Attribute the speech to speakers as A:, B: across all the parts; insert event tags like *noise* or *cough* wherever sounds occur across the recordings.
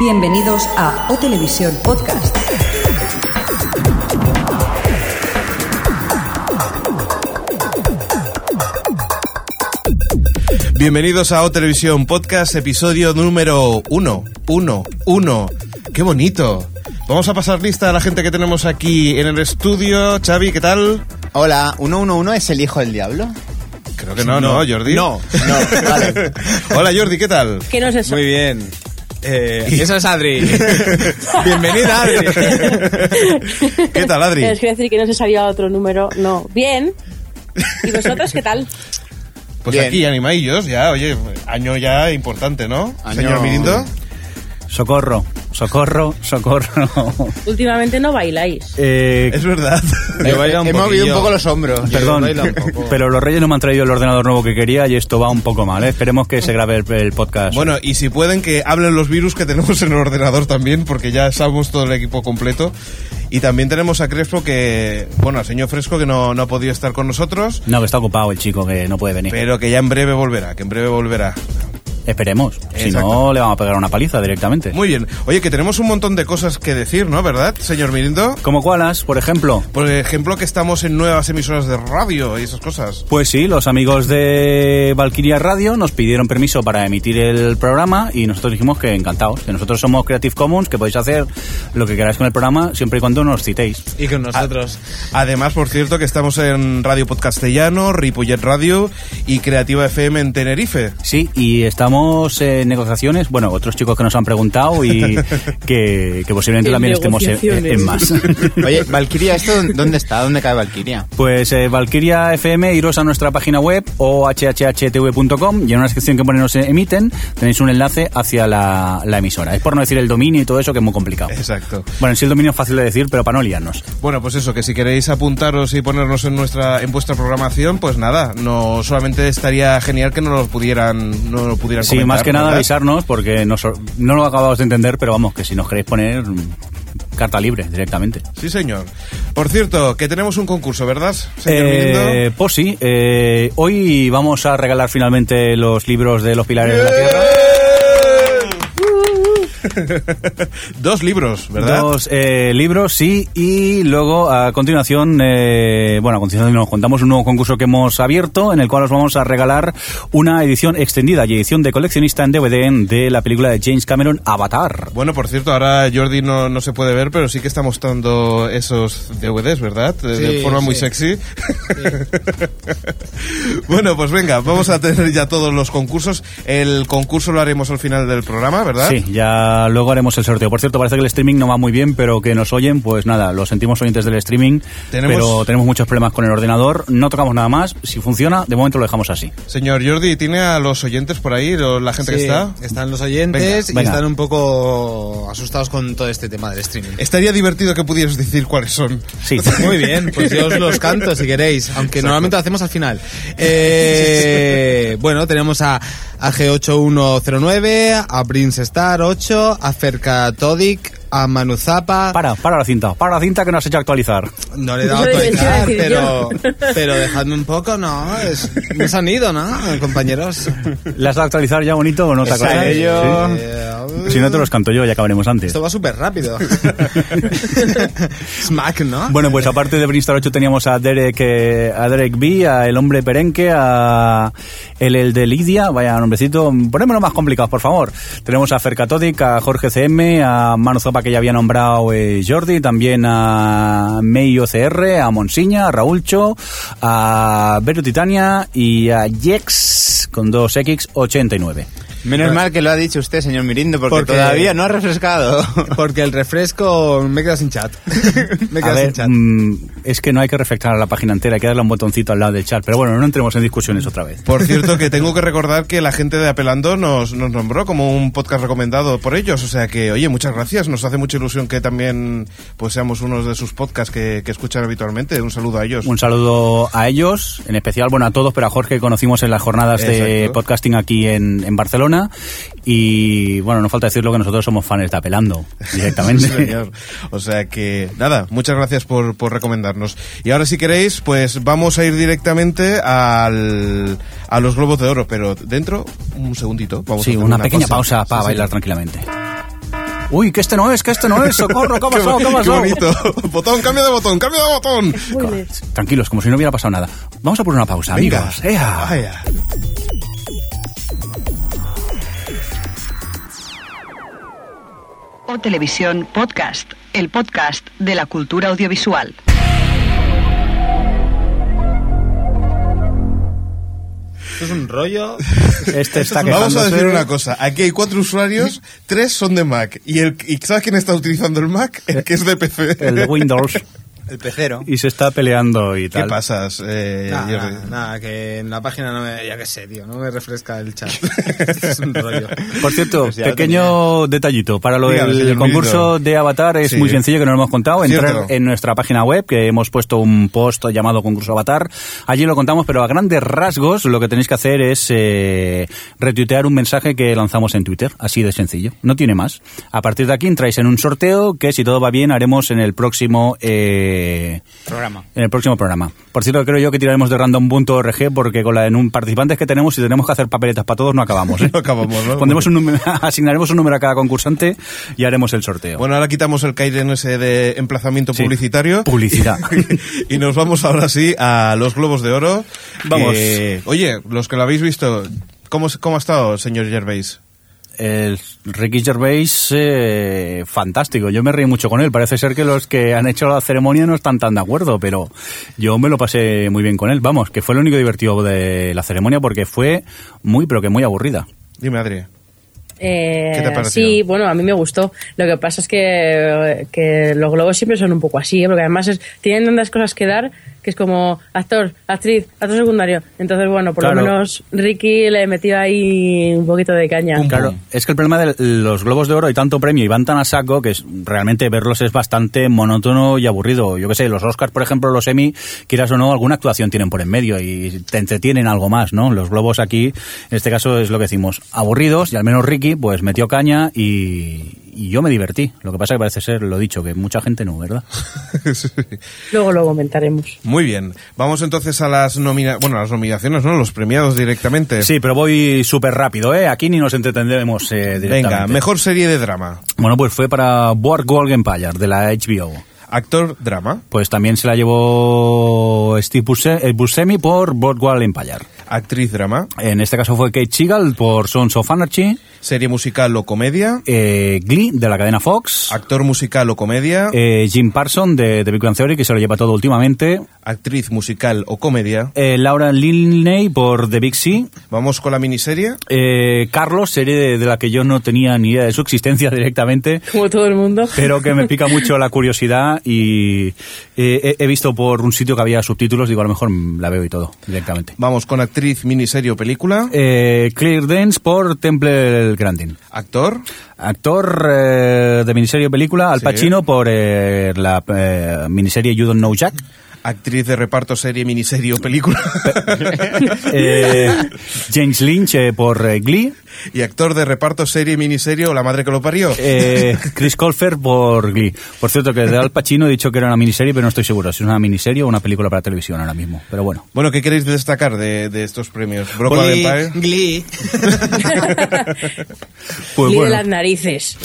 A: Bienvenidos a O Televisión Podcast.
B: Bienvenidos a O Televisión Podcast, episodio número 1. 1, 1. ¡Qué bonito! Vamos a pasar lista a la gente que tenemos aquí en el estudio. Xavi, ¿qué tal?
C: Hola, 111 es el hijo del diablo.
B: Creo que no, ¿no, Jordi?
D: No,
C: No, vale. Eh,
B: Hola, Jordi, ¿qué tal?
E: ¿Qué no es eso?
D: muy bien. Eh, eso es Adri. Bienvenida, Adri.
B: ¿Qué tal, Adri?
E: *laughs* Es que decir que no se sabía otro número, no. Bien. ¿Y vosotros qué tal?
B: Pues
C: Bien.
B: aquí, animadillos, ya, oye, año ya importante, ¿no?
C: Año-
B: Señor Mirindo.
F: Socorro, socorro, socorro. *laughs*
E: Últimamente no bailáis.
F: Eh,
B: Es verdad.
D: Me baila un
C: He movido un
D: poquillo.
C: poco los hombros.
F: perdón,
D: baila un poco.
C: *laughs*
F: pero los reyes no me han traído el ordenador nuevo que quería y esto va un poco mal. ¿eh? Esperemos que se grabe el, el podcast.
B: Bueno, y si pueden que hablen los virus que tenemos en el ordenador también, porque ya estamos todo el equipo completo. Y también tenemos a Crespo que, bueno, al señor Fresco que no, no ha podido estar con nosotros,
F: no, que está ocupado el chico, que no puede venir.
B: pero que ya en breve volverá, que en breve volverá.
F: Esperemos. Si
B: Exacto.
F: no, le vamos a pegar una paliza directamente.
B: Muy bien. Oye, que tenemos un montón de cosas que decir, ¿no? ¿Verdad, señor Mirindo?
F: Como Koalas, por ejemplo.
B: Por ejemplo, que estamos en nuevas emisoras de radio y esas cosas.
F: Pues sí, los amigos de Valkyria Radio nos pidieron permiso para emitir el programa y nosotros dijimos que encantados, que nosotros somos Creative Commons, que podéis hacer lo que queráis con el programa siempre y cuando nos citéis.
D: Y con nosotros.
B: Además, por cierto, que estamos en Radio Podcastellano, Ripollet Radio y Creativa FM en Tenerife.
F: Sí, y estamos en negociaciones. Bueno, otros chicos que nos han preguntado y que, que posiblemente
E: En
F: también estemos en, en más. *laughs*
C: Oye, Valkyria, ¿esto dó- dónde está? ¿Dónde cae Valkyria?
F: Pues eh, Valkyria FM, iros a nuestra página web o hhhtv.com y en una sección que pone nos emiten tenéis un enlace hacia la, la emisora. Es por no decir el dominio y todo eso que es muy complicado.
B: Exacto.
F: Bueno, en sí el dominio es fácil de decir, pero para no liarnos.
B: Bueno, pues eso, que si queréis apuntaros y ponernos en nuestra en vuestra programación, pues nada, no solamente estaría genial que no lo pudieran no lo pudieran
F: Sí,
B: comentar,
F: más que nada
B: ¿verdad?
F: avisarnos porque no, so- no lo acabamos de entender, pero vamos, que si nos queréis poner mm, carta libre directamente.
B: Sí, señor. Por cierto, que tenemos un concurso, ¿verdad? Señor
F: Eh,
B: Mirindo?
F: pues sí, eh, hoy vamos a regalar finalmente los libros de los pilares de la tierra.
B: *laughs* Dos libros, ¿verdad?
F: Dos eh, libros, sí, y luego a continuación, eh, bueno, a continuación nos contamos un nuevo concurso que hemos abierto en el cual os vamos a regalar una edición extendida y edición de coleccionista en DVD de la película de James Cameron Avatar.
B: Bueno, por cierto, ahora Jordi no, no se puede ver, pero sí que está mostrando esos DVDs, ¿verdad? De- de
C: Sí,
B: forma muy
C: sí.
B: sexy. *laughs* bueno, pues venga, vamos a tener ya todos los concursos. El concurso lo haremos al final del programa, ¿verdad?
F: Sí, ya luego haremos el sorteo. Por cierto, parece que el streaming no va muy bien, pero que nos oyen, pues nada, lo sentimos oyentes del streaming,
B: Tenemos-
F: pero tenemos muchos problemas con el ordenador, no tocamos nada más, si funciona, de momento lo dejamos así.
B: Señor Jordi, ¿tiene a los oyentes por ahí, lo- la gente que
D: Sí,
B: está?
D: Están los oyentes
F: Venga,
D: y
F: venga.
D: están un poco asustados con todo este tema del streaming.
B: Estaría divertido que pudieras decir cuáles son.
F: Sí.
D: *laughs* Muy bien, pues yo os los canto si queréis, aunque normalmente lo hacemos al final. Eh, *laughs* bueno, tenemos a, a G8109, a Prince Star 8, a Ferca Todic, a Manuzapa.
F: Para, para la cinta, para la cinta que nos has hecho actualizar.
D: No le he dado a
E: Eso iba a decir
D: actualizar, pero,
E: yo.
D: pero dejadme un poco, ¿no? Es, nos han ido, ¿no, compañeros?
F: ¿La has dado a actualizar ya bonito o no te acuerdas? Sí.
D: Eh,
F: Si no te los canto yo, ya acabaremos antes.
D: Esto va súper rápido. *laughs* Smack, ¿no?
F: Bueno, pues aparte de Brinstar 8 teníamos a Derek, eh, a Derek B, a El Hombre Perenque, a el, el de Lidia, vaya nombrecito, ponémelo más complicados, por favor. Tenemos a Fercatodic, a Jorge CM, a Manu Zopa que ya había nombrado eh, Jordi, también a Mei OCR, a Monsiña, a Raúlcho, a Vero Titania y a Jex con dos X89.
C: Menos mal que lo ha dicho usted, señor Mirindo, porque,
D: Porque-
C: todavía no ha refrescado.
D: Porque el refresco me queda sin chat. Me
F: A
D: queda sin
F: ver,
D: chat.
F: mm, es que no hay que reflectar la página entera, hay que darle un botoncito al lado del chat, pero bueno, no entremos en discusiones otra vez.
B: Por cierto, que tengo que recordar que la gente de Apelando nos, nos nombró como un podcast recomendado por ellos. O sea que, oye, muchas gracias. Nos hace mucha ilusión que también pues seamos unos de sus podcasts que, que escuchan habitualmente. Un saludo a ellos.
F: Un saludo a ellos, en especial, bueno, a todos, pero a Jorge que conocimos en las jornadas de
B: Exacto.
F: podcasting aquí en, en Barcelona. Y bueno, no falta decirlo que nosotros somos fans de Apelando,
B: *laughs* Sí,
F: *laughs* directamente.
B: señor. O sea que, nada, muchas gracias por, por recomendarnos. Y ahora, si queréis, pues vamos a ir directamente al, a los Globos de Oro, pero dentro, un segundito. Vamos a
F: sí,
B: hacer
F: una, pequeña pausa, para
B: Sí,
F: bailar
B: sí.
F: tranquilamente. Uy, que este no es, que este no es, socorro, ¿qué ha pasado? ¿Qué
B: *laughs* *laughs*
F: ha
B: Qué
F: pasado?
B: bonito. *laughs* Botón, cambio de botón, cambio de botón.
E: Muy bien.
F: Tranquilos, como si no hubiera pasado nada. Vamos a por una pausa,
B: Venga.
F: amigos. ¡Ea!
B: Vaya.
A: O Televisión Podcast, el podcast de la cultura audiovisual.
D: Esto es un rollo.
F: Este está
B: Vamos a
F: quejándose.
B: decir una cosa. Aquí hay cuatro usuarios, tres son de Mac. ¿Y, el, y sabes quién está utilizando el Mac? El que es de PC.
F: El de Windows
C: El pecero.
F: y se está peleando y
B: *laughs* ¿Qué
F: tal.
B: pasas, eh,
D: Nada,
B: Jordi?
D: Ah, nada,
C: Ah,
D: nada, que en la página no me. Ya qué sé, tío, no me refresca el chat. Esto es
C: *laughs*
D: un rollo.
F: Por cierto,
C: Pues ya lo
F: pequeño detallito. Para lo
B: Dígame,
F: del
B: señor
F: concurso
B: Milton.
F: de Avatar es
B: Sí.
F: muy sencillo que nos lo hemos contado. Entrar
B: Cierto.
F: en nuestra página web, que hemos puesto un post llamado Concurso Avatar. Allí lo contamos, pero a grandes rasgos lo que tenéis que hacer es eh, retuitear un mensaje que lanzamos en Twitter. Así de sencillo. No tiene más. A partir de aquí entráis en un sorteo que, si todo va bien, haremos en el próximo. eh,
C: Programa.
F: en el próximo programa. Por cierto, creo yo que tiraremos de random.org porque con la de nun- participantes que tenemos, si tenemos que hacer papeletas para todos,
B: *laughs*
F: no acabamos. ¿eh?
B: No acabamos, ¿no?
F: Pondremos un número- *laughs* asignaremos un número a cada concursante y haremos el sorteo.
B: Bueno, ahora quitamos el Kairen ese de emplazamiento
F: Sí.
B: publicitario.
F: Publicidad.
B: *laughs* y nos vamos ahora sí a los Globos de Oro.
F: Vamos.
B: que- oye, los que lo habéis visto, ¿cómo, se- cómo ha estado, señor Gervais?
F: El Ricky Gervais, eh, fantástico. Yo me reí mucho con él. Parece ser que los que han hecho la ceremonia no están tan de acuerdo, pero yo me lo pasé muy bien con él. Vamos, que fue lo único divertido de la ceremonia porque fue muy, pero que muy aburrida.
B: Dime, Adri.
E: Eh,
B: ¿Qué te pareció?
E: Sí, bueno, a mí me gustó. Lo que pasa es que, que los globos siempre son un poco así, ¿eh? porque además es- tienen tantas cosas que dar que es como actor, actriz, actor secundario. Entonces, bueno, por
F: Claro.
E: lo menos Ricky le metió ahí un poquito de caña.
B: Pum,
F: Claro, es que el problema de los globos de oro y tanto premio y van tan a saco que es- realmente verlos es bastante monótono y aburrido. Yo qué sé, los Oscars, por ejemplo, los Emmy, quieras o no, alguna actuación tienen por en medio y te entretienen algo más, ¿no? Los globos aquí, en este caso es lo que decimos, aburridos y al menos Ricky pues metió caña y, y yo me divertí. Lo que pasa que parece ser lo dicho, que mucha gente no, ¿verdad?
B: Sí.
E: Luego lo comentaremos.
B: Muy bien. Vamos entonces a las nomina bueno, a las nominaciones, ¿no? Los premiados directamente.
F: Sí, pero voy súper rápido, ¿eh? Aquí ni nos entretendremos eh, directamente.
B: Venga, mejor serie de drama.
F: Bueno, pues fue para Boardwalk Empire de la HBO.
B: Actor drama.
F: Pues también se la llevó Steve Buse- eh, Buscemi por Broadway Empire.
B: Actriz drama.
F: En este caso fue Kate Chigal por Sons of Anarchy,
B: Serie musical o comedia.
F: eh, Glee de la cadena Fox,
B: Actor musical o comedia.
F: eh, Jim Parson de The Big Bang Theory, que se lo lleva todo últimamente,
B: Actriz musical o comedia.
F: eh, Laura Linney por The Big C,
B: Vamos con la miniserie.
F: eh, Carlos, serie de, de la que yo no tenía ni idea de su existencia *laughs* directamente,
E: Como todo el mundo.
F: pero que me pica mucho la curiosidad y eh, he, he visto por un sitio que había subtítulos, digo, a lo mejor la veo y todo directamente.
B: Vamos con actriz, miniserie o película.
F: Eh, Clear Dance por Temple Grandin.
B: Actor.
F: Actor eh, de miniserie o película, Al
B: Sí.
F: Pacino por eh, la eh, miniserie You Don't Know Jack.
B: Actriz de reparto, serie, miniserie o
F: *laughs*
B: película.
F: Eh, James Lynch eh, por eh, Glee.
B: y actor de reparto, serie, miniserie o la madre que lo parió.
F: Eh, Chris Colfer por Glee. Por cierto, que de Al Pacino he dicho que era una miniserie, pero no estoy seguro si es una miniserie o una película para televisión ahora mismo. Pero bueno.
B: Bueno, ¿qué queréis destacar de, de estos premios? ¿eh? Broadway
C: Glee.
B: Empire.
C: Glee.
F: Pues
C: pues
E: *laughs* Líe
F: bueno.
E: las narices.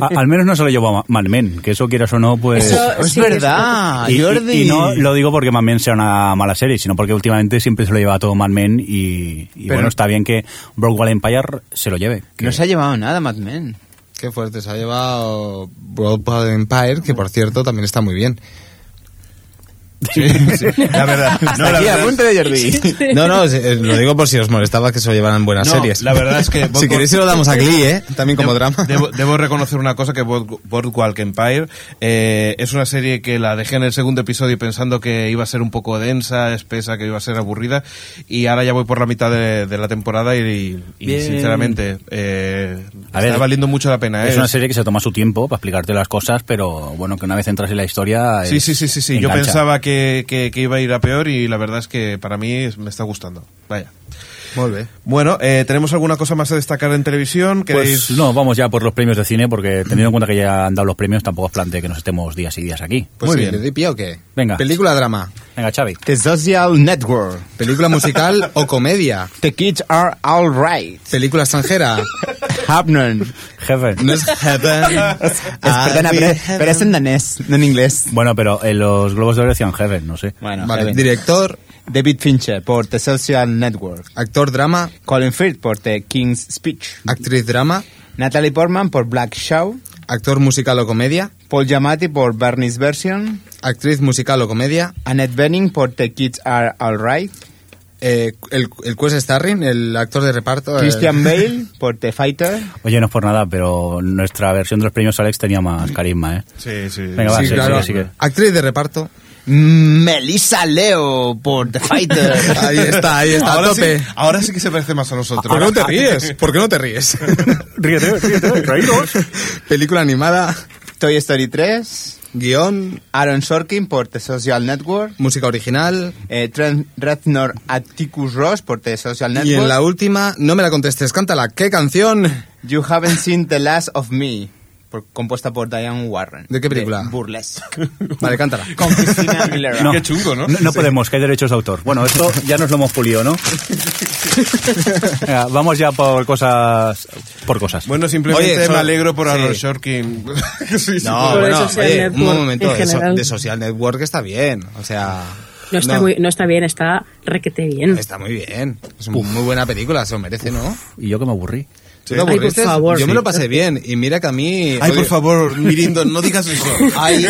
F: A- al menos no se lo llevó a Mad Men, que eso quieras o no, pues...
E: Eso
C: Es
E: sí,
B: Ah,
C: verdad,
F: Y, y-
C: Jordi.
F: y no lo digo porque Mad Men sea una mala serie, sino porque últimamente siempre se lo lleva todo Mad Men y, y
B: Pero-
F: bueno, está bien que Broadway Empire se lo lleve. que-
C: No se ha llevado nada, Mad Men.
D: Qué fuerte, se ha llevado Broadband Empire, que por cierto también está muy bien.
B: La verdad. No, la
C: Aquí,
B: verdad-
C: apunte de Jordi.
D: No, no, se- eh, lo digo por si os molestaba que se lo llevaran buenas
B: No,
D: series.
B: la verdad
C: *laughs*
B: es que-
D: si queréis se lo damos a Glee, ¿eh? También como
B: Debo-
F: *laughs*
D: drama.
B: Debo, debo reconocer una cosa que Board- Boardwalk Empire eh, es una serie que la dejé en el segundo episodio pensando que iba a ser un poco densa, espesa, que iba a ser aburrida y ahora ya voy por la mitad de, de la temporada y, y
F: Bien.
B: sinceramente eh, está
F: A ver,
B: valiendo mucho la pena.
F: Es
B: ¿eh?
F: una serie que se toma su tiempo para explicarte las cosas, pero bueno, que una vez entras en la historia...
B: Sí,
F: es-
B: sí, sí, sí, sí. Yo
F: engancha.
B: pensaba que, que- que iba a ir a peor y la verdad es que para mí es- me está gustando. Vaya. Bueno, eh, ¿tenemos alguna cosa más a destacar en televisión? ¿Queréis-
F: Pues no, vamos ya por los premios de cine, porque teniendo en cuenta que ya han dado los premios, tampoco os planteo que nos estemos días y días aquí.
D: Pues
B: Muy
D: sí,
B: bien.
D: ¿le doy pie o qué?
F: Venga.
D: Película drama,
F: Venga, Xavi.
C: The Social Network.
D: película musical o comedia,
C: The kids are alright.
D: película extranjera,
C: happening.
F: Jefe.
D: No es heaven.
C: *laughs* Es- perdona, pero, pero es en danés, no en inglés.
F: Bueno, pero en los globos de oro decían jefe, no sé.
C: Bueno,
D: Vale,
C: Kevin.
D: director,
C: David Fincher por The Social Network.
D: actor drama,
C: Colin Firth por The King's Speech.
D: actriz drama,
C: Natalie Portman por Black Shaw.
D: actor musical o comedia,
C: Paul Giamatti por Bernie's Version.
D: actriz musical o comedia,
C: Annette Bening por The Kids Are Alright.
D: eh, el, el Quest Starring, el actor de reparto. eh,
C: Christian Bale por The Fighter.
F: Oye, no es por nada, pero nuestra versión de los premios Alex tenía más carisma, ¿eh?
B: Sí, Ah, sí.
F: Venga, va,
D: Sí,
F: sí,
D: claro.
F: sí, sí, sí.
D: Actriz de reparto.
C: Melissa Leo por The *laughs* Fighter.
D: Ahí está, ahí está, a
B: Ahora sí,
D: tope.
B: ahora sí que se parece más a nosotros.
D: ¿Por qué no te ríes? ¿Por qué no te *laughs* ríes?
F: Ríete, ríete, reíros.
D: *laughs* Película animada,
C: Toy Story 3.
D: guión,
C: Aaron Sorkin por The Social Network.
D: música original.
C: Eh, Trent Reznor Atticus Ross por The Social Network.
D: Y en la última, no me la contestes, cántala. ¿Qué canción?
C: You Haven't Seen The Last of Me, por- compuesta por Diane Warren.
D: ¿De qué película?
C: Burlesque.
D: Vale, cántala.
C: Con
D: *laughs*
C: Christina Aguilera.
F: No.
B: Qué chungo, ¿no?
F: No, no podemos, que hay derechos de autor. Bueno, esto ya nos lo hemos pulido, ¿no? Venga, vamos ya por cosas. Por cosas.
B: Bueno, simplemente
D: Oye, eso-
B: me alegro por Aaron
D: sí.
B: Sorkin. *laughs* Sí, sí,
D: No,
E: Sobre
D: bueno,
E: Social
D: oye,
E: Network,
D: un momento,
E: en
D: de, so-
E: general.
D: de Social Network está bien, o sea...
E: No está, Muy, no está bien, está requete bien.
D: Está muy bien, es una muy buena película, se lo merece, ¿no?
F: Y yo que me aburrí.
D: ¿Tú te
E: Ay, por
D: aburriste?
E: favor.
D: Yo me
E: Sí.
D: lo pasé bien, y mira que a mí...
B: Ay, por *laughs*
D: oye,
B: favor, Mirindo, no digas
D: *laughs*
B: eso.
C: Ay,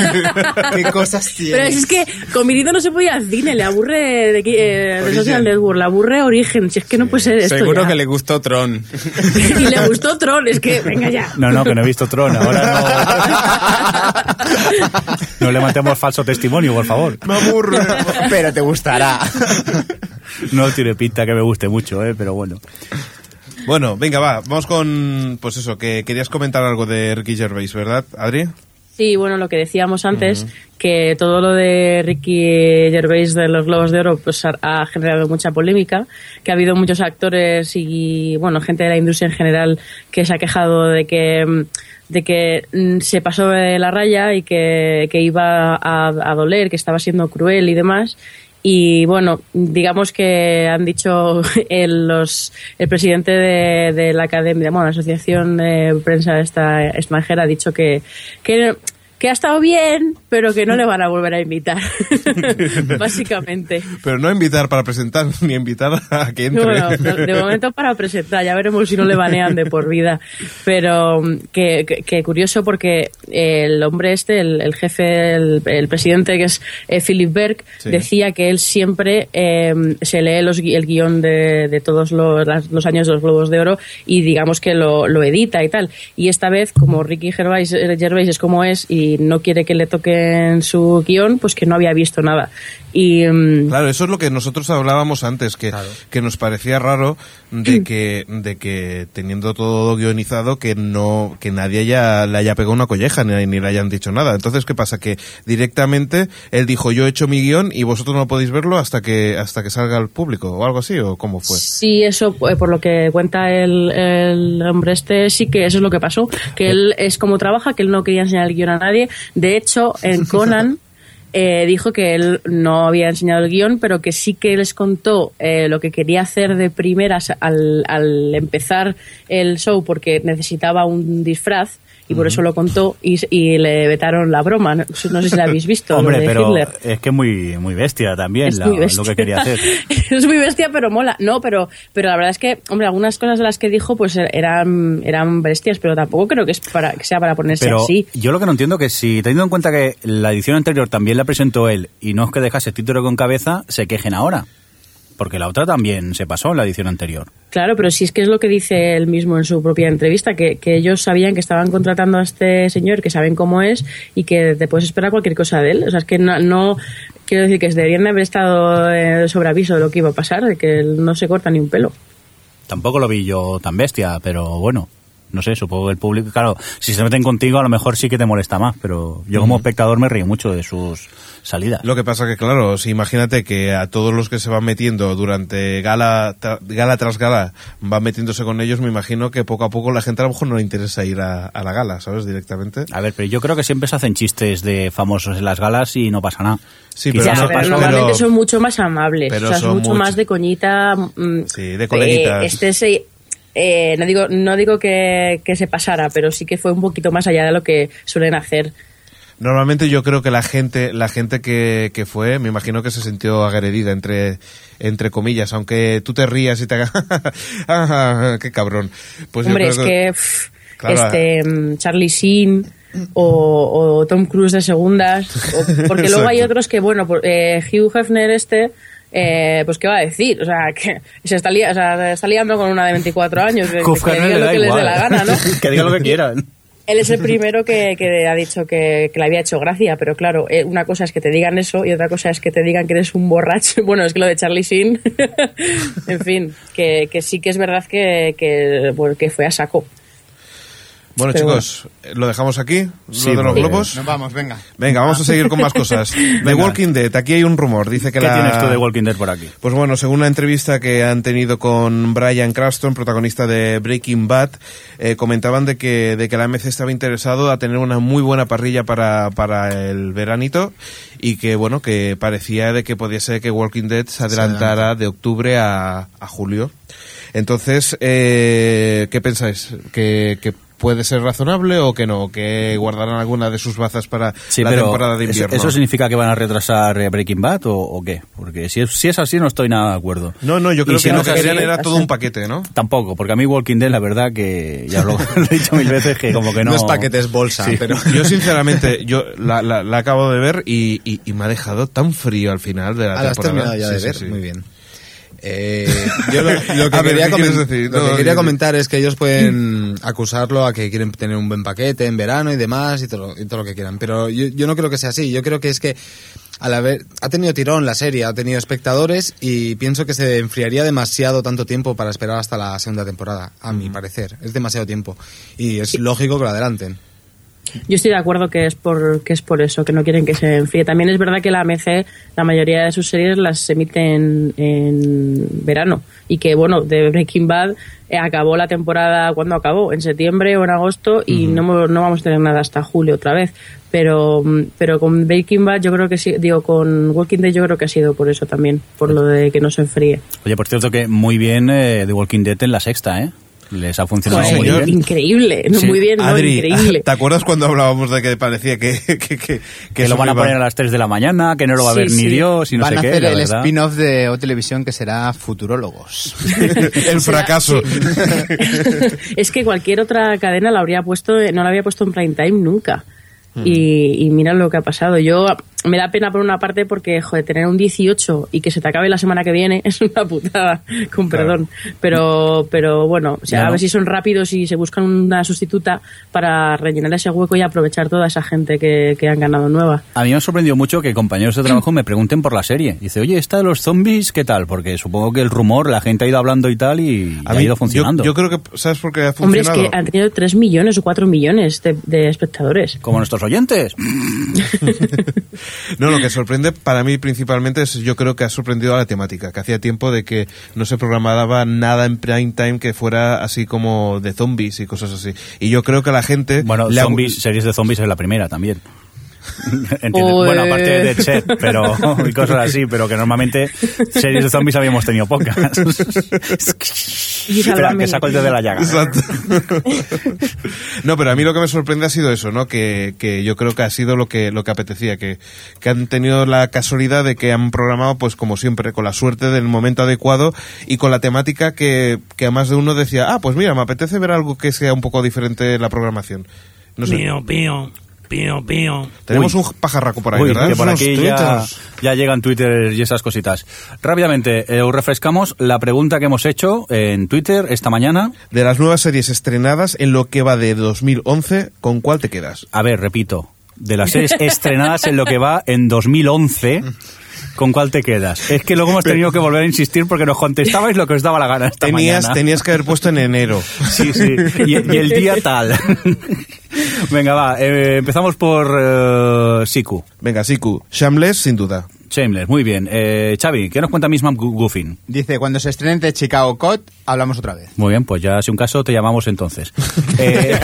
C: qué cosas tiene.
E: Pero es que con Mirindo no se puede ir al cine, le aburre de, aquí, eh, de Social Network, le aburre Origen, si es que no puede ser esto
D: Seguro
E: ya.
D: que le gustó Tron.
E: *laughs* Y le gustó Tron, es que venga ya.
F: No, no, que no he visto Tron. Ahora no. No levantemos falso testimonio, por favor.
B: Me aburro.
C: *laughs* Pero te gustará.
F: No tiene pinta que me guste mucho, ¿eh? Pero bueno.
B: Bueno, venga, va, vamos con... Pues eso, que querías comentar algo de Ricky Gervais, ¿verdad, Adri?
E: Sí, bueno, lo que decíamos antes, que todo lo de Ricky Gervais de los Globos de Oro pues, ha- ha generado mucha polémica, que ha habido muchos actores y, bueno, gente de la industria en general que se ha quejado de que mm, de que mm, se pasó de la raya y que, que iba a, a doler, que estaba siendo cruel y demás. Y bueno, digamos que han dicho *laughs* el, los, el presidente de, de la academia, bueno, la asociación de prensa esta, extranjera ha dicho que, que, que ha estado bien, pero que no le van a volver a invitar, *laughs* básicamente.
B: Pero no invitar para presentar, *laughs* ni invitar a que entre.
E: Bueno,
B: *laughs*
E: de de momento para presentar, ya veremos si no le banean de por vida. Pero mm, que, que- que curioso porque eh, el hombre este, el, el jefe, el, el presidente que es eh, Philip Berg,
B: Sí.
E: decía que él siempre eh, se lee los, gui- el guión de, de todos los, las- los años de los Globos de Oro y digamos que lo, lo edita y tal. Y esta vez, como Ricky Gervais, eh, Gervais es como es y no quiere que le toquen su guión, pues que no había visto nada. Y... mm,
B: Claro, eso es lo que nosotros hablábamos antes, que, que nos parecía raro de que, de que teniendo todo guionizado, que no, que nadie haya, le haya pegado una colleja ni, ni le hayan dicho nada. Entonces, ¿qué pasa? Que directamente él dijo, yo he hecho mi guión y vosotros no podéis verlo hasta que, hasta que salga al público o algo así, o cómo fue.
E: Sí, eso, eh, por lo que cuenta el, el hombre este, sí que eso es lo que pasó. Que él es como trabaja, que él no quería enseñar el guión a nadie. De hecho,
F: *laughs*
E: en Conan eh, dijo que él no había enseñado el guión, pero que sí que les contó eh, lo que quería hacer de primeras al, al empezar el show, porque necesitaba un disfraz. Y por eso lo contó y, y le vetaron la broma. No, no sé si la habéis visto. lo
F: *laughs* Hombre,
E: de
F: pero
E: Hitler.
F: es que muy, muy bestia también
E: Es
F: la-
E: muy bestia.
F: lo que quería hacer.
E: *laughs* es muy bestia, pero mola. No, pero, pero la verdad es que, hombre, algunas cosas de las que dijo pues er- eran, eran bestias, pero tampoco creo que, es para, que sea para ponerse
F: Pero
E: así.
F: yo lo que no entiendo que si, teniendo en cuenta que la edición anterior también la presentó él y no es que dejase el título con cabeza, se quejen ahora. Porque la otra también se pasó en la edición anterior.
E: Claro, pero si es que es lo que dice él mismo en su propia entrevista, que, que ellos sabían que estaban contratando a este señor, que saben cómo es y que te puedes esperar cualquier cosa de él. O sea, es que no, no- quiero decir que deberían de haber estado eh, sobre aviso de lo que iba a pasar, de que él no se corta ni un pelo.
F: Tampoco lo vi yo tan bestia, pero bueno, no sé, supongo que el público, claro, si se meten contigo a lo mejor sí que te molesta más, pero yo como espectador me río mucho de sus salidas.
B: Lo que pasa que, claro, si imagínate que a todos los que se van metiendo durante gala, tra- gala tras gala, van metiéndose con ellos, me imagino que poco a poco la gente a lo mejor no le interesa ir a, a la gala, ¿sabes? Directamente.
F: A ver, pero yo creo que siempre se hacen chistes de famosos en las galas y no pasa nada.
B: Sí, pero
E: Ya,
F: Quizá
B: no
F: se
E: pero
B: pasó,
E: normalmente
B: pero-
E: son mucho más amables,
B: pero
E: o sea, es
B: son
E: mucho
B: mucho-
E: más de coñita. mm,
B: Sí, de coleguitas.
E: eh, este se- eh, no digo, no digo que, que se pasara, pero sí que fue un poquito más allá de lo que suelen hacer.
B: Normalmente yo creo que la gente, la gente que, que fue, me imagino que se sintió agredida entre, entre comillas, aunque tú te rías y te hagas, *laughs* "Ah, qué cabrón. Pues yo
E: Hombre,
B: creo
E: es que pff,
B: Claro, eh.
E: este mm, Charlie Sheen o, o Tom Cruise de segundas,
B: *laughs*
E: o- porque luego hay
B: Exacto.
E: otros que, bueno, por- eh, Hugh Hefner este, eh, pues qué va a decir, o sea, que se está, lia- o sea, se está liando con una de 24 años, que, que
F: Kufka no
E: diga
F: le
E: lo
F: *laughs* da
E: que les dé
F: igual.
E: la gana, ¿no?
B: *laughs*
F: *laughs* que diga lo que quieran.
E: Él es el primero que, que ha dicho que, que le había hecho gracia, pero claro, eh, una cosa es que te digan eso y otra cosa es que te digan que eres un borracho. *laughs* Bueno, es que lo de Charlie Sheen, *laughs* en fin, que, que sí que es verdad que, que, bueno, que fue a saco.
B: Bueno,
E: Pero
B: chicos, eh, lo dejamos aquí,
F: Sí,
B: lo de los
F: porque-
B: globos.
C: Nos vamos, venga.
B: Venga, vamos a seguir con más
F: *laughs*
B: cosas. The Walking Dead, aquí hay un rumor, dice que
F: ¿Qué
B: la...
F: tienes tú de Walking Dead por aquí?
B: Pues bueno, según una entrevista que han tenido con Brian Cranston, protagonista de Breaking Bad, eh, comentaban de que, de que la MC estaba interesado a tener una muy buena parrilla para, para el veranito y que bueno, que parecía de que podía ser que Walking Dead se adelantara de octubre a, a julio. Entonces, eh, ¿qué pensáis? ¿Que, que puede ser razonable o que no? ¿Que guardarán alguna de sus bazas para la temporada de
F: ¿eso-
B: invierno?
F: ¿Eso significa que van a retrasar eh, Breaking Bad o, o qué? Porque si es, si es así no estoy nada de acuerdo.
B: No, no, yo
F: Y
B: creo
F: si
B: que
F: no
B: lo
F: es
B: que
F: así,
B: querían era todo un paquete, ¿no?
F: Tampoco, porque a mí Walking Dead la verdad que ya lo, *laughs* lo he dicho mil veces que como que no...
D: No es paquete, es bolsa,
F: Sí.
D: pero...
B: Yo sinceramente, yo la, la- la acabo de ver y, y- y me ha dejado tan frío al final de la
D: Ah, lo has
B: temporada.
D: terminado ya
B: Sí,
D: de
B: sí,
D: ver,
B: sí.
D: muy bien. Eh, *laughs* yo lo,
B: *laughs*
D: lo que
B: A ver,
D: quería,
B: ¿qué
D: comen-
B: quieres decir?
D: lo
B: No,
D: que
B: no,
D: quería
B: no.
D: comentar es que ellos pueden acusarlo a que quieren tener un buen paquete en verano y demás y todo, lo- y todo lo que quieran. Pero yo, yo no creo que sea así. Yo creo que es que al haber, ha tenido tirón la serie, ha tenido espectadores y pienso que se enfriaría demasiado tanto tiempo para esperar hasta la segunda temporada, a mi parecer. Es demasiado tiempo. Y es lógico que lo adelanten.
E: Yo estoy de acuerdo que es por que es por eso, que no quieren que se enfríe. También es verdad que la AMC, la mayoría de sus series las emiten en verano. Y que, bueno, de Breaking Bad eh, acabó la temporada, cuando acabó? En septiembre o en agosto y no, mo- no vamos a tener nada hasta julio otra vez. Pero, mm, pero con Breaking Bad yo creo que sí, digo, con Walking Dead yo creo que ha sido por eso también, por lo de que no se enfríe.
F: Oye, por cierto que muy bien eh, The Walking Dead en la sexta, ¿eh? Les ha funcionado
E: Joder,
F: muy
B: señor.
F: bien.
E: increíble, no,
F: Sí.
E: muy bien, no,
B: Adri,
F: *laughs*
E: increíble.
B: *laughs* ¿te acuerdas cuando hablábamos de que parecía que, que, que- que
F: Que
B: eso
F: lo van a
B: iba-
F: poner a las 3 de la mañana, que no lo va a
E: Sí,
F: ver ni
E: sí.
F: Dios y no
C: Van
F: sé
C: a
F: qué,
C: hacer
F: la
C: el
F: verdad.
C: spin-off de O Televisión que será Futurólogos.
B: *laughs* el fracaso?
E: es que cualquier otra cadena la habría puesto, no la había puesto en prime time nunca.
F: Mm.
E: Y, y mira lo que ha pasado. Yo me da pena por una parte porque, joder, tener un 18 y que se te acabe la semana que viene es una putada, *laughs* con perdón. Pero, pero bueno, o sea,
F: Claro.
E: a ver si son rápidos y se buscan una sustituta para rellenar ese hueco y aprovechar toda esa gente que, que han ganado nueva.
F: A mí me ha sorprendido mucho que compañeros de trabajo me pregunten por la serie. Dice, oye, ¿esta de los zombies qué tal? Porque supongo que el rumor, la gente ha ido hablando y tal y
B: A
F: ha
B: mí,
F: ido
B: yo-
F: funcionando.
B: Yo, creo que, ¿sabes por qué ha
E: Hombre, es
B: funcionado?
E: que han tenido 3 millones o 4 millones de, de espectadores.
F: Como nuestros oyentes.
B: No, lo que sorprende para mí principalmente es yo creo que ha sorprendido a la temática, que hacía tiempo de que no se programaba nada en prime time que fuera así como de zombies y cosas así. Y yo creo que a la gente...
F: Bueno,
B: le ha-
F: zombies, series de zombies es la primera también. *laughs* Entiendo.
E: Joder.
F: Bueno, aparte de Dead Set, pero y cosas así, pero que normalmente series de zombies habíamos tenido pocas.
E: Y
F: Espera,
E: Sálvame.
F: que saco el dedo de la llaga.
B: Exacto. *laughs* no, pero a mí lo que me sorprende ha sido eso, ¿no? Que, que yo creo que ha sido lo que, lo que apetecía, que, que han tenido la casualidad de que han programado, pues como siempre, con la suerte del momento adecuado y con la temática que, que a más de uno decía, ah, pues mira, me apetece ver algo que sea un poco diferente de la programación. No sé.
G: Pío, pío, pío, pío.
B: Tenemos
F: Uy.
B: un pajarraco por ahí,
F: Uy,
B: ¿verdad?
F: que por
B: Unos
F: aquí ya,
B: tuitos.
F: ya llegan Twitter y esas cositas. Rápidamente, eh, os refrescamos la pregunta que hemos hecho en Twitter esta mañana.
B: De las nuevas series estrenadas en lo que va de 2011, ¿con cuál te quedas?
F: A ver, repito, de las series estrenadas en lo que va en 2011, ¿con cuál te quedas? Es que luego hemos tenido que volver a insistir porque nos contestabais lo que os daba la gana esta
B: Tenías,
F: mañana.
B: tenías que haber puesto en enero.
F: Sí, sí. Y, y el día tal. *laughs* Venga, va. eh, empezamos por eh, Siku.
B: Venga, Siku, Shambles, sin duda.
F: Shameless, muy bien. Eh, Xavi, ¿qué nos cuenta Miss Mam Gu- Goofin?
C: Dice, cuando se estrene de Chicago Cot, hablamos otra
F: *laughs*
C: vez.
F: Muy bien, pues ya si un caso te llamamos entonces. Eh,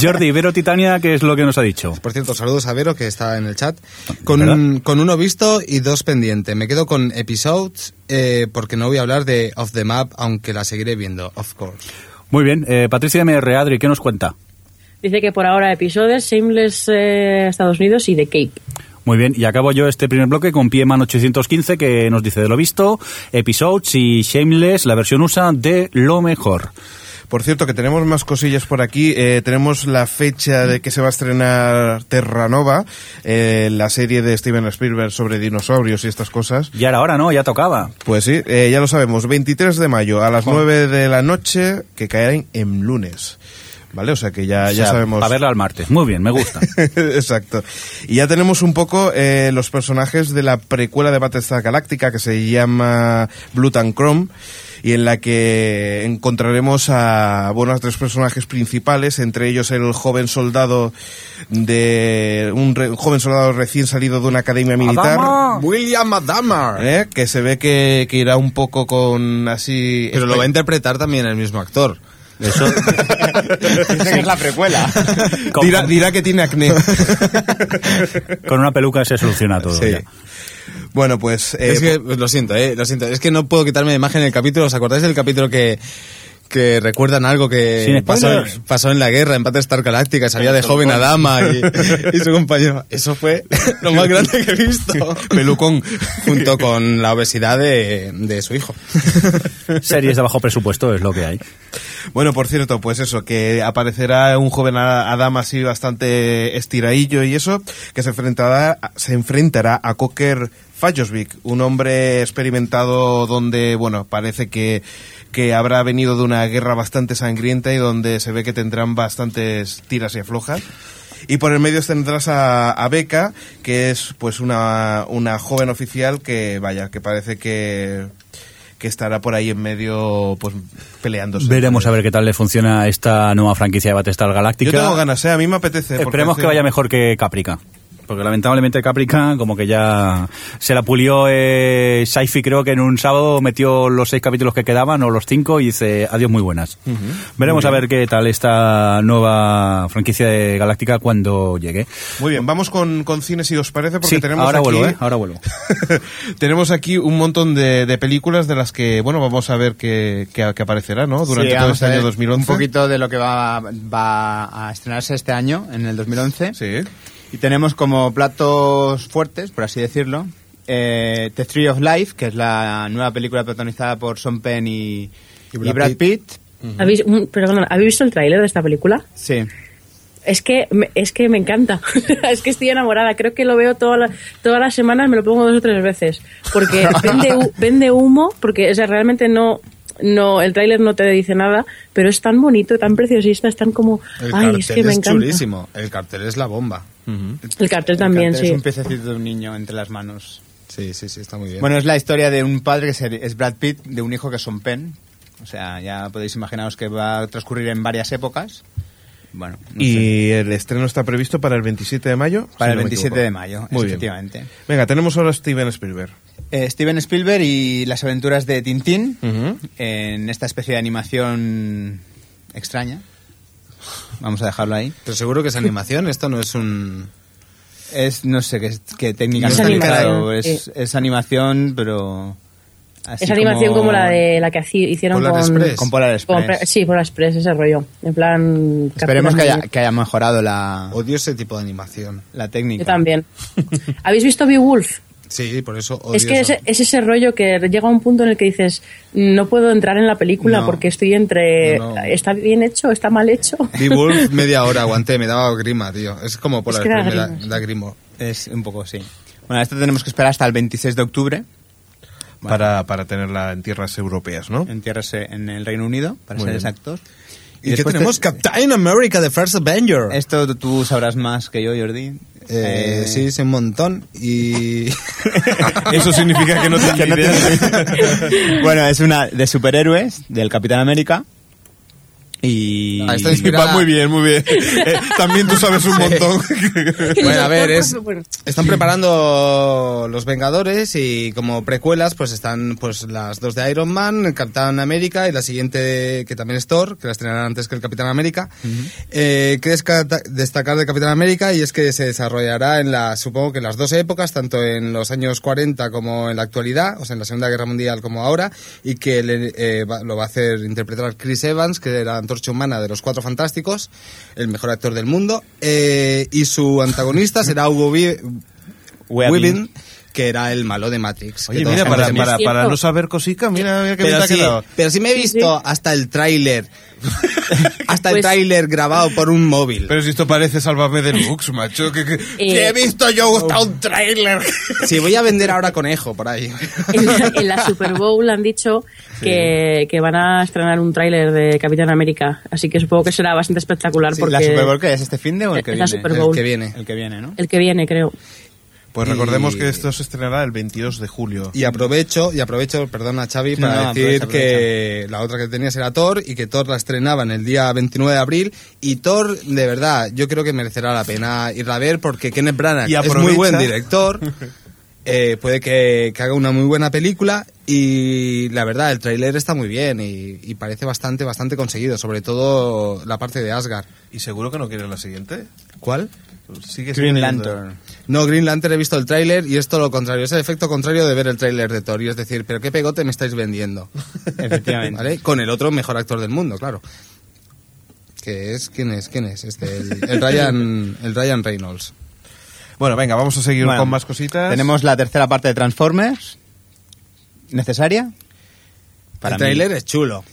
F: Jordi, Vero Titania, ¿qué es lo que nos ha dicho?
D: Por cierto, saludos a Vero, que está en el chat. Con,
F: ¿Verdad?
D: un- con uno visto y dos pendiente. Me quedo con episodes eh, porque no voy a hablar de Off the Map, aunque la seguiré viendo, of course.
F: Muy bien. Eh, Patricia MR, Adri, ¿qué nos cuenta?
E: Dice que por ahora episodios, Shameless eh, Estados Unidos y The Cake.
F: Muy bien, y acabo yo este primer bloque con Pieman 815 que nos dice de lo visto, Episodes y Shameless, la versión USA de lo mejor.
B: Por cierto, que tenemos más cosillas por aquí. Eh, tenemos la fecha de que se va a estrenar Terranova, eh, la serie de Steven Spielberg sobre dinosaurios y estas cosas.
F: Ya era hora, ¿no? Ya tocaba.
B: Pues sí, eh, ya lo sabemos, 23 de mayo a las 9 de la noche, que caerán en lunes. ¿Vale? O sea que ya, ya
F: O sea,
B: sabemos.
F: Para verla al martes. Muy bien,
B: *laughs*
F: me gusta.
B: Exacto. Y ya tenemos un poco eh, los personajes de la precuela de Battlestar Galáctica que se llama Blue and Chrome y en la que encontraremos a bueno a tres personajes principales entre ellos el joven soldado de un re- joven soldado recién salido de una academia militar
F: ¡Adama!
D: William Adamar.
B: ¿eh? que se ve que, que irá un poco con así
D: Pero lo va a interpretar también el mismo actor.
F: Eso,
C: Esa es la precuela.
F: con,
B: dirá, dirá que tiene
D: *laughs*
B: acné
F: con una peluca se soluciona todo.
D: Sí.
F: ya.
B: bueno pues eh,
D: es que, pues, lo siento, eh, lo siento. Es que no puedo quitarme de imagen el capítulo. ¿Os acordáis del capítulo que, que recuerdan algo que
F: Sin
D: pasó,
F: spoilers.
D: pasó en la guerra, en Battlestar Galáctica? Salía de joven a dama y, y su compañero. Eso fue lo más grande que he visto.
B: pelucón
D: Junto con la obesidad de, de su hijo.
F: Series de bajo presupuesto es lo que hay.
B: Bueno, por cierto, pues eso, que aparecerá un joven a- Adam así bastante estiradillo y eso, que se enfrentará, se enfrentará a Cocker Fallosvik, un hombre experimentado donde, bueno, parece que, que habrá venido de una guerra bastante sangrienta y donde se ve que tendrán bastantes tiras y aflojas. Y por el medio tendrás a, a Beca, que es pues una, una joven oficial que, vaya, que parece que, que estará por ahí en medio pues peleándose.
F: Veremos a ver qué tal le funciona esta nueva franquicia de Battlestar Galáctica.
B: Yo tengo ganas, ¿eh? a mí me apetece. porque
F: Esperemos
B: hace-
F: que vaya mejor que Caprica. Porque lamentablemente Caprica, como que ya se la pulió eh, Saifi, creo que en un sábado metió los seis capítulos que quedaban, o los cinco, y dice adiós muy buenas. Veremos a ver qué tal esta nueva franquicia de Galáctica cuando llegue.
B: Muy bien, vamos con, con cine si os parece, porque
F: Sí,
B: tenemos
F: ahora
B: aquí...
F: vuelvo, ¿eh? Ahora vuelvo.
B: *laughs* tenemos aquí un montón de, de películas de las que, bueno, vamos a ver que, que, que aparecerá, ¿no? Durante
C: Sí,
B: todo
C: vamos
B: este
C: a ver
B: año 2011.
C: Un poquito de lo que va, va a estrenarse este año, en el 2011.
B: Sí.
C: Y tenemos como platos fuertes, por así decirlo, eh, The Tree of Life, que es la nueva película protagonizada por Sean Penn y,
D: Y
C: y
D: Brad
C: Brad,
D: Pitt.
C: Pitt.
E: ¿Habéis, mm, perdona, ¿habéis visto el tráiler de esta película?
C: Sí.
E: Es que, me- es que me encanta. *laughs* es que estoy enamorada. Creo que lo veo toda la- todas las semanas, me lo pongo dos o tres veces. Porque vende, hu- vende humo, porque o sea, realmente no. No, el tráiler no te dice nada, pero es tan bonito, tan preciosista, es tan como,
D: El
E: ay,
D: cartel
E: es que me encanta.
D: chulísimo. El cartel es la bomba.
E: El cartel también,
C: Entonces,
E: sí.
C: un piececito de un niño entre las manos.
D: Sí, sí, sí, está muy bien.
C: Bueno, es la historia de un padre que se- es Brad Pitt, de un hijo que es Sean Penn. O sea, ya podéis imaginaros que va a transcurrir en varias épocas. Bueno, no sé.
B: Y el estreno está previsto para el 27 de mayo. si
C: Para
B: no
C: el
B: me
C: 27
B: equivoco.
C: de mayo,
B: Muy bien.
C: efectivamente.
B: Venga, tenemos ahora a Steven Spielberg.
C: Eh, Steven Spielberg y las aventuras de Tintín
B: Ujú.
C: en esta especie de animación extraña. Vamos a dejarlo ahí.
D: Pero seguro que es animación, esto no es un...
C: Es, no sé, qué que técnica no
E: Es
C: está
E: animación,
C: claro, es,
B: eh.
E: sí.
C: es animación, pero... así
E: Esa animación como, la de la que haci- hicieron
D: Polar
E: con
D: Express.
C: Con Polar Express.
E: pre- sí, Polar Express, ese rollo. En plan.
C: Esperemos que haya,
E: capturas
C: que haya mejorado la,
D: Odio ese tipo de animación.
C: la técnica. *laughs*
E: Yo también. ¿Habéis visto Beowulf?
D: Sí, por eso odio
E: Es que
D: eso.
E: ese- es ese rollo que llega a un punto en el que dices, no puedo entrar en la película
D: No.
E: porque estoy entre.
D: No, no.
E: ¿Está bien hecho? ¿Está mal hecho?
D: *laughs* Beowulf media hora aguanté, me daba grima, tío. Es como por
E: Es
D: la
E: que da
D: me da,
E: grima, sí.
D: da grimo.
C: Es un poco, sí. Bueno, esto tenemos que esperar hasta el 26 de octubre
B: Para, para tenerla en tierras europeas, ¿no?
C: en tierras eh, en el Reino Unido, para
B: Muy
C: ser
B: bien.
C: exactos.
D: ¿Y, qué
C: después te-
D: tenemos? Captain America, The First Avenger.
C: Esto tú sabrás más que yo, Jordi.
D: Eh,
C: Eh,
D: Sí,
C: *laughs*
D: es un montón. Y... *laughs*
B: Eso significa
C: *laughs*
B: que no tiene idea.
C: bueno, es una de superhéroes del Capitán América
D: Y...
C: Ah, está
B: Y va muy bien, muy bien. *laughs* Eh, también tú sabes un montón.
D: Bueno, a ver, es-
E: Bueno.
D: están preparando los Vengadores y como precuelas pues están pues las dos de Iron Man, Capitán América y la siguiente que también es Thor, que la estrenarán antes que el Capitán América. Eh, ¿Qué desca- destacar de Capitán América? Y es que se desarrollará en la, supongo que en las dos épocas, tanto en los años 40 como en la actualidad, o sea, en la Segunda Guerra Mundial como ahora, y que le- eh, va- lo va a hacer interpretar Chris Evans, que era la antorcha humana de los Cuatro Fantásticos, el mejor actor del mundo, eh, y
B: *laughs*
D: su antagonista será Hugo Weaving, Weaving, que era el malo de Matrix. que
B: Oye,
D: todos
B: mira, para,
D: conocemos.
B: para,
E: Es
B: para
E: cierto.
B: no saber cosica, mira, mira qué bien te
D: Pero
B: ha
D: sí,
B: quedado.
D: pero sí me he
E: Sí, sí.
D: visto hasta el
E: *laughs*
D: tráiler. hasta el
E: Pues-
D: tráiler grabado por un móvil.
B: Pero si esto parece Sálvame Deluxe, macho. Que, que-
E: Eh, oh.
B: que he visto yo hasta un *laughs* tráiler.
D: Si voy a vender ahora conejo por ahí.
E: en, la, en la Super Bowl han dicho que, que van a estrenar un tráiler de Capitán América, así que supongo que será bastante espectacular
C: Sí,
E: porque
C: ¿La Super Bowl que es este fin de o el que
E: Es la
C: viene?
E: Super
D: El
E: Bowl.
D: que viene.
C: El que viene, ¿no?
E: el que viene creo.
B: Pues recordemos
D: Y-
B: que esto se estrenará el 22 de julio.
D: Y aprovecho, y aprovecho, perdona Xavi,
C: No,
D: para
C: no,
D: decir
C: aprovecha,
D: que la otra que tenías era Thor y que Thor la estrenaban el día 29 de abril y Thor, de verdad, yo creo que merecerá la pena irla a ver porque Kenneth Branagh
B: Y
D: es
B: aprovecha-
D: muy
C: *laughs*
D: buen director, eh, puede que, que haga una muy buena película y la verdad, el tráiler está muy bien y, y parece bastante, bastante conseguido, sobre todo la parte de Asgard.
B: ¿Y seguro que no quieres la siguiente?
D: ¿Cuál?
B: Sigue
C: Green
B: siendo-
C: Lantern.
D: No, Green Lantern he visto el tráiler y es todo lo contrario, es el efecto contrario de ver el tráiler de Thor y es decir, pero qué pegote me estáis vendiendo.
C: *laughs* Efectivamente.
D: ¿Vale? Con el otro mejor actor del mundo, claro. Que es, ¿quién es? ¿Quién es? Este, el,
C: *laughs*
D: el Ryan, el Ryan Reynolds.
B: Bueno, venga, vamos a seguir
C: Bueno,
B: con más cositas.
C: Tenemos la tercera parte de Transformers. ¿Necesaria?
D: el
C: mí.
D: tráiler es chulo.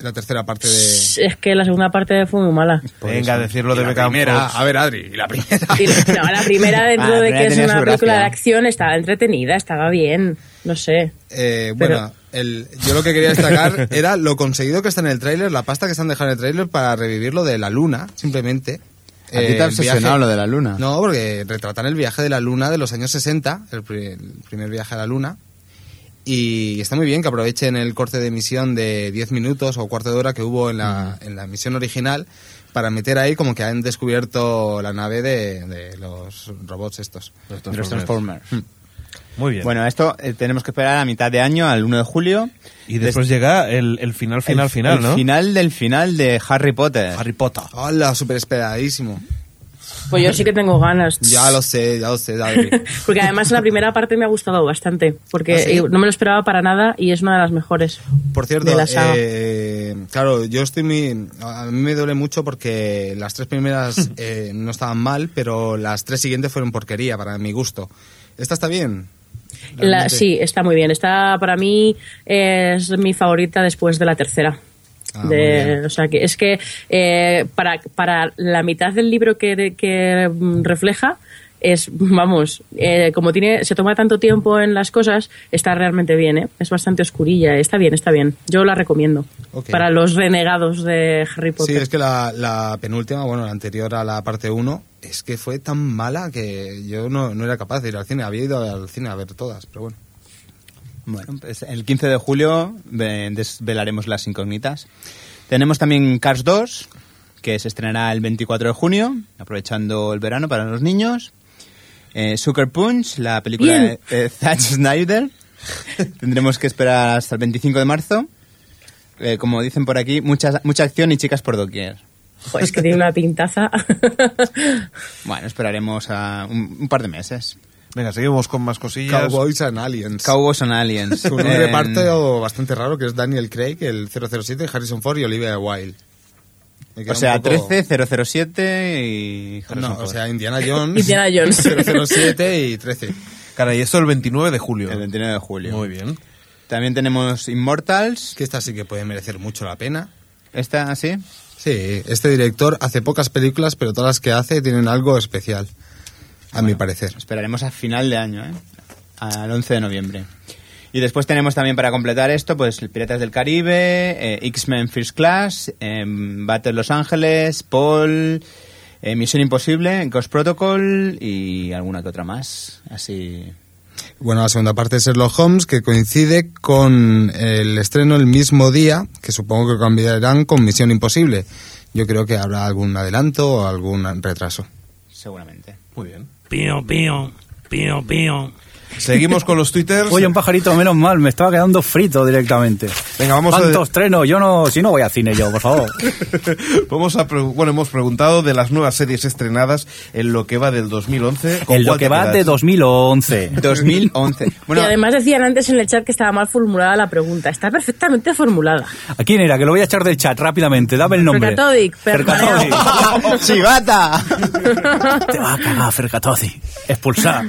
D: La tercera parte de...
E: Es que la segunda parte fue muy mala.
B: Venga, decirlo de
D: la
B: Beckham
D: primera,
B: Fox.
D: a ver, Adri, y
C: *laughs*
D: la primera.
E: Y la- no, la
D: *laughs*
E: primera
C: Ah,
E: dentro
C: la
E: de
C: primera
E: que es
C: tenía
E: una
C: su
E: película de
C: gracia.
E: acción estaba entretenida, estaba bien, no sé.
D: Eh, bueno, el- yo lo que
C: *laughs*
D: quería destacar era lo conseguido que está en el tráiler, la pasta que están dejando en el tráiler para revivir lo de la luna, simplemente.
C: Ah, A ti
D: Eh,
C: te ha
D: el viaje-
C: obsesionado lo de la
B: Ah.
C: luna.
D: No, porque retratan el viaje de la luna de los años 60, el, pri- el primer viaje a la luna. Y está muy bien que aprovechen el corte de emisión de 10 minutos o cuarto de hora que hubo en la,
B: Mm.
D: en la emisión original para meter ahí como que han descubierto la nave de, de los robots estos.
B: Los
C: De los
B: Transformers.
C: Transformers.
B: Muy bien.
C: Bueno, esto eh, tenemos que esperar a mitad de año, al 1 de julio.
B: y después llega el, el final, final,
C: El-
B: final,
C: el
B: ¿no?
C: final del final de Harry Potter.
B: Harry Potter.
D: ¡Hola! Súper esperadísimo.
E: Pues yo sí que tengo ganas.
D: Ya lo sé, ya lo sé, Adri.
B: *laughs*
E: *laughs* porque además la primera parte me ha gustado bastante, porque
D: ¿Ah, sí?
E: eh, no me lo esperaba para nada y es una de las mejores.
D: Por cierto,
E: de la saga.
D: eh, claro, yo estoy muy... A mí me duele mucho porque las tres primeras
E: *laughs*
D: eh, no estaban mal, pero las tres siguientes fueron porquería para mi gusto. Esta está bien.
E: La-
D: Realmente.
E: sí, está muy bien. Está para mí es mi favorita después de la tercera. De-
D: Ah, muy bien.
E: o sea que es que eh, para, para la mitad del libro que, que mm, refleja es vamos eh, como tiene se toma tanto tiempo en las cosas está realmente bien ¿eh? es bastante oscurilla está bien está bien yo la recomiendo
D: Ok.
E: para los renegados de Harry
D: Sí,
E: Potter
D: es que la, la penúltima, bueno, la anterior a la parte 1, es que fue tan mala que yo no, no era capaz de ir al cine. Había ido al cine a ver todas, pero bueno.
C: Bueno, pues el 15 de julio ve- desvelaremos las incógnitas. Tenemos también Cars 2, que se estrenará el 24 de junio, aprovechando el verano para los niños. Eh, Sucker Punch, la película
E: Bien.
C: de eh, Zack Snyder. Tendremos que esperar hasta el 25 de marzo. Eh, como dicen por aquí, mucha, mucha acción y chicas por doquier.
E: Jo, es que tiene una pintaza *laughs*
C: Bueno, esperaremos a un, un par de meses.
B: Venga, seguimos con más cosillas.
D: Cowboys and Aliens.
C: Cowboys and Aliens.
D: Con *laughs*
C: *laughs*
D: un
C: Eh,
D: reparto bastante raro que es Daniel Craig, el 007, Harrison Ford y Olivia Wilde. Me queda
C: O
D: un
C: sea,
D: poco-
C: 13, 007 y... Harrison
D: No, o
C: Ford.
E: *laughs*
D: sea, Indiana Jones.
E: Indiana
D: *laughs*
E: Jones.
D: 007 y 13.
B: Cara, y esto el 29 de julio.
C: El 29 de julio.
B: Muy bien.
C: También tenemos Immortals.
D: Que esta sí que puede merecer mucho la pena.
C: ¿Esta así?
D: Sí, este director hace pocas películas, pero todas las que hace tienen algo especial, a mi parecer.
C: Esperaremos a final de año, ¿eh? Al 11 de noviembre. Y después tenemos también para completar esto, pues Piratas del Caribe, eh, X-Men First Class, eh, Battle Los Ángeles, Paul, eh, Misión Imposible, Ghost Protocol y alguna que otra más. Así
D: Bueno, la segunda parte es Sherlock Holmes, que coincide con el estreno el mismo día, que supongo que cambiarán con Misión Imposible. Yo creo que habrá algún adelanto o algún retraso.
C: Seguramente.
B: Muy bien.
G: pío, pío, pío, pío.
B: Seguimos con los twitters.
F: Oye, un pajarito, menos mal, me estaba quedando frito directamente.
B: Venga, vamos a-
F: ¿Cuántos trenos? Yo no, si no voy al cine yo, por favor.
B: Vamos a pre- bueno, hemos preguntado de las nuevas series estrenadas en lo que va del 2011. *laughs* ¿con
F: El lo
B: cuál
F: que
B: te
F: va
B: quedas?
F: de 2011.
C: 2011.
E: y además decían antes en el chat que estaba mal formulada la pregunta. Está perfectamente formulada.
F: ¿A quién era? Que lo voy a echar del chat rápidamente. Dame el nombre.
E: Fercatodic, Fercatodic.
C: ¡Chivata!
F: *laughs* Te va a cagar, Fercatodi. Expulsar.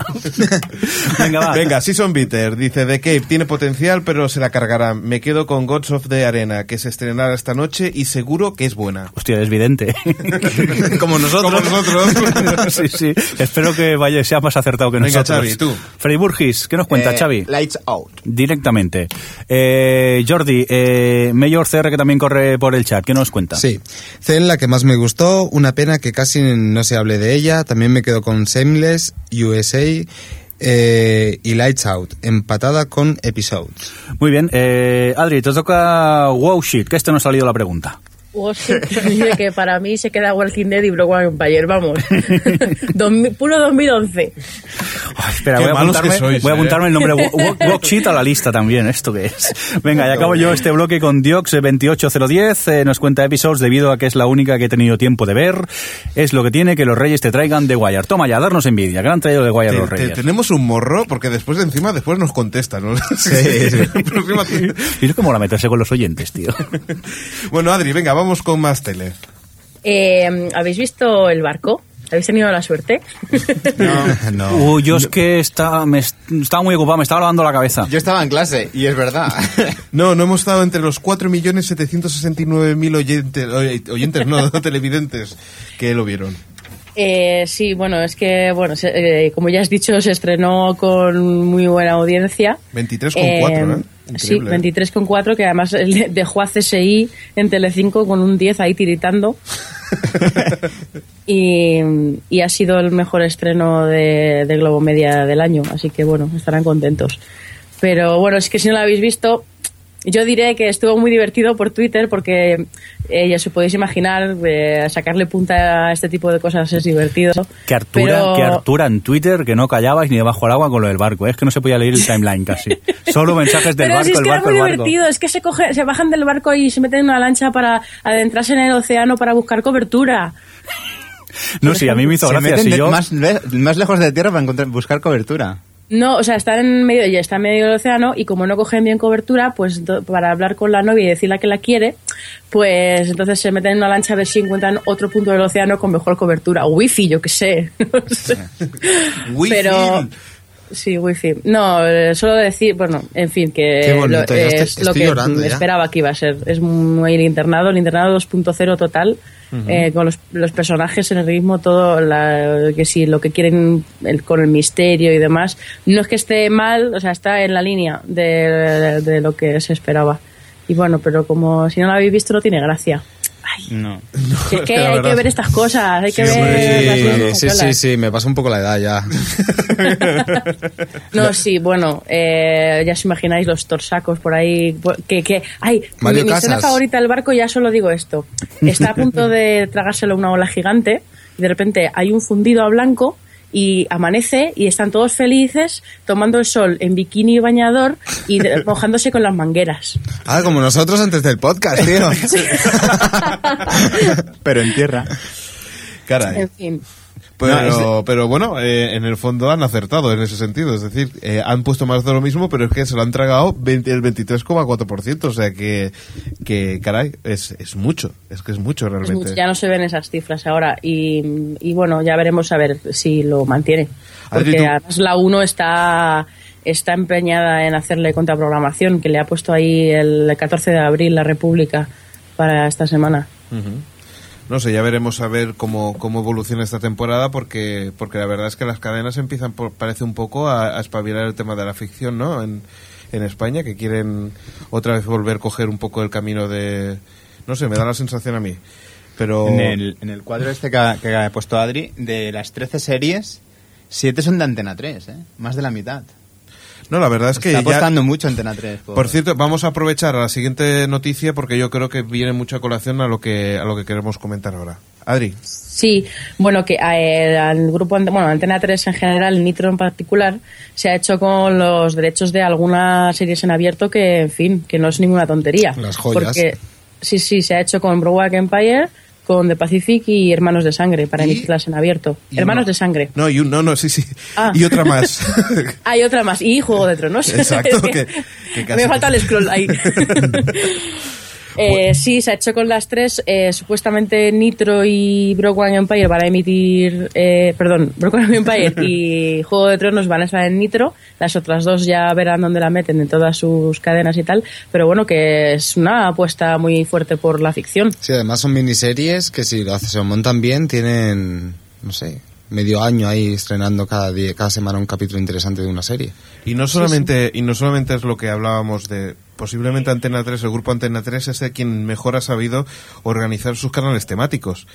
F: Venga, va.
B: Venga, Season Bitter dice The Cave tiene potencial pero se la cargará. Me quedo con Gods of the Arena que se estrenará esta noche y seguro que es buena.
F: Hostia, es vidente.
D: Como nosotros.
F: *laughs* sí, sí. Espero que vaya, sea más acertado que
B: Venga,
F: nosotros.
B: Xavi, tú.
F: Freddy Burgis, ¿qué nos *laughs* cuenta,
C: Eh,
F: Xavi?
C: Lights Out.
F: Directamente. Eh, Jordi, eh, Mayor CR que también corre por el chat, ¿qué nos cuenta?
D: Sí. Zen, la que más me gustó, una pena que casi no se hable de ella. También me quedo con Seamless, USA eh, y Lights Out, empatada con Episodes.
F: Muy bien. Eh, Adri, te toca Wow Shit, que esto no ha salido la pregunta.
E: O sí, *laughs* dice que para mí se queda Walking Dead y Broken Empire,
B: *laughs*
E: vamos. Dos mil- puro 2011.
F: Espera,
B: Qué
F: voy a,
B: malos
F: apuntarme,
B: que sois,
F: voy a
B: eh.
F: apuntarme el nombre Wo- Wo- Wokchit a la lista también, esto que es. Venga, y acabo yo este bloque con Diox eh, 28010, eh, nos cuenta episodios debido a que es la única que he tenido tiempo de ver, es lo que tiene que los reyes te traigan de Wire. Toma ya, darnos envidia, gran traído de Wire
B: Te-
F: los
B: te-
F: reyes.
B: tenemos un morro porque después de encima después nos contestan. ¿no? *laughs* Próxima-
F: *laughs* Y es como la meterse con los oyentes, tío.
B: bueno, Adri, venga, vamos con más tele.
E: Eh, ¿Habéis visto el barco? ¿Habéis tenido la suerte? *laughs*
D: *laughs* no. Uh,
F: Uy, yo es que está, me, est- estaba muy ocupado, me estaba lavando la cabeza.
C: Yo estaba en clase, y es verdad.
B: No, no hemos estado entre los 4.769.000 oyentes, oy- oyentes, no, *laughs* televidentes que lo vieron.
E: Eh, sí, bueno, es que, bueno, se- eh, como ya has dicho, se estrenó con muy buena audiencia.
B: 23,4, ¿eh?
E: Sí,
B: Increíble.
E: 23,4, que además *laughs* el- dejó a CSI en Telecinco con un 10 ahí tiritando. y, y ha sido el mejor estreno de, de Globo Media del año, así que bueno, estarán contentos. Pero bueno, es que si no lo habéis visto, yo diré que estuvo muy divertido por Twitter porque eh, ya se podéis imaginar, eh, sacarle punta a este tipo de cosas es divertido.
F: Que Artura,
E: Pero-
F: que Artura en Twitter, que no callabais ni debajo del agua con lo del barco. Es que no se podía leer el timeline casi. Solo mensajes del
E: Pero
F: barco,
E: si es
F: el
E: que
F: barco,
E: era
F: el
E: muy
F: barco.
E: divertido, es que se, coge, se bajan del barco y se meten en una lancha para adentrarse en el océano para buscar cobertura.
F: No, sí, a mí me hizo
C: Se
F: gracia.
C: meten
F: Si
C: de-
F: yo,
C: más, le- más lejos de tierra para encontrar, buscar cobertura.
E: No, o sea, están en medio, ya está en medio del océano y como no cogen bien cobertura, pues do- para hablar con la novia y decirle que la quiere, pues entonces se meten en una lancha a ver si encuentran otro punto del océano con mejor cobertura. O wifi, yo qué sé. *laughs* No sé.
B: Wifi.
E: Pero... Sí, wifi. No, eh, solo decir, bueno, en fin, que
D: Qué bonito,
E: lo-
D: ya estoy-
E: es lo
D: estoy
E: que
D: llorando ya.
E: esperaba que iba a ser. Es muy el internado, el internado 2.0 total, eh, con los, los personajes en el ritmo, todo, la, que si lo que quieren el- con el misterio y demás. No es que esté mal, o sea, está en la línea de, de lo que se esperaba. Y bueno, pero como si no lo habéis visto, no tiene gracia.
D: *laughs*
E: Ay,
C: No.
E: si es que
B: que la
E: hay que
B: verdad-
E: ver estas cosas, hay que ver las
D: Sí,
E: nuevas
D: sí, sí,
E: Coca-Colas.
D: sí, me pasa un poco la edad ya.
E: No, sí, bueno, eh, ya os imagináis los torsacos por ahí. Que, que, ay,
D: Mario
E: mi, mi escena
D: Casas.
E: favorita del barco, ya solo digo esto. Está a punto
D: *laughs*
E: de tragárselo una ola gigante y de repente hay un fundido a blanco y amanece y están todos felices tomando el sol en bikini y bañador y de-
D: *laughs*
E: mojándose con las mangueras.
D: Ah, como nosotros antes del podcast, tío. *laughs*
C: Pero en tierra.
B: Caray.
E: En fin.
B: Pero,
C: No,
B: pero bueno, eh, en el fondo han acertado en ese sentido. Es decir, eh, han puesto más de lo mismo, pero es que se lo han tragado 20 el 23,4%. O sea que, que caray, es, es mucho. Es que es mucho
E: es
B: realmente.
E: mucho, ya no se ven esas cifras ahora y, y bueno, ya veremos a ver si lo mantiene.
B: Adri,
E: Porque
B: tú-
E: además la 1 está, está empeñada en hacerle contraprogramación, que le ha puesto ahí el 14 de abril la República para esta semana.
B: No sé, ya veremos a ver cómo, cómo evoluciona esta temporada, porque, porque la verdad es que las cadenas empiezan, por, parece un poco, a, a espabilar el tema de la ficción, ¿no? En, en España, que quieren otra vez volver a coger un poco el camino de... No sé, me da la sensación a mí. Pero...
C: En el, en el cuadro este que ha, que ha puesto Adri, de las 13 series, 7 son de Antena 3, ¿eh? Más de la mitad.
B: No, la verdad es que
C: Está
B: ya,
C: apostando mucho Antena 3. Por,
B: Por cierto, vamos a aprovechar a la siguiente noticia porque yo creo que viene mucha colación a lo que a lo que queremos comentar ahora. Adri,
E: Sí, bueno, que a- eh, al grupo, Ant- bueno, Antena 3 en general, Nitro en particular, se ha hecho con los derechos de algunas series en abierto que, en fin, que no es ninguna tontería.
D: Las joyas.
E: Porque, sí, sí, se ha hecho con Broadwalk Empire, con The Pacific y Hermanos de Sangre para
B: Y-
E: emitirlas en abierto.
B: y
E: Hermanos
B: no.
E: de Sangre.
B: no, y un- no, no, sí, sí,
E: Ah.
B: y otra más. *laughs*
E: Hay otra más, y Juego de Tronos.
B: Exacto,
E: *laughs* Es
B: que- que casi-
E: me falta el scroll
B: *laughs*
E: ahí. Eh, Sí, se ha hecho con las tres. eh, supuestamente Nitro y Broadway Empire van a emitir. eh, perdón, Broadway Empire
B: *laughs*
E: y Juego de Tronos van a estar en Nitro. Las otras dos ya verán dónde la meten en todas sus cadenas y tal. Pero bueno, que es una apuesta muy fuerte por la ficción.
D: Sí, además son miniseries que si lo hace- se lo montan bien tienen, no sé, medio año ahí estrenando cada día, cada semana un capítulo interesante de una serie.
B: Y no solamente y no solamente es lo que hablábamos de posiblemente Antena 3, el grupo Antena 3 es de quien mejor ha sabido organizar sus canales temáticos.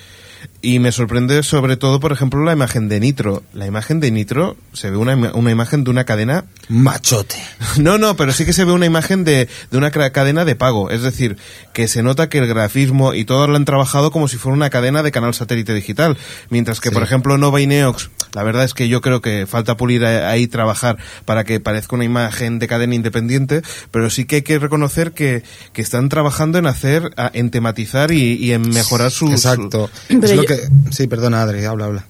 B: Y me sorprende sobre todo, por ejemplo, la imagen de Nitro. La imagen de Nitro se ve una, ima- una imagen de una cadena
D: Machote.
B: No, no, pero sí que se ve una imagen de, de una cra- cadena de pago. Es decir, que se nota que el grafismo y todo lo han trabajado como si fuera una cadena de canal satélite digital. Mientras que, por ejemplo, Nova y Neox, la verdad es que yo creo que falta pulir a- ahí trabajar para que parezca una imagen de cadena independiente, pero sí que hay que reconocer que, que están trabajando en hacer, a- en tematizar y, y en mejorar su... su-
D: Exacto.
E: Pero
D: Es lo
E: yo-
D: que... Sí, perdona, Adri, habla, habla.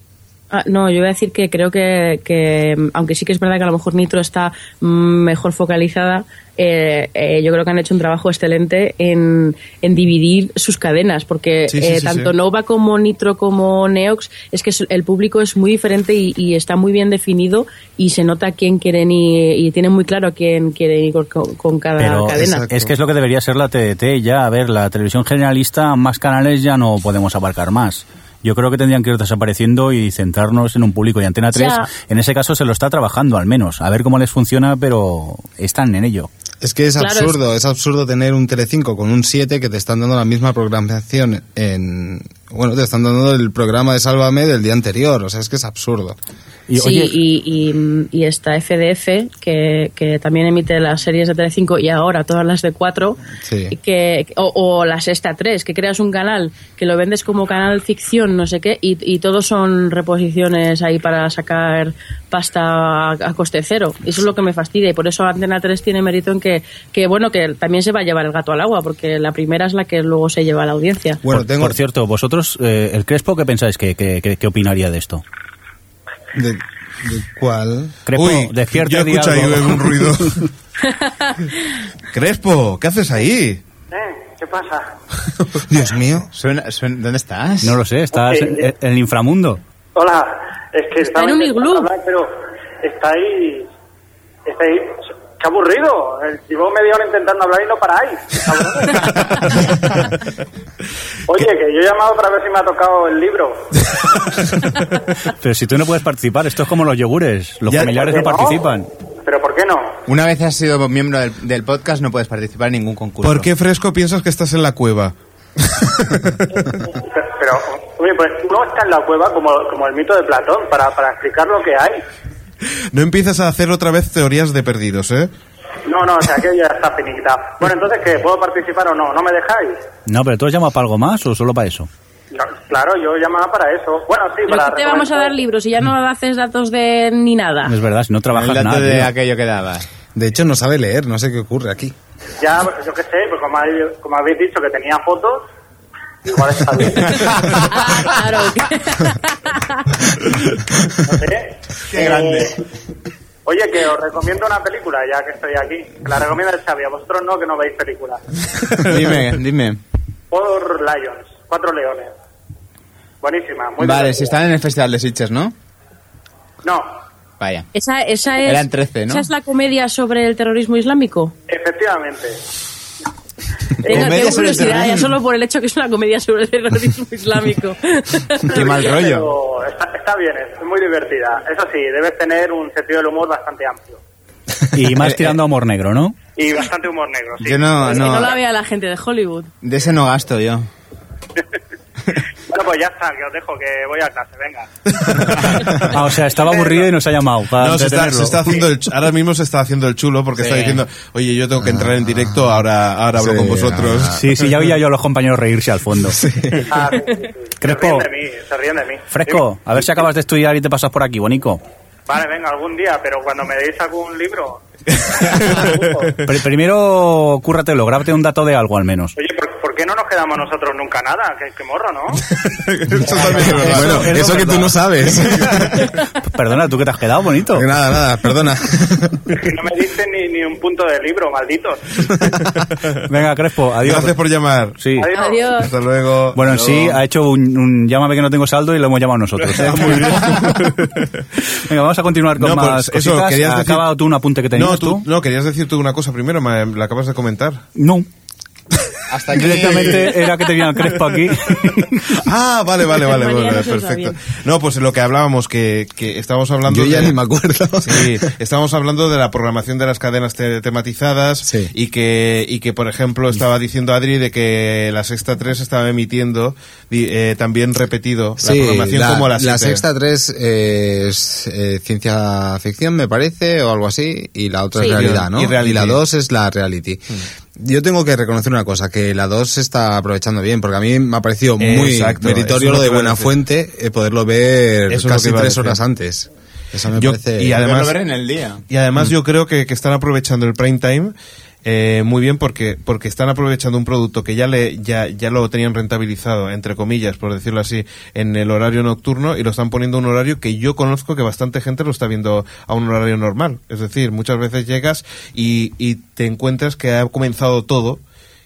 E: Ah, no, yo voy a decir que creo que, que, mm, aunque sí que es verdad que a lo mejor Nitro está mm, mejor focalizada, eh, eh, yo creo que han hecho un trabajo excelente en, en dividir sus cadenas, porque
B: Sí, sí,
E: eh,
B: sí,
E: tanto
B: sí.
E: Nova como Nitro como Neox, es que es- el público es muy diferente y, y está muy bien definido y se nota quién quieren y, y tienen muy claro quién quiere ir con, con cada
F: Pero
E: cadena.
D: exacto.
F: es que es lo que debería ser la TDT ya. A ver, la televisión generalista, más canales ya no podemos abarcar más. Yo creo que tendrían que ir desapareciendo y centrarnos en un público. Y Antena 3,
E: Ya.
F: en ese caso, se lo está trabajando al menos. A ver cómo les funciona, pero están en ello.
D: Es que es
E: Claro,
D: absurdo, es... absurdo tener un Telecinco con un 7 que te están dando la misma programación en... Bueno, te están dando el programa de Sálvame del día anterior, o sea, es que es absurdo.
F: Y,
E: sí,
F: oye,
E: y, y, mm, y está FDF, que, que también emite las series de Telecinco y ahora todas las de 4,
D: Sí.
B: *laughs*
E: que, o, o la Sexta 3, que creas un canal, que lo vendes como canal ficción, no sé qué, y, y todos son reposiciones ahí para sacar pasta a, a coste cero. Eso es lo que me fastidia y por eso Antena 3 tiene mérito en que, que, bueno, que también se va a llevar el gato al agua, porque la primera es la que luego se lleva a la audiencia.
D: Bueno,
F: por,
D: tengo...
F: por cierto, vosotros, eh, el Crespo, ¿qué pensáis que, que- que- que opinaría de esto?
D: ¿De, de cuál?
F: Crespo,
B: Uy,
F: despierta
B: yo
F: y di
B: escucho ahí
F: algo.
B: un
F: *laughs*
B: ruido. Crespo, ¿qué haces ahí?
H: ¿Eh? ¿Qué pasa?
D: Dios mío.
C: Suena- suena- ¿Dónde estás?
F: No lo sé, estás
H: Sí.
F: en, en el inframundo.
H: Hola, es que
E: Está
H: estaba
E: en un
H: intentando
E: iglú.
H: hablar, pero está ahí, está ahí, qué aburrido, el llevo media hora intentando hablar y no paráis. cabrones. Oye, que yo he llamado para ver si me ha tocado el libro.
F: Pero si tú no puedes participar, esto es como los yogures. Los
B: Ya-
F: familiares no
H: ¿Por qué
F: participan.
H: ¿Pero por qué no?
C: Una vez has sido miembro del, del podcast, no puedes participar en ningún concurso.
B: ¿Por qué fresco piensas que estás en la cueva?
H: Pero, oye, pues uno está en la cueva como, como el mito de Platón para, para explicar lo que hay.
B: No empiezas a hacer otra vez teorías de perdidos, ¿eh?
H: No, no, o sea, que ya está finiquitado. Bueno, entonces, ¿qué? ¿Puedo participar o no? ¿No me dejáis?
F: No, pero tú has llamado para algo más o solo para eso.
H: No, claro, yo llamaba para eso. Bueno, sí,
E: Pero que
H: para...
E: te vamos a dar
H: recomendar-
E: libros y ya no haces datos de ni nada.
F: Es verdad, si no
C: El
F: trabajas
C: dato
F: nada.
C: de
F: tío.
C: aquello que
B: *laughs*
C: dabas.
D: De hecho, no sabe leer, no sé qué ocurre aquí.
H: Ya, pues, yo qué sé, pues como, hay- como habéis dicho que tenía fotos, igual
C: *laughs*
H: está bien.
E: *laughs* Ah, claro.
H: No sé.
C: Qué
H: Eh,
C: grande.
H: Oye, que os recomiendo una película, ya que estoy aquí. La recomienda el Xavi, a vosotros no, que no veis películas.
C: Dime, dime.
H: Por Lions, Cuatro Leones. Buenísima, muy
C: vale,
H: divertida.
C: si están en el Festival de Sitges, ¿no?
H: No,
C: Vaya.
E: Esa, esa es,
C: Eran 13, ¿no?
E: Esa es la comedia sobre el terrorismo islámico.
H: efectivamente.
E: Tengo,
C: Comedia
E: tengo
C: sobre el
E: curiosidad ya
C: terrorismo.
E: solo por el hecho que es una comedia sobre el terrorismo *laughs*
C: *laughs*
E: islámico.
C: Qué mal rollo.
H: Pero está, está bien, es muy divertida. Eso sí, debes tener un sentido del humor bastante amplio.
F: Y más tirando a amor
B: *laughs*
F: negro, ¿no?
H: Y bastante humor negro, sí.
C: Yo Ah, no,
E: Que no
C: no.
E: la vea la gente de Hollywood.
C: De ese no gasto yo.
H: Bueno, pues ya está, que os dejo, que voy a clase,
F: *laughs*
H: venga.
F: Ah, o sea, estaba aburrido y nos ha llamado. Para
B: No, se está,
F: entretenerlo.
B: se está haciendo el, ch- ahora mismo se está haciendo el chulo porque está diciendo, oye, yo tengo que entrar en
F: Ah.
B: directo, ahora, ahora hablo
D: Sí, ah.
B: con vosotros.
D: ahora.
F: Sí, sí, ya oía yo a los compañeros reírse al fondo.
H: Ah, sí, sí, sí. Se
F: Crespo.
H: ríen de mí, se ríen de mí.
F: Fresco, a ver si acabas de estudiar y te pasas por aquí, bonico.
H: Sí. Vale, venga, algún día, pero cuando me deis algún libro...
F: Pr- primero, cúrratelo, grábate un dato de algo al menos.
H: Oye, ¿por, por qué no nos quedamos nosotros nunca nada? Qué, qué
F: *laughs*
H: morro, ¿no?
B: Eso también es verdad.
D: *laughs* bueno,
F: eso es
D: eso que tú
F: verdad.
B: *laughs*
D: no sabes.
F: Perdona, tú que te has quedado bonito.
D: nada, nada, perdona.
H: Que no me diste ni, ni un punto de libro, malditos.
F: Venga, Crespo, adiós.
B: *laughs* Gracias por llamar.
F: Sí.
H: Adiós.
E: Adiós.
B: Hasta luego.
F: Bueno, en
B: Hasta
F: sí,
B: luego.
F: ha hecho un, un llámame que no tengo saldo y lo hemos llamado nosotros.
B: *laughs*
F: ¿eh? *laughs* Venga, vamos a continuar con
B: No, pues,
F: más
B: eso,
F: cositas.
B: querías decir-
F: Acaba tú un apunte que tenías
B: no,
F: tú.
B: no, querías decir tú una cosa primero, me la acabas de comentar.
F: *laughs* No.
D: Hasta
F: Directamente era que tenía Crespo
B: *laughs*
F: aquí.
B: Ah, vale, vale, vale,
E: María
B: vale,
E: no se lo
B: perfecto.
E: sabía.
B: No, pues lo que hablábamos, que, que estábamos hablando...
D: Yo ya
B: de-
D: ni me acuerdo.
B: Sí, estábamos hablando de la programación de las cadenas te- tematizadas
D: Sí.
B: y que y que por ejemplo estaba diciendo Adri de que la sexta 3 estaba emitiendo di- eh, también repetido la programación como la,
D: la
B: siete.
D: sexta 3 es eh, ciencia ficción, me parece, o algo así, y la otra
E: Sí.
D: es realidad, ¿no?
B: Y reality. Mm.
D: la 2 es la reality. Yo tengo que reconocer una cosa, que la 2 se está aprovechando bien, porque a mí me ha parecido muy
B: Exacto,
D: meritorio
B: eso es
D: lo
B: lo que
D: de
B: iba a
D: Buena
B: decir.
D: Fuente, eh, poderlo ver
B: Eso es lo que
D: casi
B: iba a
D: tres
B: decir.
D: horas antes. Eso me
B: Yo-
D: parece...
B: y además-
C: Verlo en el día.
B: Y además yo creo que, que están aprovechando el prime time eh, muy bien porque porque están aprovechando un producto que ya le ya ya lo tenían rentabilizado entre comillas por decirlo así en el horario nocturno y lo están poniendo a un horario que yo conozco que bastante gente lo está viendo a un horario normal es decir muchas veces llegas y, y te encuentras que ha comenzado todo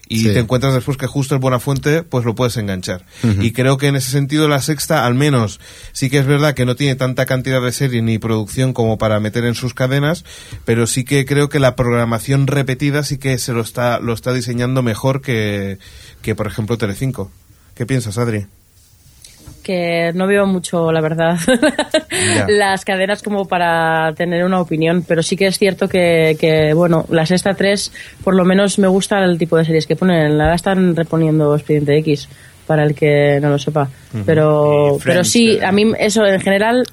B: y
D: Sí.
B: te encuentras después que justo el Buenafuente pues lo puedes enganchar y creo que en ese sentido la sexta al menos sí que es verdad que no tiene tanta cantidad de serie ni producción como para meter en sus cadenas pero sí que creo que la programación repetida sí que se lo está lo está diseñando mejor que que por ejemplo Telecinco ¿qué piensas Adri?
E: que no veo mucho, la verdad,
B: Ya.
E: *laughs* las cadenas como para tener una opinión, pero sí que es cierto que, que, bueno, la sexta 3, por lo menos me gusta el tipo de series que ponen. Ahora están reponiendo Expediente X, para el que no lo sepa. pero,
C: Y Friends,
E: pero sí,
C: pero-
E: a mí eso en general,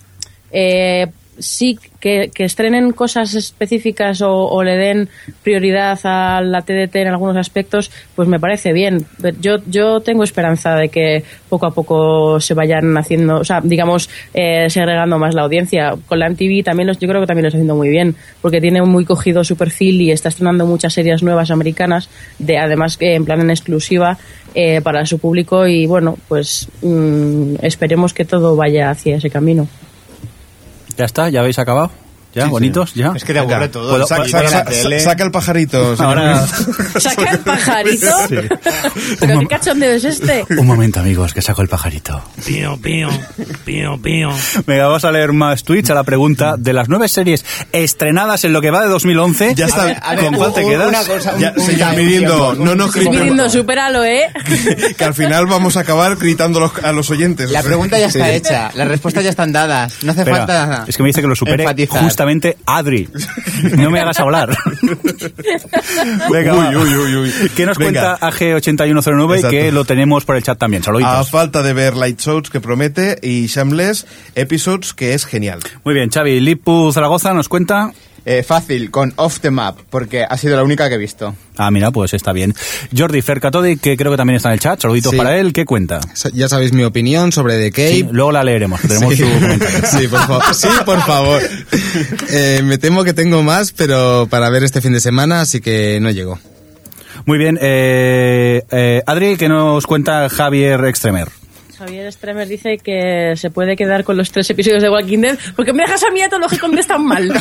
E: eh, sí que, que estrenen cosas específicas o, o le den prioridad a la TDT en algunos aspectos, pues me parece bien. Pero Yo, yo tengo esperanza de que poco a poco se vayan haciendo, o sea, digamos, eh, segregando más la audiencia. Con la MTV también los, yo creo que también lo está haciendo muy bien, porque tiene muy cogido su perfil y está estrenando muchas series nuevas americanas, de además que en plan en exclusiva eh, para su público y bueno, pues mm, esperemos que todo vaya hacia ese camino.
F: Ya está, ya habéis acabado. Ya, bonitos, ya.
C: Es que te aburre todo.
F: Puedo-
C: Sa-
F: puedo-
C: sa- sa-
B: Sa- saca el
F: *laughs*
B: pajarito señor.
F: Ahora,
E: ¿Saca el pajarito? ¿Pero qué cachondeo es este?
F: un momento, amigos, que saco el pajarito.
G: pío, pío, pío, pío.
F: Venga, vamos a leer más tweets a la pregunta de las nueve series estrenadas en lo que va de 2011.
B: ya está
C: ver, a ver,
B: ¿con
C: un-
B: cuál te
C: un-
B: quedas?
C: una cosa, un-
B: ya,
C: un-
B: señor
C: un-
B: midiendo
C: un-
B: no nos
E: Estoy
B: griten,
E: pidiendo, supéralo, ¿eh?
B: *laughs* que al final vamos a acabar gritando a los- a los oyentes
C: La
B: o sea.
C: pregunta ya está hecha, las respuestas ya están dadas, no hace
F: Espera,
C: falta nada.
F: es que me dice que lo supere
C: Enfatizar.
F: justamente Adri. No me hagas hablar. Venga,
B: Uy,
F: va.
B: uy, uy, uy.
F: ¿Qué nos
B: Venga.
F: cuenta AG8109
B: Exacto.
F: que lo tenemos por el chat también?
B: A
F: Saluditos.
B: falta de ver Light Shows que promete y Shambles Episodes que es genial.
F: Muy bien, Xavi Lipu Zaragoza nos cuenta.
C: Eh, fácil, con Off the Map, porque ha sido la única que he visto.
F: Ah, mira, pues está bien. Jordi Fercatodi, que creo que también está en el chat. Saluditos
D: Sí.
F: para él. ¿Qué cuenta?
D: Sa- Ya sabéis mi opinión sobre The Cave.
F: Sí, luego la leeremos. que Tenemos
D: sí.
F: su comentario.
D: *laughs* Sí, por favor. Sí,
B: *laughs*
D: por favor. Eh, me temo que tengo más, pero para ver este fin de semana, así que no llego.
F: Muy bien. eh, eh, Adri, ¿qué nos cuenta Javier Extremer?
E: Javier Stremer dice que se puede quedar con los tres episodios de Walking Dead porque me dejas a mí a todos los que contestan mal.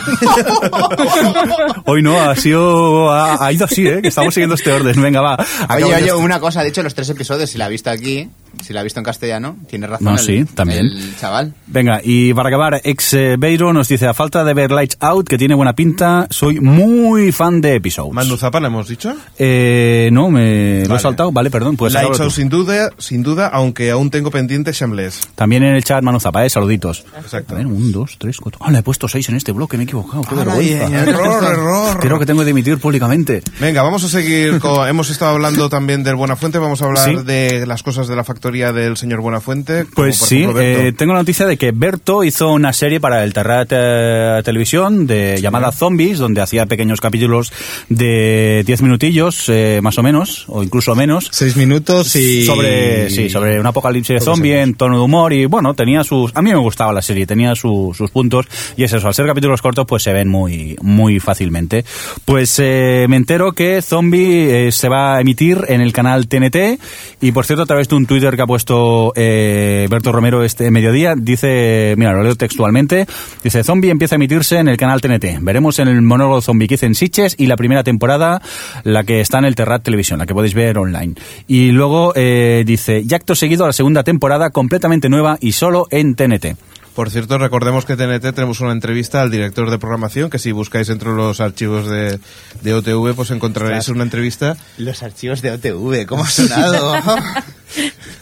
F: Hoy no, ha sido. Ha, ha ido así, ¿eh? Que estamos siguiendo este orden. Venga, va.
C: Oye,
F: Acabo
C: oye,
F: ya-
C: una cosa, de hecho, los tres episodios, si la ha visto aquí, si la ha visto en castellano, tiene razón.
F: No,
C: el-
F: sí, también.
C: El chaval.
F: Venga, y para acabar, ex eh, Beiro nos dice: A falta de ver Lights Out, que tiene buena pinta, soy muy fan de Episodes.
B: Manu Zapana hemos dicho.
F: Eh, no, me lo he
B: Vale.
F: saltado. Vale, perdón. Pues
B: Light
F: ahora tú.
B: Shows sin duda, sin duda, aunque aún tengo pendiente Shambles.
F: También en el chat, Manu Zapa, ¿eh? Saluditos.
B: Exacto. Ah,
F: A ver, un, dos, tres, cuatro. Ah, le he puesto seis en este bloque, me he equivocado. Qué vergüenza. *laughs*
B: Error, error.
F: Creo que tengo que dimitir públicamente.
B: *laughs* Venga, vamos a seguir. con- hemos estado hablando también del Buenafuente, vamos a hablar
F: Sí.
B: de las cosas de la trayectoria del señor Buenafuente? como
F: Pues
B: por
F: sí,
B: ejemplo, Berto?
F: eh, tengo la noticia de que Berto hizo una serie para el Terrat eh, Televisión de llamada Zombies, donde hacía pequeños capítulos de 10 minutillos, eh, más o menos, o incluso menos.
D: Seis minutos y...
F: Sobre, sí, sobre un apocalipsis de
D: Pocos
F: zombie
D: segundos.
F: en tono de humor y bueno, tenía sus... A mí me gustaba la serie, tenía su- sus puntos y es eso, al ser capítulos cortos pues se ven muy, muy fácilmente. Pues eh, me entero que Zombie eh, se va a emitir en el canal TNT y por cierto a través de un Twitter que ha puesto eh, Berto Romero este mediodía dice, mira, lo leo textualmente, dice Zombie empieza a emitirse en el canal TNT. Veremos en el monólogo Zombie que hice en Sitges y la primera temporada, la que está en el Terrat Televisión, la que podéis ver online. Y luego eh, dice, y acto seguido a la segunda temporada completamente nueva y solo en TNT.
B: Por cierto, recordemos que TNT tenemos una entrevista al director de programación, que si buscáis entre los archivos de, de OTV, pues encontraréis
C: Ostras.
B: una entrevista.
C: Los archivos de OTV, ¿cómo ha *laughs* sonado?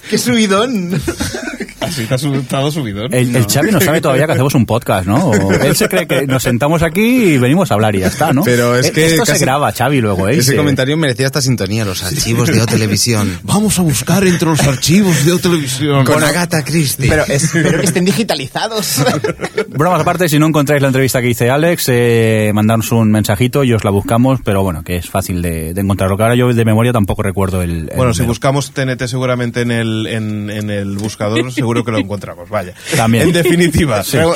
C: ¡Qué subidón!
B: Así te ha asustado subidón.
F: El, el Xavi no sabe todavía que hacemos un podcast, ¿no? O él se cree que nos sentamos aquí y venimos a hablar y ya está, ¿no?
D: Pero es
F: Eh,
D: que
F: Esto
D: casi-
F: se graba, Xavi, luego, ¿eh?
D: Ese
F: Se-
D: comentario merecía esta sintonía, los archivos de O Televisión.
B: Vamos a buscar entre los archivos de televisión.
D: Con Agatha Christie.
C: Pero espero que estén
F: *laughs*
C: digitalizados.
F: Bromas aparte, si no encontráis la entrevista que hice Alex, eh, mandadnos un mensajito y os la buscamos, pero bueno, que es fácil de, de encontrarlo. Que ahora yo de memoria tampoco recuerdo el. el
B: Bueno, si
F: número.
B: buscamos TNT seguramente en el, en, en el buscador, seguro
F: *laughs*
B: que lo encontramos, vaya.
F: También.
B: En definitiva,
C: Pregu-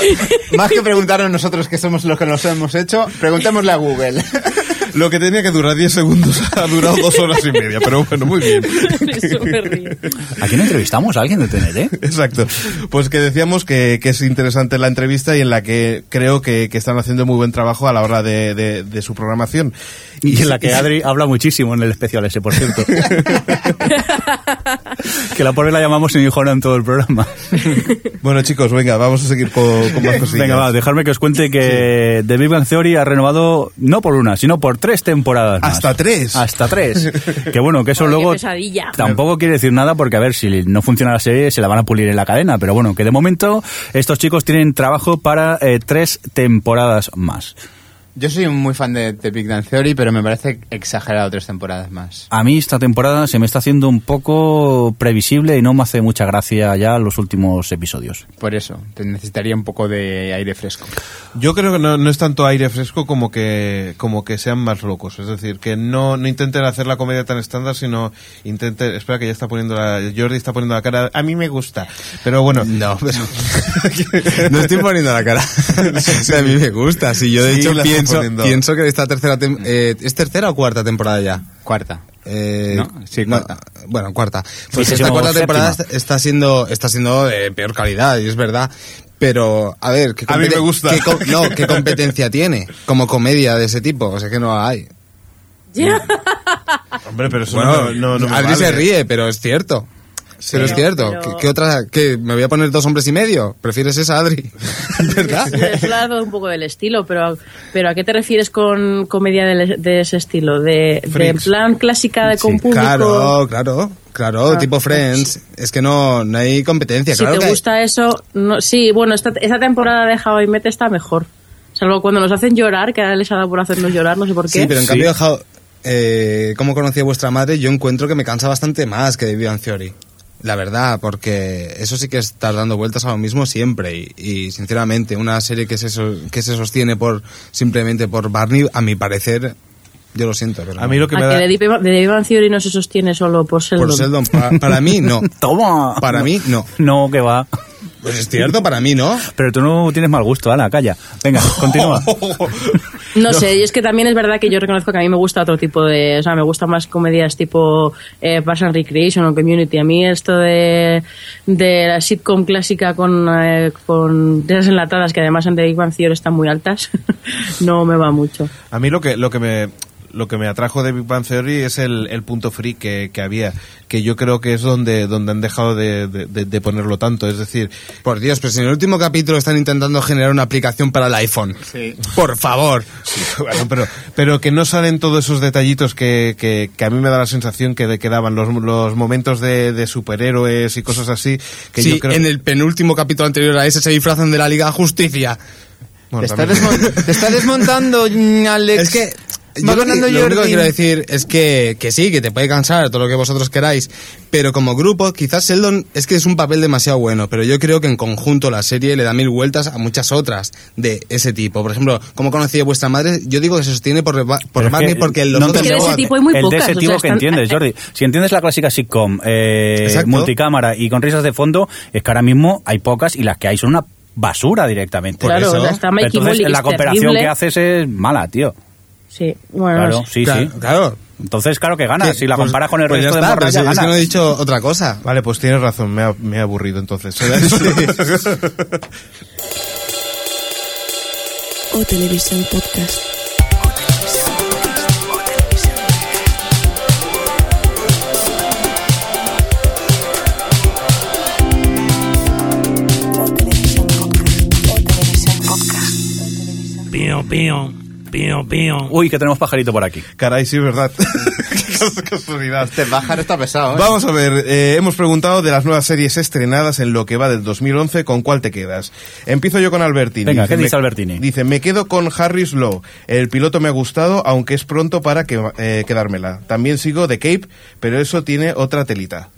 C: Más que preguntarnos nosotros que somos los que los hemos hecho, preguntémosle a Google.
B: *laughs* lo que tenía que durar 10 segundos *laughs* ha durado dos horas y media, pero bueno, muy bien.
E: *laughs* Es súper rico.
F: ¿A quién entrevistamos? ¿A alguien de TNT?
B: Exacto. Pues que decíamos que, que es interesante la entrevista y en la que creo que, que están haciendo muy buen trabajo a la hora de, de- de su programación.
F: Y en la que Adri habla muchísimo en el especial ese, por cierto. que la pobre la llamamos sin hijona en todo el *laughs* programa.
B: *laughs* Bueno, chicos, venga, vamos a seguir con, con más cosillas.
F: Venga, va, dejarme que os cuente que The Big Bang Theory ha renovado no por una, sino por tres temporadas. más.
B: Hasta tres.
F: Hasta tres.
D: *laughs*
F: que bueno, que eso
E: Ay, qué
F: luego
E: pesadilla.
F: tampoco quiere decir nada porque a ver si no funciona la serie se la van a pulir en la cadena. Pero bueno, que de momento estos chicos tienen trabajo para eh, tres temporadas más.
C: Yo soy muy fan de The Big Bang Theory, pero me parece exagerado tres temporadas más.
F: A mí esta temporada se me está haciendo un poco previsible y no me hace mucha gracia ya los últimos
D: *laughs*
F: episodios.
C: Por eso, te necesitaría un poco de aire fresco.
B: Yo creo que no, no es tanto aire fresco como que, como que sean más locos. Es decir, que no, no intenten hacer la comedia tan estándar, sino intenten... Espera, que ya está poniendo la... Jordi está poniendo la cara... A mí me gusta. Pero bueno... *laughs*
D: No, pero... no estoy poniendo la cara. O sea, a mí me gusta. Si yo de
B: Sí,
D: hecho
B: la está
D: pienso,
B: poniendo.
D: pienso que esta tercera... tem- eh, ¿Es tercera o cuarta temporada ya?
C: Cuarta.
D: Eh,
C: No, sí, cuarta.
D: bueno, cuarta. Pues
F: sí,
D: esta
F: sí, o
D: cuarta
F: séptima.
D: temporada está- está siendo, está siendo de peor calidad, y es verdad. Pero, a ver, ¿qué
B: A mí me
D: competen-
B: gusta.
D: qué co- no, ¿qué competencia tiene como comedia de ese tipo? O sea que no hay.
E: Ya.
B: Hombre, pero eso
D: Bueno,
B: no, no, no me
D: Adri
B: vale.
D: se ríe, pero es cierto. pero es
E: Pero-
D: cierto.
E: pero-
D: ¿Qué, qué otra? ¿Qué? ¿Me voy a poner dos hombres y medio? ¿Prefieres esa, Adri? *laughs* ¿Verdad?
E: Sí, es dado un poco del estilo, pero, pero ¿a qué te refieres con comedia del- de, ese estilo? ¿De, de en
B: Freaks.
E: plan clásica de con
D: Sí,
E: público?
D: claro, claro, claro,
E: Ah,
D: tipo Friends. Es que no, no hay competencia.
E: si
D: claro que
E: te
D: hay.
E: gusta eso, no, sí, bueno, esta, esta temporada de How I Met está mejor. Salvo cuando nos hacen llorar, que ahora les ha dado por hacernos llorar, no sé por qué.
D: Sí, pero en
F: Sí.
D: cambio, How- eh, ¿cómo conocí a vuestra madre? Yo encuentro que me cansa bastante más que de Big Bang Theory. La verdad, porque eso sí que es estar dando vueltas a lo mismo siempre. Y, y, sinceramente, una serie que se, so- que se sostiene por simplemente por Barney, a mi parecer, yo lo siento. pero
B: A mí
D: no.
B: lo que
E: a
B: me
E: que
B: da...
E: de Deep Eva- de Big Bang Theory no se sostiene solo por Sheldon.
D: Por Sheldon, pa- para, mí no.
B: *laughs*
F: ¡Toma!
D: Para mí, no.
F: No, que va.
D: Pues es cierto, para
B: *laughs*
D: mí no.
F: Pero tú no tienes mal gusto, Ana, calla. Venga, continúa.
D: *laughs*
E: No, sé, y es que también es verdad que yo reconozco que a mí me gusta otro tipo de... O sea, me gustan más comedias tipo eh, Parks and Recreation o Community. A mí esto de, de la sitcom clásica con, eh, con de esas enlatadas que además en The Big Bang Theory están muy altas, *laughs* no me va mucho.
B: A mí lo que, lo que me lo que me atrajo de Big Bang Theory es el, el punto free que, que había, que yo creo que es donde, donde han dejado de, de- de- de ponerlo tanto. Es decir,
D: Por Dios, pero si en el último capítulo están intentando generar una aplicación para el iPhone. Por favor.
B: bueno, pero, pero que no salen todos esos detallitos que, que- que a mí me da la sensación que, de- que daban los, los momentos de, de superhéroes y cosas así. Que
D: sí,
B: yo creo,
D: en el penúltimo capítulo anterior a ese se disfrazan de la Liga de Justicia.
B: Bueno,
C: te, está
B: también-
C: desmon- te está desmontando, mm, Alex.
D: Es que Yo lo,
I: ganando
D: lo único que
I: Jordi.
D: quiero decir es que, que sí, que te puede cansar todo lo que vosotros queráis, pero como grupo, quizás Sheldon es que es un papel demasiado bueno, pero yo creo que en conjunto la serie le da mil vueltas a muchas otras de ese tipo. Por ejemplo, como conocí a vuestra madre, yo digo que se sostiene por, reba- por
F: Pero es que
D: Barney porque los
F: no
E: Es
D: otros
E: que de ese
D: debates.
E: tipo hay muy
F: el
E: pocas.
F: de ese
E: o sea,
F: tipo que
E: están-
F: entiendes, Jordi. Si entiendes la clásica sitcom eh,
D: Exacto.
F: multicámara y con risas de fondo, es que ahora mismo hay pocas y las que hay son una basura directamente.
E: Claro,
D: eso.
E: o sea, está
F: Pero
E: Mikey
F: Entonces,
E: Mulligan,
F: la
E: es
F: cooperación
E: terrible.
F: que haces es mala, tío.
E: Sí, bueno. no
F: Claro,
E: sé.
F: sí,
D: claro,
F: sí.
D: claro.
F: Entonces, claro que ganas.
D: Sí,
F: si la
D: pues-
F: comparas con el
D: pues ya
F: resto de
D: está,
F: morras, ya
D: pero sí, es que no
F: ganas.
D: he dicho otra cosa.
B: Vale, pues tienes razón, me ha- me he aburrido *laughs* entonces.
J: O Televisión Podcast.
G: pío, pío, pío, pío.
F: Uy, que tenemos pajarito por aquí.
B: Caray, sí, verdad. Qué casualidad.
I: Este pájaro está pesado, ¿eh?
B: Vamos a ver, eh, hemos preguntado de las nuevas series estrenadas en lo que va del 2011, ¿con cuál te quedas? *laughs* Empiezo yo con Albertini.
F: Venga, ¿qué
B: me-
F: dice Albertini?
B: Dice, me quedo con Harry's Law. El piloto me ha gustado, aunque es pronto para que, eh, quedármela. También sigo The Cape, pero eso tiene otra telita.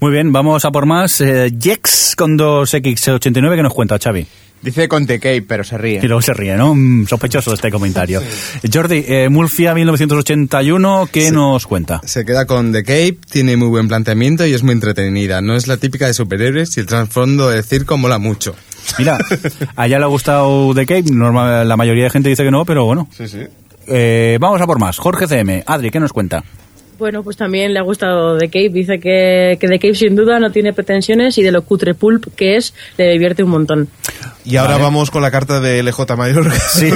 F: Muy bien, vamos a por más. Eh, Jex con 2X89 que nos cuenta, Xavi.
I: Dice con The Cape, pero se ríe.
F: Y luego se ríe, ¿no? Mm, sospechoso este comentario. Jordi, eh, Mulfia 1981, ¿qué
I: *laughs*
F: nos cuenta?
D: Se queda con The Cape, tiene muy buen planteamiento y es muy entretenida. No es la típica de superhéroes y el trasfondo del circo mola mucho.
F: Mira, a ella le ha gustado The Cape, normal, la mayoría de gente dice que no, pero bueno.
B: Sí, sí.
F: Eh, vamos a por más. Jorge CM, Adri, ¿qué nos cuenta?
E: Bueno, pues también le ha gustado The Cave. Dice que, que The Cave sin duda no tiene pretensiones y de lo cutre pulp que es le divierte un montón.
B: Y ahora vamos con la carta de LJ Mayor.
F: *laughs* Sí.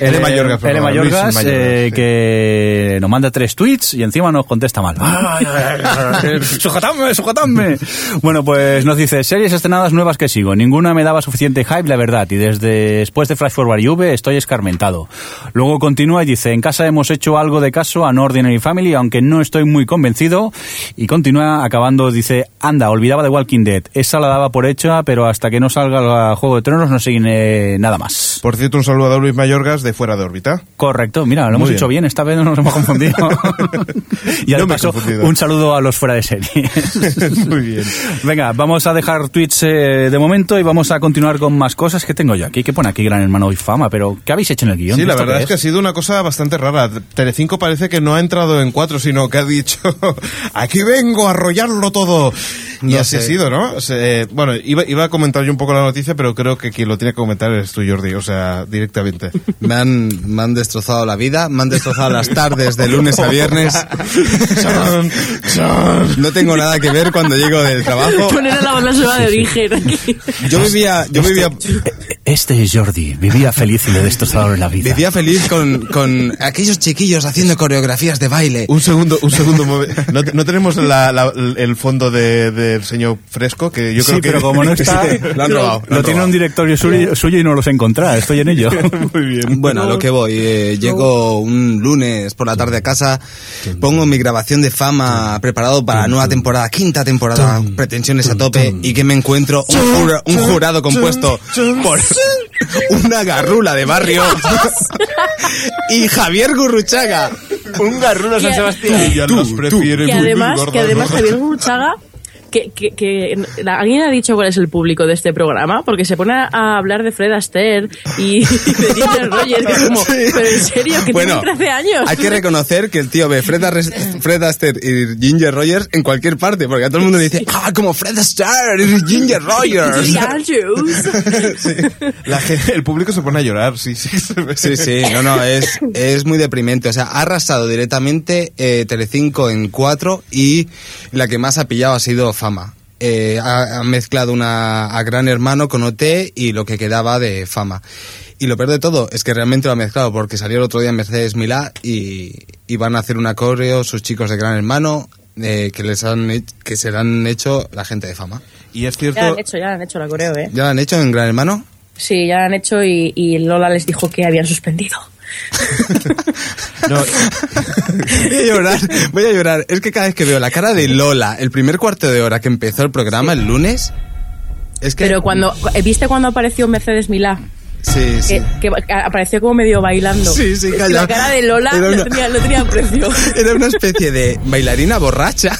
B: L. Mayorgas, perdón,
F: L. Mayorgas,
B: Luis Mayorgas,
F: eh,
B: sí.
F: que nos manda tres tweets y encima nos contesta mal. *laughs* ¡Sujetadme, sujetadme! Bueno, pues nos dice, series estrenadas nuevas que sigo. Ninguna me daba suficiente hype, la verdad, y desde después de Flash Forward y V estoy escarmentado. Luego continúa y dice, en casa hemos hecho algo de caso a No Ordinary Family, aunque no estoy muy convencido. Y continúa acabando, dice, anda, olvidaba de Walking Dead. Esa la daba por hecha, pero hasta que no salga la Juego de Tronos no sigue eh, nada más.
B: Por cierto, un saludo a Luis Mayorgas de Fuera de Órbita.
F: Correcto, mira, lo hemos
B: bien.
F: hecho bien, esta vez no nos hemos
B: *laughs*
F: confundido. *laughs* y
B: No
F: al
B: me he
F: paso,
B: confundido.
F: un saludo a los fuera de serie.
B: *laughs* Muy bien.
F: Venga, vamos a dejar tweets eh, de momento y vamos a continuar con más cosas que tengo yo aquí. que pone aquí Gran Hermano y Fama? Pero, ¿qué habéis hecho en el guión?
B: Sí, la
F: ¿Esto
B: verdad
F: qué
B: es? que ha sido una cosa bastante rara. Telecinco parece que no ha entrado en cuatro, sino que ha dicho, *laughs* aquí vengo a arrollarlo todo. Y
D: No
B: así
D: sé.
B: ha sido, ¿no? O sea, eh, bueno, iba, iba a comentar yo un poco la noticia, pero creo que quien lo tiene que comentar es tú, Jordi, o sea,
F: *laughs*
B: directamente.
D: Me han, me han destrozado la vida, me han destrozado las tardes de lunes a viernes.
B: Chan, chan.
D: No tengo nada que ver cuando llego del trabajo.
E: Poner a la banda sonora de origen aquí.
D: Yo vivía, yo vivía,
F: Eh, Este es Jordi, vivía feliz y le destrozaron la vida.
D: vivía feliz con, con aquellos chiquillos haciendo coreografías de baile.
B: Un segundo, un segundo. momen- No, no tenemos la- la- el fondo de- del señor fresco, que yo
F: Sí,
B: creo que...
F: pero
B: *laughs*
F: como no está,
D: Lo han robado, lo
F: lo tiene
D: han
F: en un
D: robado.
F: directorio suyo, suyo y no los encontrá, estoy
B: *laughs*
F: en ello. Muy bien. *laughs*
D: Bueno, a lo que voy, eh, llego un lunes por la tarde a casa, pongo mi grabación de fama preparado para la nueva temporada, quinta temporada, pretensiones a tope, y que me encuentro un, jura- un jurado compuesto por *laughs* una garrula de *laughs* barrio y Javier Gurruchaga.
I: Un garrulo San
E: Que-
I: Sebastián.
B: Ya
D: Tú,
B: las prefiere
E: que
B: muy
E: además,
B: gordas,
E: que además
B: ¿no?
E: Javier Gurruchaga que, que, que- la- alguien ha dicho cuál es el público de este programa porque se pone a, a hablar de Fred Astaire y *laughs* de Nina Rogers que es como pero en serio que
D: Bueno,
E: tiene 13 años *laughs*
D: Hay que reconocer que el tío ve Fred, Arres- Fred Astaire y Ginger Rogers en cualquier parte, porque a todo el mundo le dice, ah, como Fred Astaire y
E: *laughs*
D: Ginger Rogers.
E: Sí, Andrews.
B: Sí. La gente- el público se pone a llorar, sí, sí. se ve.
D: Sí, sí, no, no, es, es muy deprimente. O sea, ha arrasado directamente eh, Telecinco en cuatro y la que más ha pillado ha sido Fama. Eh, ha, ha mezclado una, a Gran Hermano con OT y lo que quedaba de Fama. Y lo peor de todo es que realmente lo ha mezclado porque salió el otro día en Mercedes Milá y, y van a hacer una coreo sus chicos de Gran Hermano eh, que, les han, he- que se la han hecho la gente de Fama.
B: Y es
E: ya la
B: cierto...
E: han hecho ya la han hecho la coreo eh
D: ¿Ya la han hecho en Gran Hermano?
E: sí ya la han hecho y, y Lola les dijo que habían suspendido *laughs*
B: No,
D: Voy a llorar, voy a llorar. Es que cada vez que veo la cara de Lola, el primer cuarto de hora que empezó el programa el lunes, es que
E: pero cuando viste cuando apareció Mercedes Milá
D: Sí, sí.
E: Que, que apareció como medio bailando.
D: Sí, sí,
E: Es que
D: calla.
E: La cara de Lola
D: Era una-
E: no, tenía, no tenía
D: *laughs*
E: precio.
D: Era una especie de
E: *laughs*
D: bailarina borracha.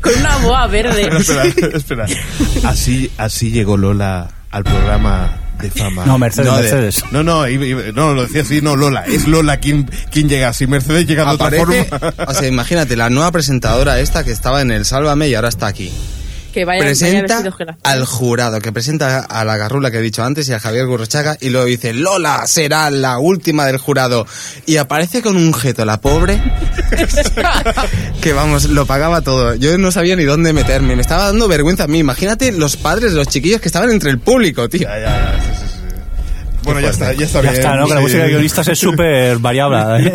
E: Con una boa verde.
B: Espera, espera, espera. Así, así llegó Lola al programa de fama.
F: No, Mercedes,
D: No, de-
F: Mercedes.
B: No, no, iba- iba- no, lo decía así, no, Lola. Es Lola quien, quien llega así. Mercedes llega de otra
D: Aparece,
B: forma.
D: o sea, imagínate, la nueva presentadora esta que estaba en el Sálvame y ahora está aquí.
E: Que vaya, vaya
D: presenta
E: vestido
D: *laughs*
E: que la-
D: al jurado, que presenta a la garrula que he dicho antes y a Javier Gurrochaga y luego dice, Lola será la última del jurado. Y aparece con un jeto, la pobre, que vamos, lo pagaba todo. Yo no sabía ni dónde meterme, me estaba dando vergüenza a mí. Imagínate los padres de los chiquillos que estaban entre el público, tío.
B: *laughs* Ya, ya, ya, sí, sí, sí. Bueno, ya está, ya está
F: Ya
B: bien.
F: está, ¿no? Que la
B: Sí.
F: música de guionistas es súper ¿eh? variable.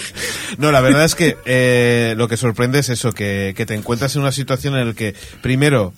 B: *laughs* No, la verdad es que eh, lo que sorprende es eso, que, que te encuentras en una situación en la que, primero,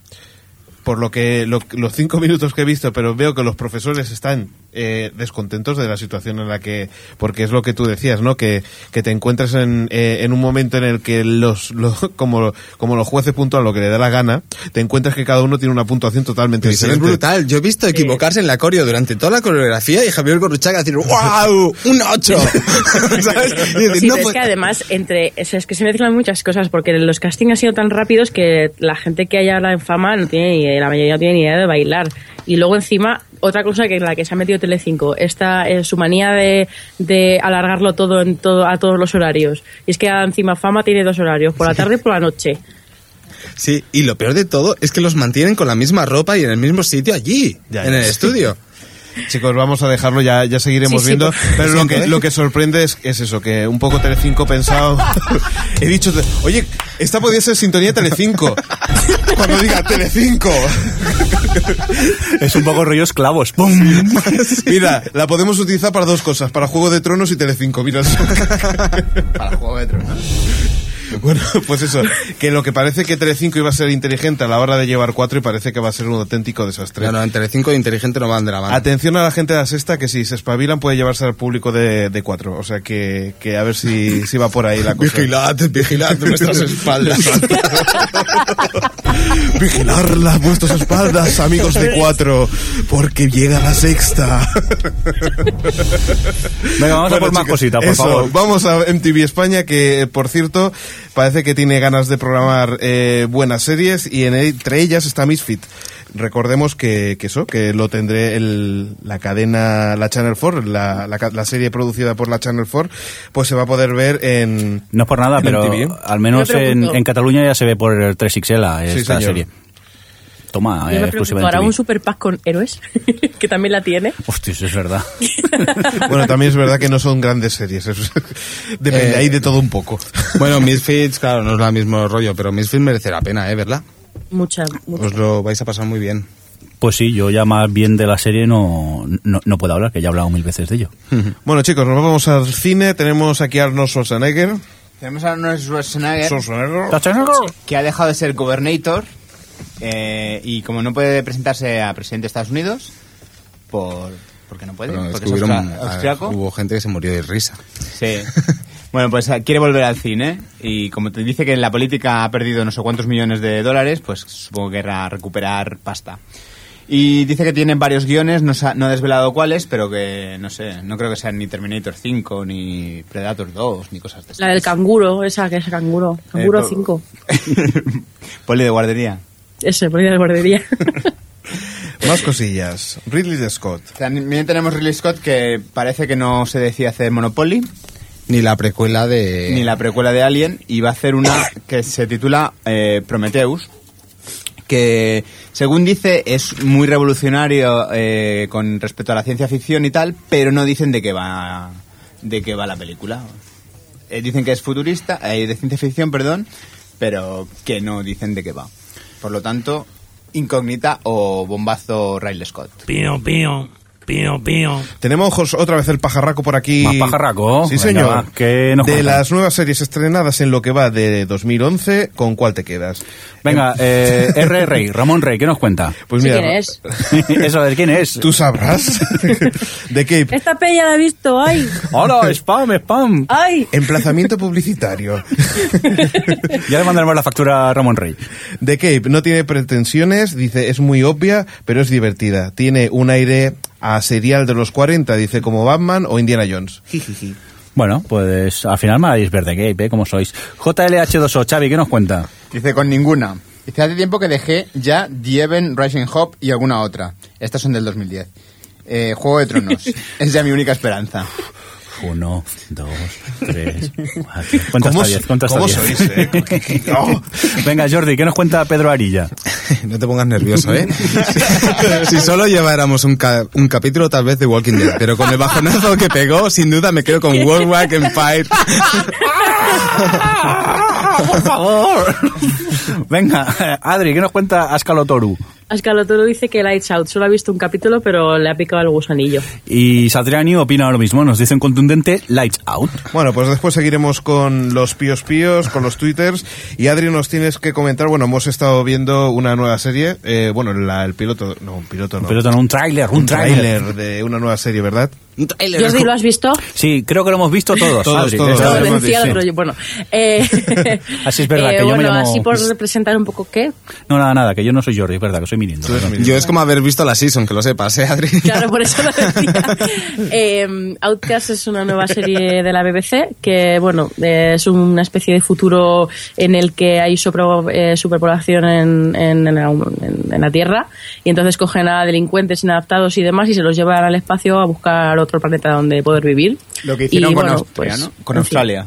B: por lo que lo- los cinco minutos que he visto, pero veo que los profesores están eh, descontentos de la situación en la que, porque es lo que tú decías, ¿no? Que, que te encuentras en, eh, en un momento en el que los, *laughs* lo- como, como los jueces puntúan lo que le da la gana, te encuentras que cada uno tiene una puntuación totalmente
D: Pero si es
B: diferente.
D: brutal, yo he visto equivocarse en la coreo durante toda la coreografía y Javier Gurruchaga decir, ¡Wow! ¡Un
E: *laughs*
D: 8! *laughs* ¿Sabes? Y decir,
E: Sí,
D: "No
E: pero
D: pues
E: es
D: puede-".
E: que además, entre. o sea, es que se mezclan muchas cosas, porque los castings han sido tan rápidos que la gente que hay ahora en fama no tiene ni la mayoría no tiene ni idea de bailar. Y luego, encima, otra cosa que en la que se ha metido Telecinco, esta eh, su manía de, de alargarlo todo en todo a todos los horarios. Y es que encima fama tiene dos horarios, por la tarde y por la noche.
D: Sí, y lo peor de todo es que los mantienen con la misma ropa y en el mismo sitio allí,
B: Ya,
D: en
B: ya.
D: el estudio.
B: Chicos, vamos a dejarlo, ya, ya seguiremos
E: Sí, sí,
B: viendo.
E: por-
B: Pero
D: Lo
B: lo
D: siento,
B: que,
D: ¿eh?
B: lo que sorprende es, es eso, que un poco Telecinco pensado. He dicho, oye, esta podría ser sintonía Telecinco. Cuando diga Telecinco.
F: es un poco rollo esclavos. ¡Pum!
B: Mira, la podemos utilizar para dos cosas, para Juego de Tronos y Telecinco. Mira, eso.
C: Para Juego de Tronos.
B: bueno, pues eso, que lo que parece que Telecinco iba a ser inteligente a la hora de llevar cuatro y parece que va a ser un auténtico desastre.
D: No, no, entre cinco e inteligente no van de
F: Ah.
D: la mano.
B: Atención a la gente de la sexta que si se espabilan puede llevarse al público de, de cuatro. O sea que, que a ver si, si va por ahí la cosa. *laughs*
D: Vigilad, *laughs* vigilad nuestras espaldas.
B: Vigilar las vuestras
F: *laughs*
B: espaldas, amigos de cuatro, porque llega la sexta.
F: *laughs* Venga, vamos a por más cositas, por
B: Eso,
F: favor.
B: Vamos a MTV España, que por cierto, parece que tiene ganas de programar eh, buenas series y en- entre ellas está Misfit. Recordemos que, que eso, que lo tendré el, la cadena, la Channel 4, la, la ca- la serie producida por la Channel 4, pues se va a poder ver en,
F: No es por nada,
D: En
F: pero
D: MTV.
F: al menos
E: Yo me
F: en,
E: pregunto-
F: en Cataluña ya se ve por 3XL
B: Sí,
F: esta
B: señor.
F: serie. Toma,
E: Yo
F: eh,
E: me
F: exclusiva
E: pregunto, ¿hará
F: MTV.
E: un super pack con héroes? *laughs* que también la
F: *laughs*
E: tiene.
F: Hostias, es verdad.
B: Bueno, también es verdad que no son grandes series. es- *laughs* depende
D: Eh,
B: ahí de todo un poco.
D: bueno, Misfits, claro, no es la mismo rollo, pero Misfits merece la pena, ¿eh? ¿Verdad?
E: Mucha, mucha.
D: Os lo vais a pasar muy bien.
F: Pues sí, yo ya más bien de la serie no, no, no puedo hablar, que ya he hablado mil veces de ello.
B: Bueno, chicos, nos vamos al cine. Tenemos aquí a Arnold Schwarzenegger.
C: Tenemos a Arnold Schwarzenegger,
B: Schwarzenegger.
C: que ha dejado de ser gobernator eh, y como no puede presentarse a presidente de Estados Unidos, por, porque no puede,
D: Bueno,
C: porque es
D: descubrieron-
C: austra-
D: ah,
C: austriaco.
D: hubo gente que se murió de risa.
C: Sí. *laughs* Bueno, pues ah, quiere volver al cine y como te dice que en la política ha perdido no sé cuántos millones de dólares, pues supongo que querrá recuperar pasta. Y dice que tiene varios guiones, no, sa- no ha desvelado cuáles, pero que no sé, no creo que sean ni Terminator 5, ni Predator 2, ni cosas de estas.
E: La del canguro, esa que es canguro. Canguro
C: Eh, po-
E: 5.
C: *laughs* Poli de guardería.
E: Ese, por ahí de la
F: *laughs*
E: guardería.
B: Más cosillas. Ridley Scott.
C: También tenemos Ridley Scott que parece que no se decide hacer Monopoly,
D: Ni la precuela de...
C: Eh, ni la precuela de Alien, y va a hacer una que se titula eh, Prometheus, que según dice es muy revolucionario eh, con respecto a la ciencia ficción y tal, pero no dicen de qué va, de qué va la película. Eh, dicen que es futurista, eh, de ciencia ficción, perdón, pero que no dicen de qué va. Por lo tanto, incógnita o bombazo Ridley Scott.
K: pío, pío, pío, pío.
B: Tenemos jos- otra vez el pajarraco por aquí.
F: Más pajarraco.
B: Sí,
F: Venga,
B: señor.
F: va, ¿qué nos
B: de
F: cuentan?
B: las nuevas series estrenadas en lo que va de 2011, ¿con cuál te quedas?
F: Venga, eh, R. Rey, Ramón Rey, ¿qué nos cuenta?
B: Pues
E: Sí,
B: mira,
E: ¿quién es?
F: *laughs* Eso, ¿de quién es?
B: tú sabrás. *laughs* ¿De qué?
E: Esta pella la he visto, ay,
F: Hola, spam,
E: *laughs*
F: spam.
E: ay.
B: Emplazamiento publicitario.
F: Ya le mandaremos la factura a Ramón Rey.
B: The Cape no tiene pretensiones, dice, es muy obvia, pero es divertida. Tiene un aire a serial de los 40, dice como Batman o Indiana Jones.
F: Bueno, pues al final me habéis verde gape, ¿eh? Como sois. JLH2O, Xavi, ¿qué nos cuenta?
I: Dice con ninguna. Dice hace tiempo que dejé ya Dieven, Rising Hop y alguna otra. Estas son del 2010. Eh, Juego de *laughs* Tronos. es ya mi única esperanza.
F: Uno, dos, tres, cuatro. Cuenta hasta
B: ¿Cómo
F: diez,
B: so-
F: cuenta hasta
B: cómo
F: diez.
B: sois,
F: *laughs*
B: eh? Oh.
F: Venga, Jordi, ¿qué nos cuenta Pedro Arilla?
D: *laughs* No te pongas
B: *laughs*
D: nervioso, ¿eh? si solo lleváramos un, ca- un capítulo tal vez de Walking Dead, pero con el bajonazo que pegó, sin duda me quedo con World War Empire.
B: ¡Ah,
F: ¡Por favor! *laughs* Venga, Adri, ¿qué nos cuenta Ascalotoru?
E: Ascalotoro dice que Lights Out solo ha visto un capítulo, pero le ha picado el gusanillo.
F: Y Satriani opina lo mismo, nos dice un contundente Lights Out.
B: *laughs* Bueno, pues después seguiremos con los píos píos, con los twitters. Y Adri, nos tienes que comentar, bueno, hemos estado viendo una nueva serie, eh, bueno, la- el piloto, no, un piloto no.
F: Pero no, un tráiler, un,
B: un
F: tráiler.
B: tráiler de una nueva serie, ¿verdad?
E: Jordi, ¿lo has visto?
F: Sí, creo que lo hemos visto todos,
B: Todos,
F: Adri. ¿eh?
B: todos.
E: Estaba
B: lo hemos
E: denunciado,
B: visto.
E: pero yo- bueno. eh,
F: *laughs* Así es
E: *laughs*
F: verdad,
E: eh,
F: que yo me
E: bueno,
F: llamo-
E: así por representar un poco qué.
F: No, nada, nada, que yo no soy Jordi, es verdad, que soy Mirindo.
B: Tú eres
F: perdón.
B: mi-
D: Yo es como haber visto la season, que lo sepas, ¿eh, Adri?
E: Claro,
D: *laughs*
E: por eso lo decía. Eh, Outcast es una nueva serie de la BBC que, bueno, eh, es una especie de futuro en el que hay sopro- eh, superpoblación en, en- en la, en- en la Tierra y entonces cogen a delincuentes inadaptados y demás y se los llevan al espacio a buscar otro planeta donde poder vivir.
I: Lo que hicieron
E: Y,
I: con
E: bueno,
I: Austria,
E: pues,
I: ¿no? Con
E: en fin.
I: Australia.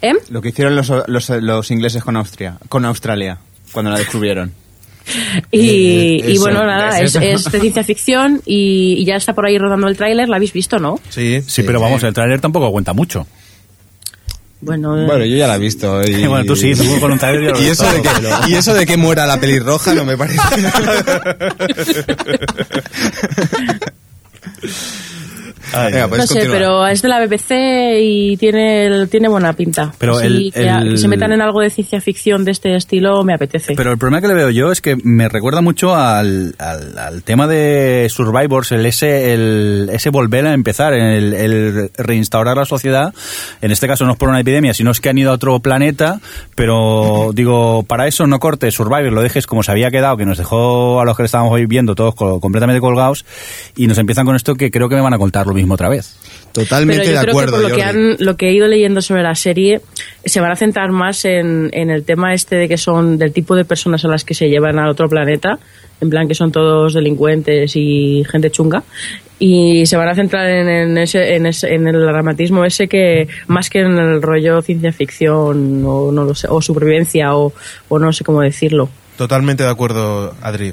E: ¿Eh?
I: Lo que hicieron los, los, los ingleses con Austria. Con Australia. Cuando la descubrieron.
E: Y, y
D: Eso,
E: bueno, nada, es,
D: eso.
E: es de ciencia ficción y, y ya está por ahí rodando el tráiler, ¿la habéis visto, no?
B: Sí,
F: Sí, pero vamos, el tráiler tampoco cuenta mucho.
E: Bueno, eh,
D: Bueno, yo ya la he visto.
B: *laughs*
D: Y...
F: Bueno, tú sí, tú con un tráiler ya lo
D: *laughs* y
F: ves
D: eso,
F: todo,
D: de que,
F: pero-
D: y eso de que muera la pelirroja no me parece.
I: Ah, pues.
E: no
D: Venga, puedes
E: sé,
D: continuar.
E: pero es de la BBC y tiene, el- tiene buena pinta.
F: Pero
E: Así
F: el-
E: que, a-
F: el-
E: que se metan en algo de ciencia ficción de este estilo me apetece.
F: Pero el problema que le veo yo es que me recuerda mucho al, al, al tema de Survivors, el ese, el ese volver a empezar, el, el reinstaurar la sociedad. En este caso no es por una epidemia, sino es que han ido a otro planeta, pero digo, para eso no cortes Survivor, lo dejes como se había quedado, que nos dejó a los que lo estábamos hoy viendo todos co- completamente colgados, y nos empiezan con esto que creo que me van a contar lo mismo otra vez.
D: *laughs* Totalmente
E: Pero yo
D: de
E: creo
D: acuerdo,
E: que por lo que,
D: Jordi.
E: han, lo que he ido leyendo sobre la serie se van a centrar más en, en el tema este de que son del tipo de personas a las que se llevan a otro planeta, en plan que son todos delincuentes y gente chunga. Y se van a centrar en, en ese, en, ese- en el dramatismo ese que, más que en el rollo ciencia ficción o, no lo sé, o supervivencia o, o no sé cómo decirlo.
B: totalmente de acuerdo,
D: *laughs*
B: Adri.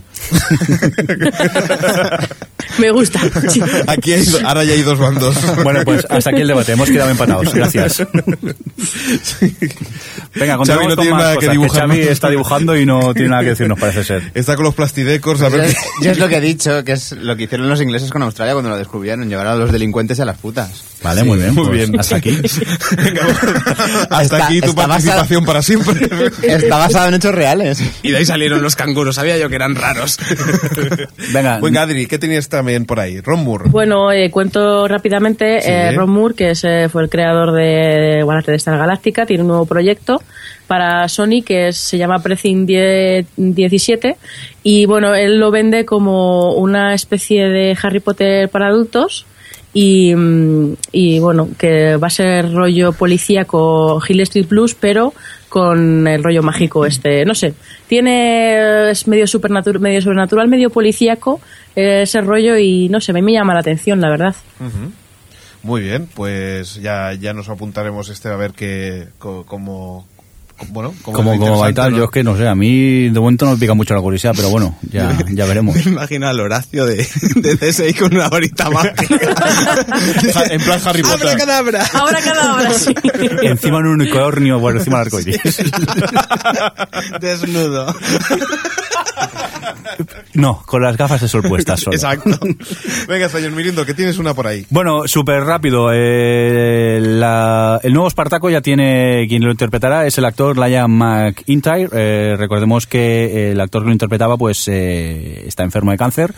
E: Me gusta. *laughs* sí.
B: Aquí
I: *laughs*
B: hay do- ahora ya hay dos bandos.
F: *laughs* Bueno, pues hasta aquí el debate, hemos quedado empatados, gracias. Venga, continuamos
B: Xavi no
F: con
B: tiene
F: más
B: nada que
F: cosas,
B: dibujar.
F: Xavi está dibujando y no tiene nada que decirnos, parece ser.
B: Está con los plastidecors a
I: Yo,
B: ver.
I: yo es lo que he dicho, que es lo que hicieron los ingleses con Australia cuando lo descubrieron. Llevar a los delincuentes y a las *laughs* putas.
F: Vale, muy bien.
B: muy
F: pues,
B: bien.
F: Hasta
B: *laughs*
F: aquí.
B: *laughs* Hasta
I: Está-
B: aquí tu
I: está
B: participación para siempre.
I: *laughs* Está basado en hechos reales.
D: Y de ahí salieron los canguros, sabía yo que eran *laughs* raros.
F: Venga,
B: Venga, Adri, ¿qué tenías también por ahí? Ron Moore.
E: Bueno, eh, cuento rápidamente. eh, Ron Moore, que es, eh, fue el creador de Guarate de Star Galáctica, tiene un nuevo proyecto para Sony que es- se llama Pressing 10 17. Y bueno, él lo vende como una especie de Harry Potter para adultos. Y, mm, y, bueno, que va a ser rollo policíaco Hill Street Blues, pero con el rollo mágico este, no sé. Tiene, eh, es medio, supernatu- medio sobrenatural, medio policíaco eh, ese rollo y no sé, a mí me llama la atención, la verdad.
B: Muy bien, pues ya, ya nos apuntaremos este a ver qué, co- cómo, co- bueno, cómo
F: como,
B: es
F: como
B: interesante,
F: Baital,
B: ¿no?
F: yo es que no sé, a mí de momento no me pica mucho la curiosidad, pero bueno, ya, ya
B: *laughs*
F: veremos.
D: Imagina al Horacio de, de DSI con una varita mágica.
B: En plan Harry Potter.
D: ¡Abre cadabra!
E: Ahora cada hora sí.
F: Pues Encima en un unicornio, por encima del arcoiris.
D: *laughs* Desnudo.
F: No, con las gafas de sol puestas solo.
D: Exacto.
B: Venga, señor Mirindo, que tienes una por ahí.
F: Bueno, súper rápido. eh, la- el nuevo Espartaco ya tiene quien lo interpretará, es el actor Laia McIntyre. Eh, recordemos que eh, el actor que lo interpretaba pues eh, está enfermo de cáncer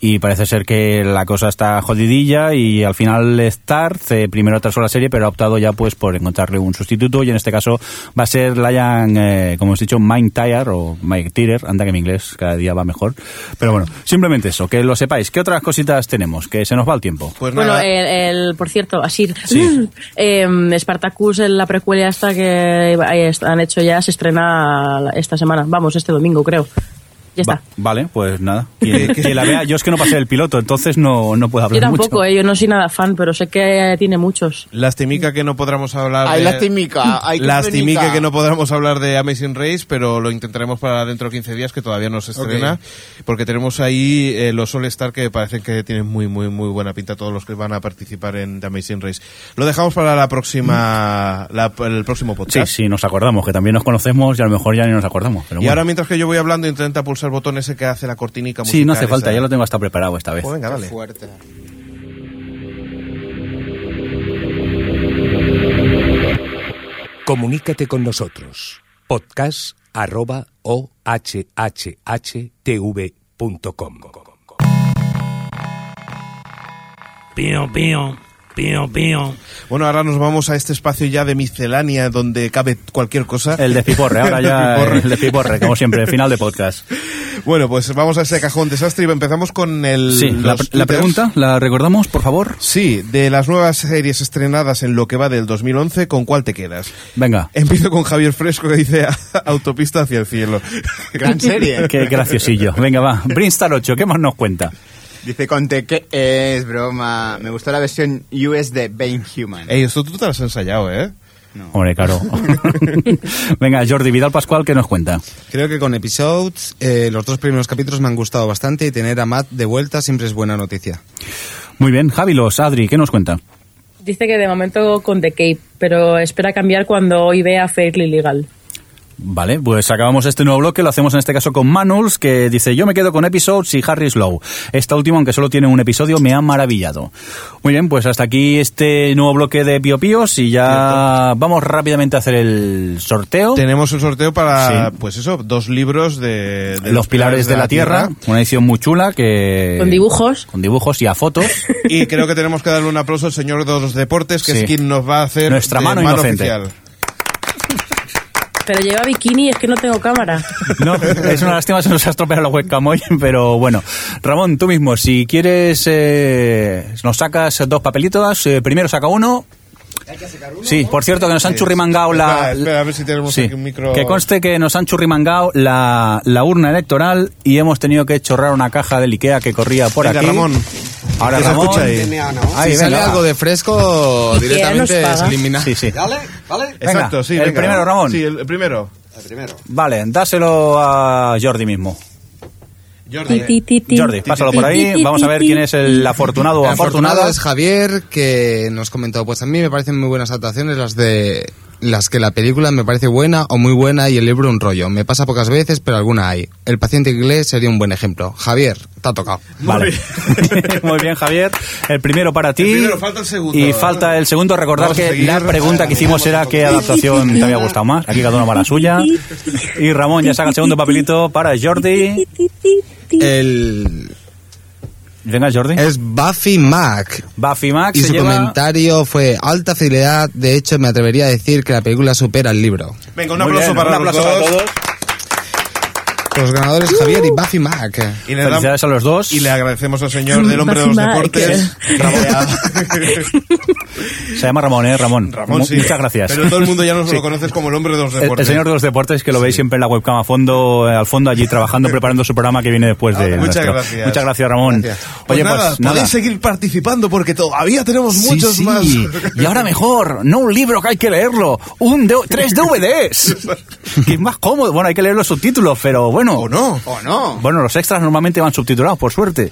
F: y parece ser que la cosa está jodidilla y al final Starz eh, primero atrasó la serie pero ha optado ya pues por encontrarle un sustituto y en este caso va a ser Laia, eh, como os he dicho, McIntyre o Mike Tirer, anda que mi inglés es, cada día va mejor. Pero bueno, simplemente eso, que lo sepáis. ¿Qué otras cositas tenemos? Que se nos va el tiempo.
B: Pues
E: bueno, eh,
B: nada.
E: el, el- por cierto, Asir. *clears throat*
F: Sí.
E: Eh, Spartacus, en la precuela esta que eh, han hecho ya, se estrena esta semana. Vamos, este domingo, creo. Ya está.
F: Va- vale, pues nada.
E: *laughs*
F: Quien, quien la vea, yo es que no pasé el piloto, entonces no, no puedo
E: Yo
F: hablar mucho.
E: tampoco, eh, yo no soy nada fan, pero sé que tiene muchos.
B: Lastimica que no podremos hablar
I: Ay,
B: de...
I: lastimica, ay, qué
B: Lastimica
I: penica.
B: que no podremos hablar de Amazing Race, pero lo intentaremos para dentro de 15 días, que todavía no se estrena, porque tenemos ahí eh, los All Star que parecen que tienen muy, muy, muy buena pinta todos los que van a participar en The Amazing Race. Lo dejamos para la próxima, la- el próximo
F: Sí,
B: podcast.
F: sí, nos acordamos, que también nos conocemos y a lo mejor ya ni nos acordamos. Pero
B: Y
F: bueno.
B: ahora mientras que yo voy hablando, intenta pulsar el botón ese que hace la cortinica
F: sí, no hace
B: musical
F: falta,
B: esa.
F: ya lo tengo hasta preparado esta vez.
B: Pues venga, dale.
I: Fuerte.
L: Comunícate con nosotros. Podcast arroba ohhhtv.com.
G: pío, pío, pío, pío.
B: Bueno, ahora nos vamos a este espacio ya de miscelánea donde cabe cualquier cosa.
F: El despiporre, ahora
B: *laughs*
F: ya
B: Despiporre.
F: el despiporre, como siempre, final de podcast.
B: Bueno, pues vamos a ese cajón desastre y empezamos con el.
F: Sí,
B: los
F: la, la
B: twitters.
F: pregunta, ¿la recordamos, por favor?
B: Sí, de las nuevas series estrenadas en lo que va del 2011, ¿con cuál te quedas?
F: Venga.
B: Empiezo con Javier Fresco que dice *laughs* Autopista hacia el cielo. *laughs*
I: Gran serie.
F: *laughs* Qué graciosillo. Venga, va. Brinstar 8, ¿qué más nos cuenta?
I: Dice Conte que es broma. Me gustó la versión US de Bane Human.
B: Ey, esto tú te lo has ensayado, ¿eh?
F: Hombre,
B: *laughs*
F: claro. *laughs* Venga, Jordi Vidal Pascual, ¿qué nos cuenta?
D: Creo que con Episodes eh, los dos primeros capítulos me han gustado bastante y tener a Matt de vuelta siempre es buena noticia.
F: Muy bien, Javilos, Adri, ¿qué nos cuenta?
E: Dice que de momento con The Cape, pero espera cambiar cuando hoy vea Fairly Legal.
F: Vale, pues acabamos este nuevo bloque, lo hacemos en este caso con Manuls, que dice, yo me quedo con episodes y Harry Slow. Esta última, aunque solo tiene un episodio, me ha maravillado. Muy bien, pues hasta aquí este nuevo bloque de Pio Píos y ya vamos rápidamente a hacer el sorteo.
B: Tenemos el sorteo para,
F: Sí.
B: pues eso, dos libros de. de
F: Los Pilares de la Tierra, una edición muy chula que...
E: Con dibujos.
F: Con dibujos y a fotos. *laughs*
B: Y creo que tenemos que darle un aplauso al señor de los deportes, que
F: Sí.
B: es quien nos va a hacer
F: Nuestra
B: de
F: mano inocente.
B: oficial.
E: Pero lleva bikini, es que no tengo cámara.
F: *laughs* No, es una lástima, se nos ha estropeado la webcam hoy, pero bueno. Ramón, tú mismo, si quieres, eh, nos sacas dos papelitos, eh, primero saca uno. Sí, por cierto, que nos han
B: Sí.
F: churrimangado
B: Espera,
F: la...
B: espera, a ver si tenemos
F: Sí.
B: aquí un micro-
F: Que conste que nos han churrimangado la, la urna electoral y hemos tenido que chorrar una caja del Ikea que corría por
B: Venga,
F: aquí.
B: Ramón.
F: Ahora
B: ¿Qué se
F: Ramón.
B: escucha ahí?
F: Ahí,
D: si
F: venga,
D: sale
F: va.
D: algo de fresco,
E: Y que
D: directamente
E: nos paga.
D: se elimina.
F: Sí, sí.
B: Exacto, sí.
F: el
B: venga.
F: primero, Ramón.
B: Sí, el el primero.
F: Vale, dáselo a Jordi mismo.
B: Jordi.
E: Ti, ti, ti.
F: Jordi, pásalo por ahí. Vamos a ver quién es el afortunado o
D: El afortunado
F: afortunada.
D: es Javier, que nos comentó, pues a mí me parecen muy buenas actuaciones las de las que la película me parece buena o muy buena y el libro un rollo. Me pasa pocas veces, pero alguna hay. El paciente inglés sería un buen ejemplo. Javier, te ha tocado.
F: Vale. Muy bien, Javier. El primero para ti.
B: El primero, falta el segundo.
F: Y falta el segundo. Recordad
B: Vamos a
F: que
B: seguir.
F: la pregunta que hicimos era qué adaptación te había gustado más. Aquí cada uno va a la suya. Y Ramón ya saca el segundo papelito para Jordi.
D: El
F: Venga, Jordi.
D: es Buffy Mac.
F: Buffy Max
D: Y
F: se
D: su
F: lleva-
D: comentario fue alta fidelidad. De hecho, me atrevería a decir que la película supera el libro.
B: Venga, un
F: Muy
B: aplauso,
F: bien,
B: para,
F: un
B: los
F: aplauso para
B: dos.
F: todos.
D: Los ganadores Javier y Buffy Mac.
B: Y le, damos-
F: Felicidades a los dos.
B: y le agradecemos al señor del hombre de los
E: Máxima,
B: deportes. *laughs* Ramón,
F: Se llama Ramón, ¿eh? Ramón.
B: Ramón,
F: Mu-
B: sí.
F: Muchas gracias.
B: Pero todo el mundo ya nos
F: Sí.
B: lo conoces como el hombre de los
F: El, el
B: deportes.
F: señor de los deportes que lo veis siempre en la webcam a fondo, eh, al fondo allí trabajando, preparando su programa que viene después de.
B: Ah, Muchas
F: nuestro.
B: gracias.
F: Muchas gracias, Ramón.
B: Pues
F: Oye, pues
B: nada,
F: nada.
B: podéis seguir participando porque todavía tenemos
F: Sí,
B: muchos
F: sí.
B: más.
F: Y ahora mejor, no un libro que hay que leerlo, un de, tres DVDs. que es más cómodo. Bueno, hay que leer los subtítulos, pero bueno.
B: ¿O no?
I: ¿O no?
F: Bueno, los extras normalmente van subtitulados, por suerte.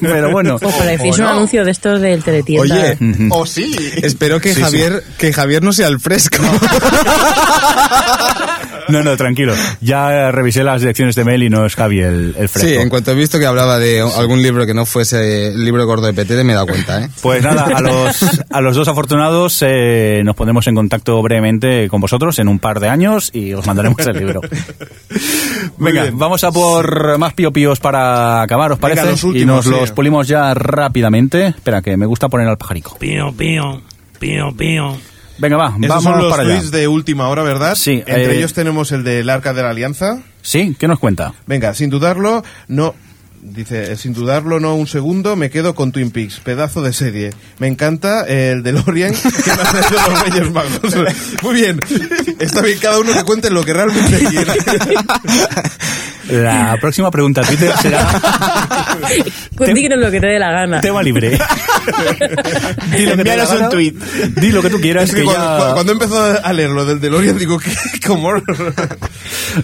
F: pero bueno.
E: O parecéis
I: o
E: un
I: no.
E: anuncio de estos del teletienda.
D: Oye,
I: ¿O sí?
D: Espero que
F: Sí, sí.
D: Javier que Javier no sea el fresco.
F: No, no, tranquilo. Ya eh, revisé las direcciones de mail y no es Javi el, el fresco.
D: Sí, en cuanto he visto que hablaba de algún libro que no fuese el libro gordo de Petete, me he dado cuenta, ¿eh?
F: Pues nada, a los, a los dos afortunados eh, nos pondremos en contacto brevemente con vosotros en un par de años y os mandaremos
B: *laughs*
F: el libro. Venga, vamos a por más piopíos para acabar, ¿os
B: Venga,
F: parece?
B: los
F: y
B: últimos,
F: nos
B: sí.
F: los pulimos ya rápidamente. Espera, que me gusta poner al pajarico.
G: Pío, pío, pío, pío.
F: Venga, va,
B: Esos
F: vamos
B: son los
F: para allá.
B: tweets de última hora, ¿verdad?
F: Sí,
B: Entre
F: eh,
B: ellos tenemos el del Arca de la Alianza.
F: Sí, ¿qué nos cuenta?
B: Venga, sin dudarlo, no. Dice, eh, sin dudarlo, no un segundo, me quedo con Twin Peaks, pedazo de serie. Me encanta el DeLorean *laughs* que me han hecho los Reyes Magos. Muy bien, está bien, cada uno que cuente lo que realmente
F: *laughs*
B: quiera. *laughs*
F: La próxima pregunta a Twitter será
E: *laughs* Cuéntanos lo que te dé la gana.
F: tema libre. Di lo que te
C: Envíanos
F: dé la
C: un
F: gana,
C: tuit.
F: Di lo que tú quieras.
B: Es que
F: que
B: cuando,
F: ya-
B: cu- cuando he empezado a leer lo del DeLorean, digo, *laughs* ¿qué? ¿Cómo?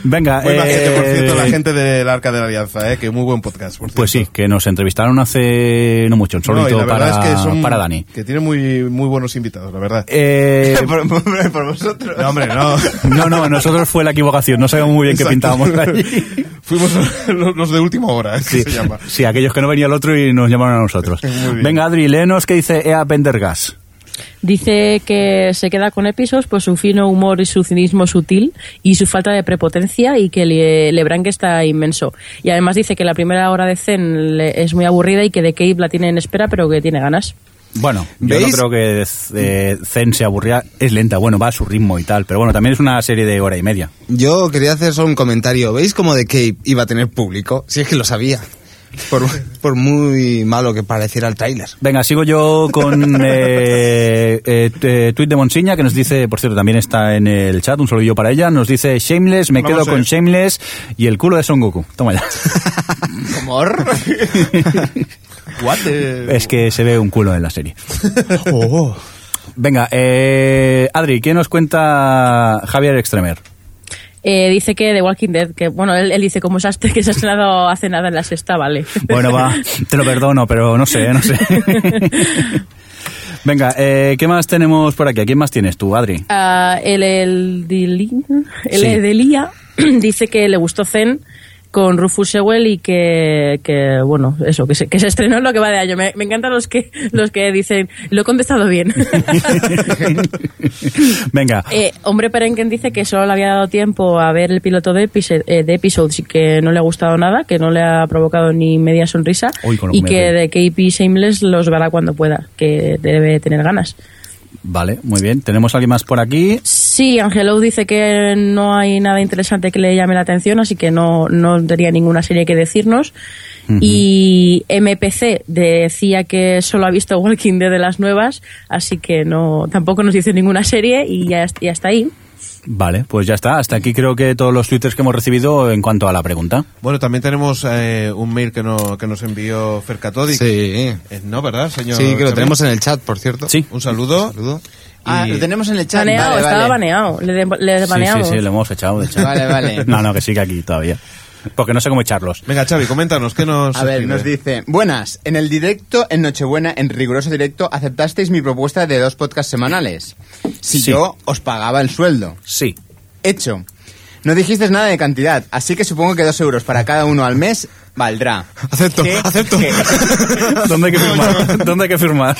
F: Venga,
B: Muy majete, por cierto, la
F: eh,
B: gente del Arca de la Alianza, ¿eh? que muy buen podcast. por
F: Pues sí,
B: cierto.
F: que nos entrevistaron hace no mucho, un
B: No, y
F: solito
B: la verdad
F: para,
B: es que son-
F: para
B: *laughs*
F: Dani.
B: Que tiene muy, muy buenos invitados, la verdad.
F: Eh, *laughs*
C: por, por- por vosotros.
B: No, hombre, no.
F: no, no, nosotros fue la equivocación, no sabíamos muy bien qué
B: Exacto.
F: pintábamos allí.
B: *laughs* Fuimos los los de última hora, es que se llama.
F: Sí, aquellos que no venía el otro y nos llamaron a nosotros.
B: Muy bien.
F: Venga, Adri, léenos qué dice Ea Pendergas.
E: Dice que se queda con Episos por su fino humor y su cinismo sutil y su falta de prepotencia y que Le- Lebranque está inmenso. Y además dice que la primera hora de Zen le- es muy aburrida y que de Cave la tiene en espera pero que tiene ganas.
F: Bueno,
D: ¿Veis?
F: yo no creo que eh, Zen se aburría, es lenta, bueno, va a su ritmo y tal, pero bueno, también es una serie de hora y media.
D: *laughs* Yo quería hacer solo un comentario. ¿Veis cómo The Cape iba a tener público? Si es que lo sabía. Por, por muy malo que pareciera el tráiler.
F: Venga, sigo yo
B: *laughs*
F: con eh, eh, t- eh, tuit de Monsiña, que nos dice, por cierto, también está en el chat, un saludo para ella, nos dice Shameless, me
B: Vamos
F: quedo
B: a
F: con
B: ver.
F: Shameless y el culo de Son Goku.
B: *laughs*
F: Toma ya. *laughs*
C: Amor.
B: What the- Oh.
F: Es que se ve un culo en
B: *laughs*
F: la serie. Venga, eh, Adri, ¿qué nos cuenta Javier Extremer?
E: Eh, dice que The Walking Dead, que bueno, él, él dice como sastre que se ha estrenado hace nada en la sexta, vale.
B: *laughs*
E: *laughs*
F: Bueno, va, te lo perdono, pero no sé, no sé. Venga, eh, ¿qué más tenemos por aquí? ¿A quién más tienes tú, Adri?
E: Ah, el el Dilin- el
F: Sí.
E: Edelia *clears throat* dice que le gustó Zen con Rufus Sewell y que, que, bueno, eso, que se, que se estrenó en lo que va de año. Me, me encantan los que, los que dicen, lo he contestado
F: *laughs*
E: bien. *laughs*
F: Venga,
E: Eh, hombre Perenquen dice que solo le había dado tiempo a ver el piloto de, episode, eh, de Episodes y que no le ha gustado nada, que no le ha provocado ni media sonrisa
F: Uy, con lo
E: y
F: que
E: que
F: me
E: de KP Shameless los verá cuando pueda, que debe tener ganas.
F: vale, muy bien. ¿Tenemos alguien más por aquí?
E: Sí, Angelo dice que no hay nada interesante que le llame la atención, así que no, no tenía ninguna serie que decirnos. Y MPC decía que solo ha visto Walking Dead de las nuevas, así que no tampoco nos dice ninguna serie y ya, ya está ahí.
F: Vale, pues ya está. Hasta aquí creo que todos los twitters que hemos recibido en cuanto a la pregunta.
B: Bueno, también tenemos eh, un mail que, no, que nos envió Fercatodic.
D: Sí.
B: Eh, no, ¿verdad, señor?
D: Sí, que lo
B: Xavier?
D: tenemos en el chat, por cierto.
F: Sí.
B: Un saludo.
D: Saludo.
C: Ah,
B: Y-
C: lo tenemos en el chat.
E: Baneado,
C: Vale,
E: estaba
C: vale.
E: baneado, le, de- le
F: Sí, sí,
E: baneamos.
F: sí, lo hemos echado. de hecho.
C: Vale, vale.
F: *laughs* No, no, que sigue aquí todavía. Porque no sé cómo echarlos.
B: Venga, Xavi, coméntanos, ¿qué nos
C: A ver,
B: escribe?
C: nos dice, buenas, en el directo, en Nochebuena, en riguroso directo, aceptasteis mi propuesta de dos podcasts semanales. Si
F: Sí.
C: yo os pagaba el sueldo.
F: Sí.
C: Hecho. No dijisteis nada de cantidad, así que supongo que dos euros para cada uno al mes valdrá.
D: Acepto,
C: ¿Qué?
D: acepto.
C: ¿Qué? *laughs*
F: ¿Dónde hay que firmar? ¿Dónde hay que firmar?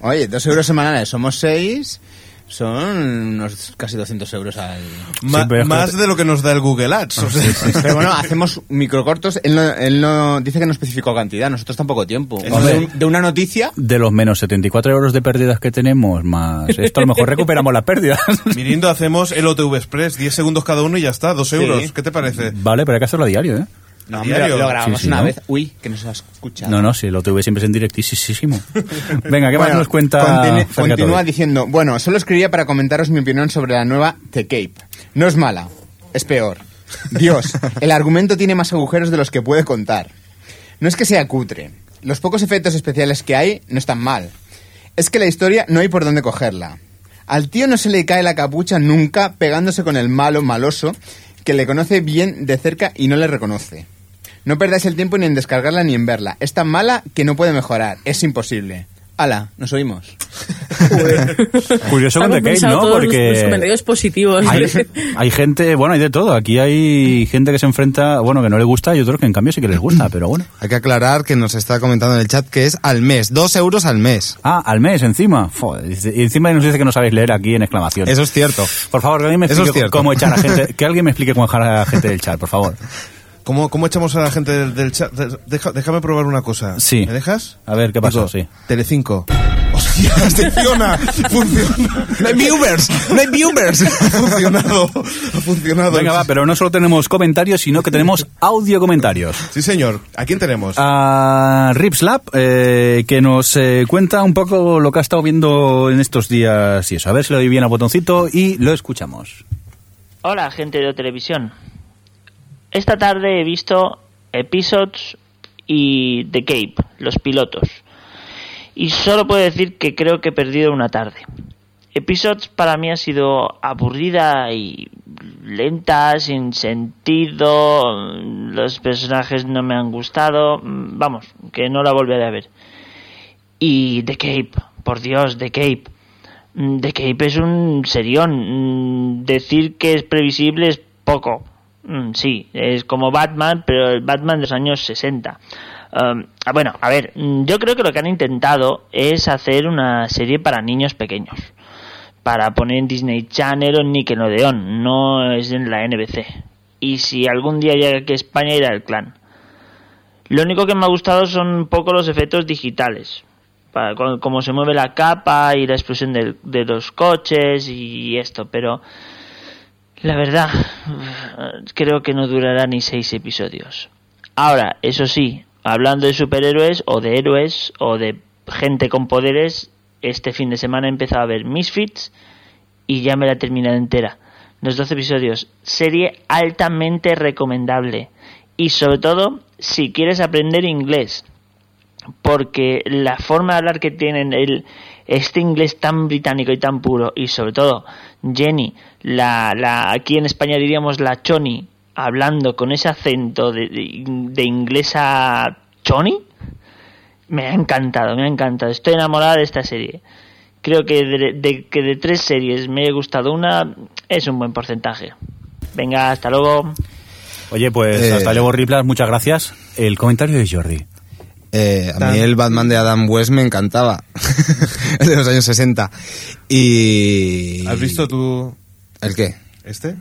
C: Oye, dos euros semanales, somos seis, son unos casi 200 euros al...
B: Ma-
F: Sí, pero es que-
B: más de lo que nos da el Google Ads. o sea.
C: Pero
F: *laughs*
C: bueno, hacemos microcortos, él no, él no- dice que no especificó cantidad, nosotros tampoco tiempo.
F: Hombre.
C: de, un- de una noticia...
F: De los menos 74 euros de pérdidas que tenemos, más esto, a lo mejor recuperamos
C: *laughs*
F: las pérdidas.
B: Mirindo, hacemos el OTV Express, 10 segundos cada uno y ya está, 2 euros. ¿Qué te parece?
F: Vale, pero hay que hacerlo a diario, ¿eh?
C: No,
B: ¿A
C: hombre,
B: diario?
C: lo, lo grabamos
F: Sí, sí,
C: una
F: ¿no?
C: vez. Uy, que nos ha escuchado.
F: No, no, si lo tuve siempre es en directísimo. Venga, ¿qué
C: Bueno,
F: más nos cuenta?
C: continu-
F: Fergatovic?
C: continúa diciendo, bueno, solo escribía para comentaros mi opinión sobre la nueva The Cape. No es mala, es peor. Dios,
F: *laughs*
C: el argumento tiene más agujeros de los que puede contar. No es que sea cutre. Los pocos efectos especiales que hay no están mal. Es que la historia no hay por dónde cogerla. Al tío no se le cae la capucha nunca pegándose con el malo maloso que le conoce bien de cerca y no le reconoce. No perdáis el tiempo ni en descargarla ni en verla. Es tan mala que no puede mejorar. Es imposible. Ala, nos oímos.
F: Curioso
E: Está
F: con The Cave,
E: compensado
F: ¿no?
E: todos los- los
F: Porque
E: comentarios positivos.
F: hay,
E: *laughs*
F: hay gente, bueno, hay de todo. Aquí hay gente que se enfrenta, bueno, que no le gusta y otros que en cambio sí que les gusta, pero bueno.
D: Hay que aclarar que nos está comentando en el chat que es al mes, dos euros al mes.
F: Ah, al mes, encima. Joder, dice- y encima nos dice que no sabéis leer aquí en exclamación.
D: Eso es cierto.
F: Por favor, que alguien me
D: Eso es
F: explique
D: cierto.
F: cómo echar a gente.
D: *laughs*
F: Que alguien me explique cómo echar a gente del chat, por favor.
B: ¿Cómo, cómo echamos a la gente del, del chat? De- deja- déjame probar una cosa.
F: Sí.
B: ¿Me dejas?
F: A ver, ¿qué pasó? Sí.
B: Telecinco. ¡Hostias! *laughs* ¡Funciona! ¡Funciona!
D: ¡No hay viewers! ¡No hay viewers!
B: Ha funcionado. Ha funcionado.
F: Venga, va, pero no solo tenemos comentarios, sino que tenemos audio comentarios.
B: Sí, señor. ¿A quién tenemos?
F: Ah. A Ripslap, eh, que nos eh, cuenta un poco lo que ha estado viendo en estos días y eso. A ver si le doy bien al botoncito y lo escuchamos.
M: Hola, gente de televisión. Esta tarde he visto Episodes y The Cape, los pilotos. Y solo puedo decir que creo que he perdido una tarde. Episodes para mí ha sido aburrida y lenta, sin sentido, los personajes no me han gustado, Mm, vamos, que no la volveré a ver. Y The Cape, por Dios, The Cape. Mm, The Cape es un serión. Mm, Decir que es previsible es poco. Mm, Sí, es como Batman, pero el Batman de los años 60. Um, bueno, a ver, mm, yo creo que lo que han intentado es hacer una serie para niños pequeños. Para poner en Disney Channel o en Nickelodeon, no es en la NBC. Y si algún día llega que España irá al clan. Lo único que me ha gustado son un poco los efectos digitales. Para, como se mueve la capa y la explosión de, de los coches y esto, pero... La verdad, mm, creo que no durará ni seis episodios. Ahora, eso sí, hablando de superhéroes o de héroes o de gente con poderes, este fin de semana he empezado a ver Misfits y ya me la he terminado entera. Los 12 episodios. Serie altamente recomendable. Y sobre todo, si quieres aprender inglés. Porque la forma de hablar que tienen, el, este inglés tan británico y tan puro, y sobre todo Jenny, la, la aquí en España diríamos la Choni, hablando con ese acento de, de, de, inglesa Choni, me ha encantado, me ha encantado. Estoy enamorada de esta serie. Creo que de, de, que de tres series me he gustado una, es un buen porcentaje. Venga, hasta luego.
F: Oye, pues
D: Eh.
F: hasta luego, Riplas, muchas gracias. El comentario de Jordi.
D: Eh, a mí el Batman de Adam West me encantaba. *laughs* el de los años 60. Y...
B: ¿Has visto tú
D: ¿El qué?
B: este?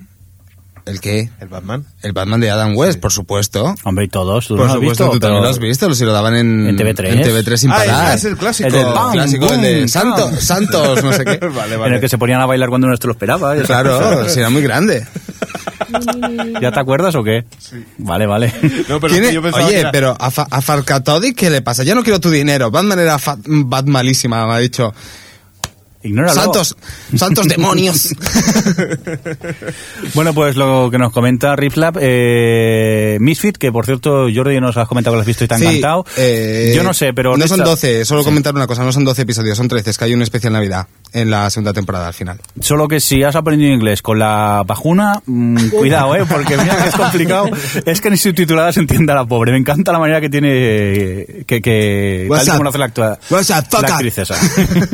D: ¿El qué?
B: ¿El Batman?
D: El Batman de Adam West, por supuesto.
F: Hombre, y todos, tú no
D: Por
F: lo has
D: supuesto,
F: visto,
D: tú también
F: pero-
D: lo has visto, si lo daban en,
F: En TV3.
D: en TV3 sin
B: Ah,
D: parar.
B: ese es el clásico.
D: El,
F: El del bam,
D: clásico, el de
F: bum,
D: Santos,
F: bam.
D: *laughs* Santos, no sé qué.
B: *laughs* Vale,
F: En
B: vale.
F: el que se ponían a bailar cuando no te lo esperaba. ¿eh?
D: Claro, si era muy grande.
F: *laughs* ¿Ya te acuerdas o qué? Sí. Vale, *laughs* vale.
B: No, pero
D: ¿Tiene-
B: yo pensaba que
D: Oye,
B: era-
D: pero a, Fa- a Farcatodi, ¿qué le pasa? Yo no quiero tu dinero. Batman era fa- Batmalísima, me ha dicho.
F: Ignóralo.
D: Santos,
F: *laughs*
D: Santos demonios.
F: Bueno, pues lo que nos comenta Riflab, eh, Misfit, que por cierto, Jordi nos has comentado que lo has visto y te ha
D: Sí,
F: encantado.
D: eh,
F: Yo no sé, pero.
D: No son
F: Richard-
D: 12, solo
F: Sí.
D: comentar una cosa, no son 12 episodios, son 13, es que hay un especial Navidad en la segunda temporada al final.
F: Solo que si has aprendido inglés con la pajuna,
D: *laughs*
F: mm, cuidado, ¿eh? Porque mira que es complicado. es que ni subtitulada se entienda la pobre. Me encanta la manera que tiene. que. que
D: What's
F: tal y como
D: up?
F: lo hace la, actua-
D: What's up, fuck
F: la
D: up?
F: actriz esa.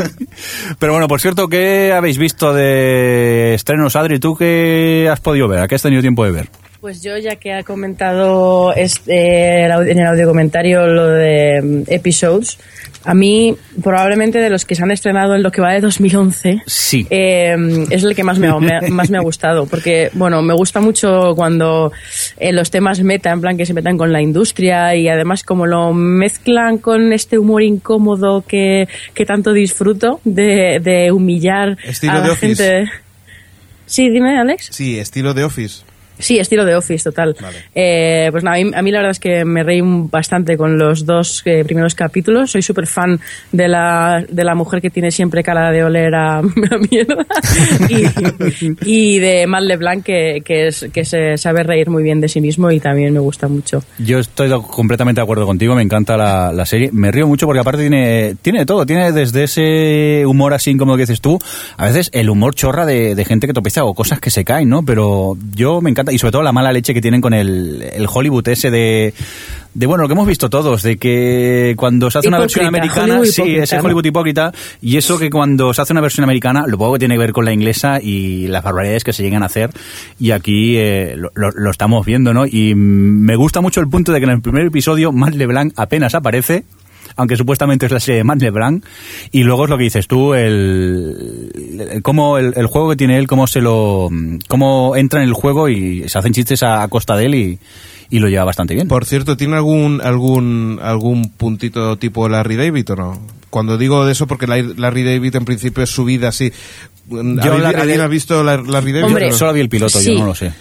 F: *laughs* pero bueno, por cierto, ¿qué habéis visto de estrenos, Adri? ¿Tú qué has podido ver? ¿A qué has tenido tiempo de ver?
E: Pues yo, ya que ha comentado este, el au- en el audio comentario lo de mm, episodes, a mí probablemente de los que se han estrenado en lo que va de 2011,
F: Sí.
E: eh, es el que más me, ha-
B: *laughs*
E: me ha- más me ha gustado. Porque, bueno, me gusta mucho cuando eh, los temas meta, en plan que se metan con la industria y además como lo mezclan con este humor incómodo que, que tanto disfruto de, de humillar
B: Estilo
E: a la
B: de Office.
E: gente. Sí, dime, Alex.
B: Sí, estilo de Office.
E: Sí, estilo de Office, total. Eh, pues nada, a mí, a mí la verdad es que me reí un- bastante con los dos eh, primeros capítulos. Soy súper fan de la, de la mujer que tiene siempre cara de oler a, *laughs* a mierda y, y de Matt LeBlanc que, que, es, que se sabe reír muy bien de sí mismo y también me gusta mucho.
F: Yo estoy de- completamente de acuerdo contigo, me encanta la, la serie. Me río mucho porque aparte tiene, tiene de todo, tiene desde ese humor así como que dices tú, a veces el humor chorra de, de gente que tropieza o cosas que se caen, ¿no? Pero yo me encanta, y sobre todo la mala leche que tienen con el, el Hollywood ese de, de, bueno, lo que hemos visto todos, de que cuando se hace una versión
E: Hipócrita,
F: americana,
E: Hollywood
F: sí,
E: hipócrita,
F: ese
E: ¿no?
F: Hollywood hipócrita, y eso que cuando se hace una versión americana, lo poco que tiene que ver con la inglesa y las barbaridades que se llegan a hacer, y aquí eh, lo, lo- lo estamos viendo, ¿no? Y mm, me gusta mucho el punto de que en el primer episodio Matt LeBlanc apenas aparece, aunque supuestamente es la serie de Matt LeBlanc, y luego es lo que dices tú, el, el- cómo el, el juego que tiene él, cómo se lo, cómo entra en el juego y se hacen chistes a, a costa de él y, y lo lleva bastante bien.
B: Por cierto, ¿tiene algún algún algún puntito tipo Larry David o no? Cuando digo de eso, porque Larry David en principio es su vida así.
F: Yo
B: ¿Alguien,
F: Larry
B: alguien
F: David-
B: ha visto la- Larry David?
E: Hombre,
B: ¿O no?
E: Solo vi el piloto, yo sí. no lo sé.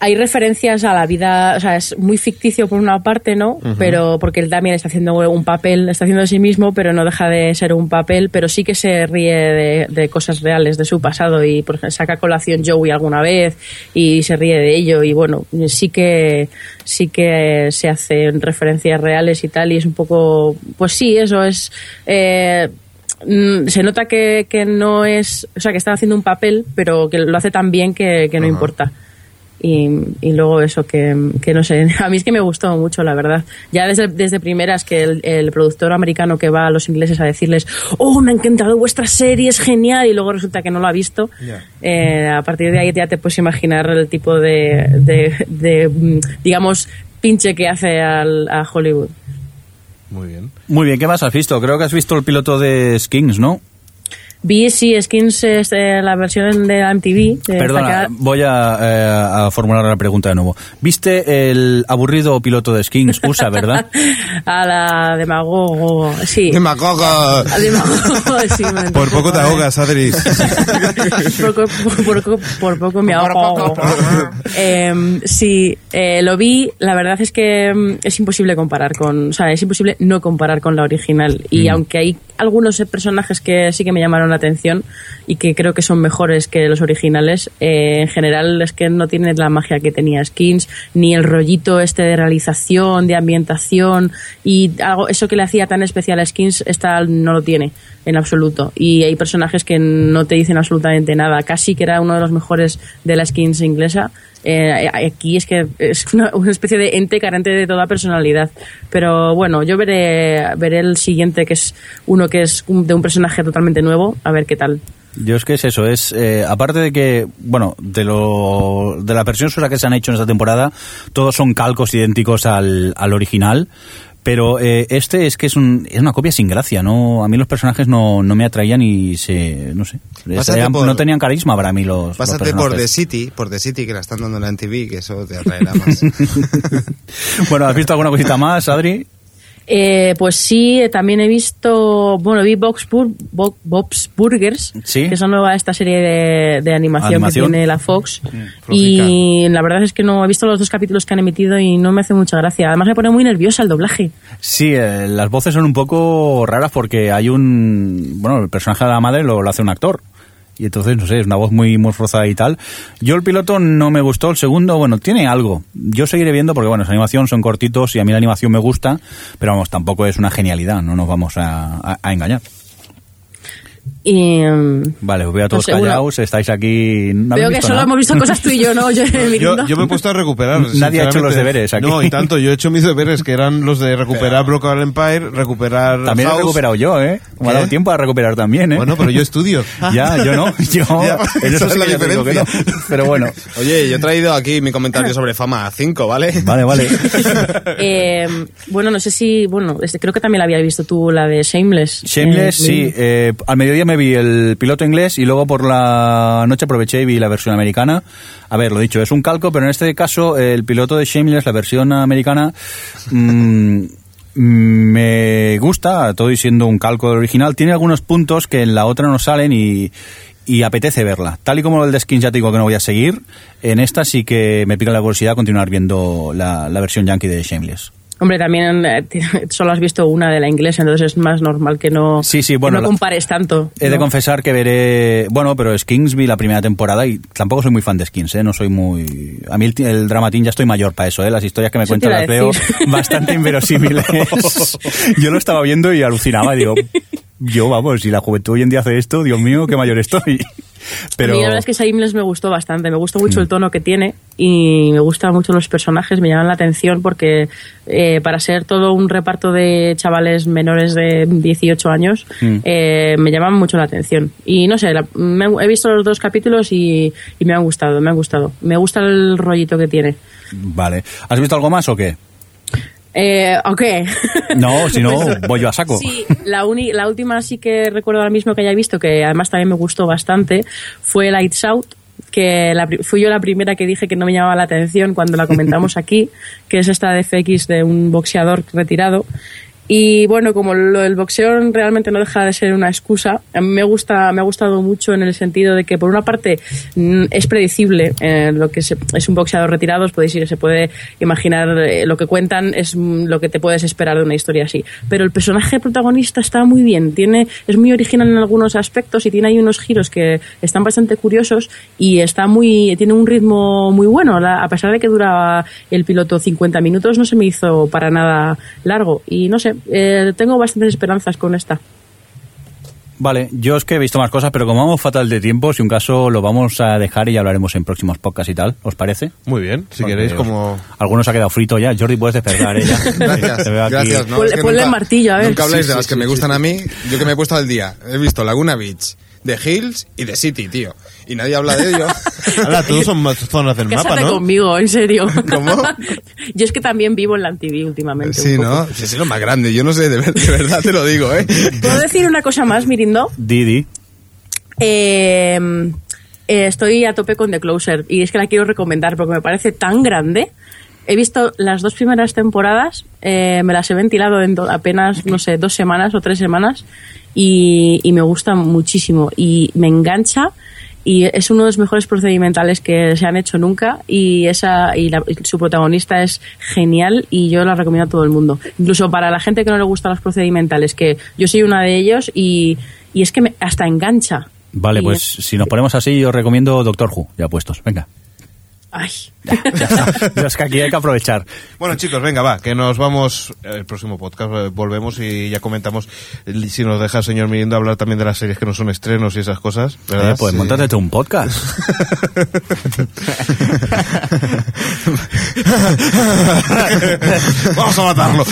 E: hay referencias a la vida, o sea, es muy ficticio por una parte, ¿no?
B: Ujú.
E: Pero porque él también está haciendo un papel, está haciendo de sí mismo, pero no deja de ser un papel, pero sí que se ríe de, de cosas reales de su pasado y por ejemplo, saca a colación Joey alguna vez y se ríe de ello y bueno, sí que sí que se hacen referencias reales y tal y es un poco, pues sí, eso es eh, mm, se nota que, que no es, o sea, que está haciendo un papel, pero que lo hace tan bien que, que no importa. Y, y luego eso que, que no sé, *laughs* a mí es que me gustó mucho, la verdad. Ya desde, desde primeras que el, el productor americano que va a los ingleses a decirles, oh, me ha encantado vuestra serie, es genial, y luego resulta que no lo ha visto, eh, a partir de ahí ya te puedes imaginar el tipo de, de- de, mm, digamos, pinche que hace al- a Hollywood.
B: Muy bien.
F: Muy bien, ¿qué más has visto? Creo que has visto el piloto de Skins, ¿no?
E: Vi, sí, Skins es eh, la versión de MTV. eh,
F: Perdona,
E: sacada-
F: voy a, eh, a formular la pregunta de nuevo. ¿Viste el aburrido piloto de Skins, USA, verdad?
E: A la demagogo, sí.
D: Demagogo.
E: A demagogo, *laughs* sí. me-
B: Por poco te ahogas, Adris.
E: por, co- por, poco- por poco me ahogo. Em, sí, eh, lo vi. La verdad es que em, es imposible comparar con. O sea, es imposible no comparar con la original. Y aunque hay algunos eh, personajes que sí que me llamaron la atención y que creo que son mejores que los originales, eh, en general es que no tiene la magia que tenía Skins, ni el rollito este de realización, de ambientación y algo eso que le hacía tan especial a Skins, esta no lo tiene en absoluto. Y hay personajes que no te dicen absolutamente nada. Casi que era uno de los mejores de la Skins inglesa. Eh, aquí es que es una, una especie de ente carente de toda personalidad. Pero bueno, yo veré, veré el siguiente, que es uno que es un- de un personaje totalmente nuevo, a ver qué tal.
F: Yo es que es eso, es eh, aparte de que, bueno, de lo de la versión sola que se han hecho en esta temporada, todos son calcos idénticos al, al original, pero eh, este es que es, un- es una copia sin gracia, no a mí los personajes no, no me atraían y se no sé,
N: Pásate
F: eran-
N: por-
F: no tenían carisma para mí los, los
N: Pásate por The
F: personajes.
N: City, por The City, que la están dando en la NTV, que
C: *laughs*
N: eso te atraerá más.
F: *laughs* Bueno, ¿has visto alguna cosita más, Adri?
E: Eh, pues sí, eh, también he visto, bueno, vi Box Bur- Bo- Bob's Burgers,
F: Sí.
E: que son nueva esta serie de, de animación,
F: Animación. Mm,
E: que tiene la Fox. Y la verdad es que no he visto los dos capítulos que han emitido y no me hace mucha gracia. Además me pone muy nerviosa el doblaje.
F: Sí, eh, las voces son un poco raras porque hay un... Bueno, el personaje de la madre lo, lo hace un actor. Y entonces, no sé, es una voz muy morfosa y tal. Yo el piloto no me gustó, el segundo, bueno, tiene algo. Yo seguiré viendo porque, bueno, es animación, son cortitos y a mí la animación me gusta, pero vamos, tampoco es una genialidad, no nos vamos a, a- a engañar.
E: Y, mm,
F: Vale, os veo a todos
E: No sé, uno-
F: callados, estáis aquí... no habéis
E: veo que
F: visto
E: solo
F: nada.
E: hemos
F: *laughs*
E: visto cosas tú y yo, ¿no? Yo,
B: Yo, yo me he puesto a recuperar.
F: Nadie ha hecho los
B: sinceramente.
F: deberes aquí.
B: No, y tanto. Yo he hecho mis deberes, que eran los de recuperar Broken Empire, recuperar.
F: También he
B: House.
F: recuperado yo, ¿eh? Me ha
B: ¿Qué?
F: dado tiempo a recuperar también, ¿eh? Ah.
B: Bueno, pero yo estudio.
F: Ya, yo no. *laughs* Yo,
B: Ya,
F: en
B: esa
F: eso
B: es
F: sí
B: la
F: que ya te digo que no. Pero bueno.
N: Oye, yo he traído aquí mi comentario sobre Fama 5, ¿vale?
F: *laughs* Vale, vale.
B: *laughs*
E: eh, bueno, no sé si, bueno, este, creo que también la habías visto tú, la de Shameless.
F: Shameless,
E: Eh,
F: sí. eh, al mediodía me vi el piloto inglés y luego por la noche aproveché y vi la versión americana. A ver, lo dicho, es un calco, pero en este caso eh, el piloto de Shameless, la versión americana, *laughs* mm, me gusta, todo y siendo un calco del original. Tiene algunos puntos que en la otra no salen y, y apetece verla. Tal y como el de Skins ya te digo que no voy a seguir, en esta sí que me pira la curiosidad continuar viendo la, la versión yankee de Shameless.
E: Hombre, también eh, tiene- solo has visto una de la inglesa, entonces es más normal que no,
F: Sí, sí,
E: que
F: bueno,
E: no
F: la-
E: compares tanto.
F: He de
E: ¿no?
F: confesar que veré. Bueno, pero Skins vi la primera temporada y tampoco soy muy fan de Skins, ¿eh? No soy muy. A mí el, ti- el dramatín ya estoy mayor para eso, ¿eh? Las historias que me
E: Eso
F: cuentan
E: te
F: las
E: iba a
F: veo
E: decir.
F: *laughs*
E: *laughs*
F: bastante inverosímiles. Yo lo estaba viendo y alucinaba, digo. Yo, vamos, si la juventud hoy en día hace esto, Dios mío, qué
E: *laughs*
F: mayor estoy. Pero. Mm.
E: A mí la verdad es que Shameless me gustó bastante, me gusta mucho el tono que tiene y me gustan mucho los personajes, me llaman la atención porque eh, para ser todo un reparto de chavales menores de 18 años
O: Mm.
E: eh, me llaman mucho la atención. Y no sé, la- me han- he visto los dos capítulos y, y me han gustado, me han gustado. Me gusta el rollito que tiene.
F: Vale. ¿Has visto algo más o qué?
E: Eh, Pues, ok. *laughs*
F: No, si no, voy yo a saco.
E: Sí, la, uni- la última sí que recuerdo ahora mismo que haya visto, que además también me gustó bastante, fue Lights Out, que la pri- fui yo la primera que dije que no me llamaba la atención cuando la comentamos aquí, que es esta de FX de un boxeador retirado. Y bueno, como lo- el boxeo realmente no deja de ser una excusa, a mí me, gusta, me ha gustado mucho en el sentido de que, por una parte, mm, es predecible eh, lo que se- es un boxeador retirado, os podéis ir, se puede imaginar eh, lo que cuentan, es mm, lo que te puedes esperar de una historia así. Pero el personaje protagonista está muy bien, tiene, es muy original en algunos aspectos y tiene ahí unos giros que están bastante curiosos y está muy, tiene un ritmo muy bueno. La- a pesar de que duraba el piloto 50 minutos, no se me hizo para nada largo. Y no sé, eh, tengo bastantes esperanzas con esta.
F: Vale, yo es que he visto más cosas, pero como vamos fatal de tiempo, si un caso lo vamos a dejar y hablaremos en próximos podcasts y tal, ¿os parece?
B: Muy bien, si queréis, como-
F: Algunos ha quedado frito ya, Jordi, puedes despertar,
D: *laughs*
F: ¿eh? Ya.
D: Gracias,
F: Te veo aquí.
D: gracias. ¿no?
E: Ponle-
D: Es que
E: ponle martillo, a ver.
D: Nunca habláis
E: Sí,
D: de
E: sí,
D: las que
E: sí,
D: me
E: sí,
D: gustan
E: sí.
D: a mí. Yo que me he puesto al día. He visto Laguna Beach, The Hills y The City, tío. Y nadie habla de ello.
B: Ahora, todos son más zonas del
E: Cásate
B: mapa, ¿no?
E: conmigo, en serio. Yo es que también vivo en la TV últimamente. un
D: *laughs* Sí,
E: poco.
D: ¿no? Sí, es lo más grande. Yo no sé, de, ver- de verdad te lo digo, ¿eh?
E: ¿Puedo decir una cosa más, Mirindo?
F: Didi.
E: Eh, eh, estoy a tope con The Closer y es que la quiero recomendar porque me parece tan grande. He visto las dos primeras temporadas, eh, me las he ventilado en do- apenas, no sé, dos semanas o tres semanas y, y me gusta muchísimo y me engancha y es uno de los mejores procedimentales que se han hecho nunca y esa y, la- y su protagonista es genial y yo la recomiendo a todo el mundo incluso para la gente que no le gustan los procedimentales que yo soy una de ellos y, y es que me- hasta engancha
F: Vale,
E: Y-
F: pues si nos ponemos así, yo os recomiendo Doctor Who, ya puestos. Venga.
E: ay *laughs*
D: *laughs*
F: Yo es que aquí hay que aprovechar.
B: Bueno, chicos, venga, va, que nos vamos eh, el próximo podcast. eh, Volvemos y ya comentamos eh, si nos deja el señor Mirindo hablar también de las series que no son estrenos y esas cosas, ¿verdad?
F: Eh, pues
B: Sí.
F: montate tú un podcast.
B: *laughs* Vamos a
F: *laughs*
B: matarlo.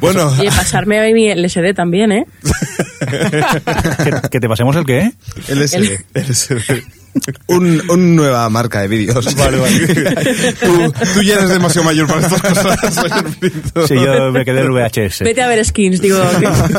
B: bueno,
E: Oye, pasarme a mi LSD también eh
F: ¿Que, que te pasemos el qué? ¿eh?
D: LSD. LSD. Un, un nueva marca de vídeos. Vale, vale. tú, tú ya eres demasiado mayor para
B: *laughs*
D: estas cosas. señor Pinto.
F: Sí, yo me quedé en el VHS.
E: vete a ver skins digo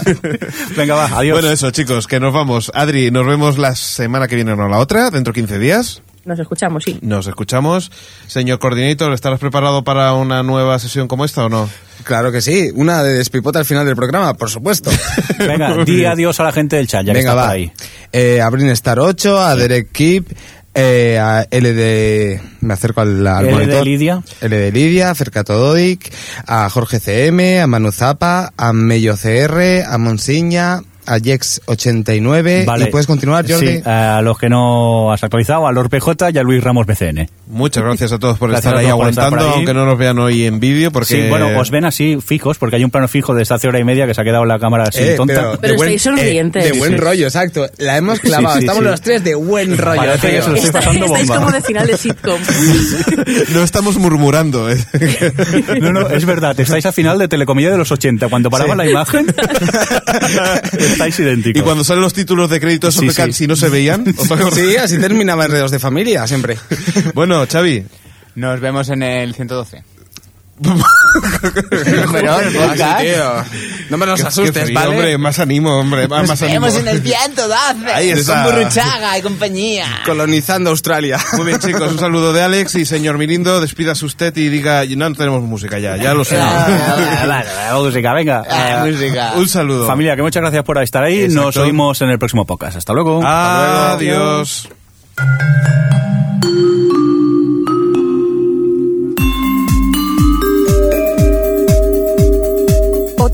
F: *laughs* Venga, va, adiós.
B: Bueno, eso, chicos, que nos vamos. Adri, nos vemos la semana que viene o no la otra, dentro de 15 días.
E: nos escuchamos sí
B: Nos escuchamos. Señor Coordinator, ¿estarás preparado para una nueva sesión como esta o no?
D: *laughs* Claro que sí. Una de despipota al final del programa, por supuesto. *laughs*
F: Venga, di adiós a la gente del chat, ya que
D: Venga,
F: está por
D: va.
F: ahí.
D: Eh, a Brin Star 8, a Derek Kip, eh, a LD. Me acerco al, al
F: LD
D: monitor.
F: Lidia.
D: LD Lidia, a Fercato Dodic, a Jorge CM, a Manu Zapa, a Mello CR, a Monsiña, a Jex89.
F: Vale.
D: Eh, Y puedes continuar, Jordi.
F: Sí, a los que no has actualizado, a Lord PJ y a Luis Ramos BCN.
B: Muchas gracias a todos por
F: Gracias
B: estar
F: a
B: ahí
F: todos por estar
B: aguantando,
F: por ahí.
B: aunque no nos vean hoy en vídeo, porque... eh,
F: Sí, bueno, os ven así fijos, porque hay un plano fijo desde hace hora y media que se ha quedado la cámara así
D: Eh,
F: tonta.
D: de
E: Pero estáis sonrientes.
D: eh, de
F: Sí,
D: buen
F: sí.
D: rollo, exacto. La hemos
F: *laughs*
D: clavado.
F: Sí, sí,
D: Estamos
F: sí.
D: los tres de buen rollo.
F: Parece que
D: tío.
F: se lo estoy
E: Está-
F: pasando
E: estáis
F: bomba.
E: como de final de
F: *laughs*
E: sitcom
B: *laughs* No estamos murmurando. ¿eh?
F: *laughs* No, no, es verdad, estáis al final de Telecomedia de los 80, cuando paraba
B: Sí.
F: la imagen, estáis idénticos.
B: Y cuando salen los títulos de crédito, esos
F: Sí,
B: de
F: *laughs* sí.
B: Can- si no se veían... os va a acordar.
D: Sí, así terminaba Enredos de Familia, siempre.
B: Bueno, Xavi,
C: *laughs* Nos vemos en el 112.
D: Pero,
C: podcast.
D: No me nos
B: qué- qué
D: asustes,
B: frío,
D: ¿vale?
B: hombre, más ánimo, hombre, más, más ánimo.
C: el 112.
B: Ahí está.
C: y compañía.
D: Colonizando Australia.
B: Muy bien, chicos, un saludo de Alex y señor Mirindo, despídase usted y diga, no, no tenemos música ya, ya lo sé.
F: Vale, Eh, vale, vale, música, venga. Eh,
B: un saludo.
F: Familia, que muchas gracias por estar ahí. Nos
B: Exacto.
F: oímos en el próximo podcast. Hasta luego.
B: Adiós.
A: O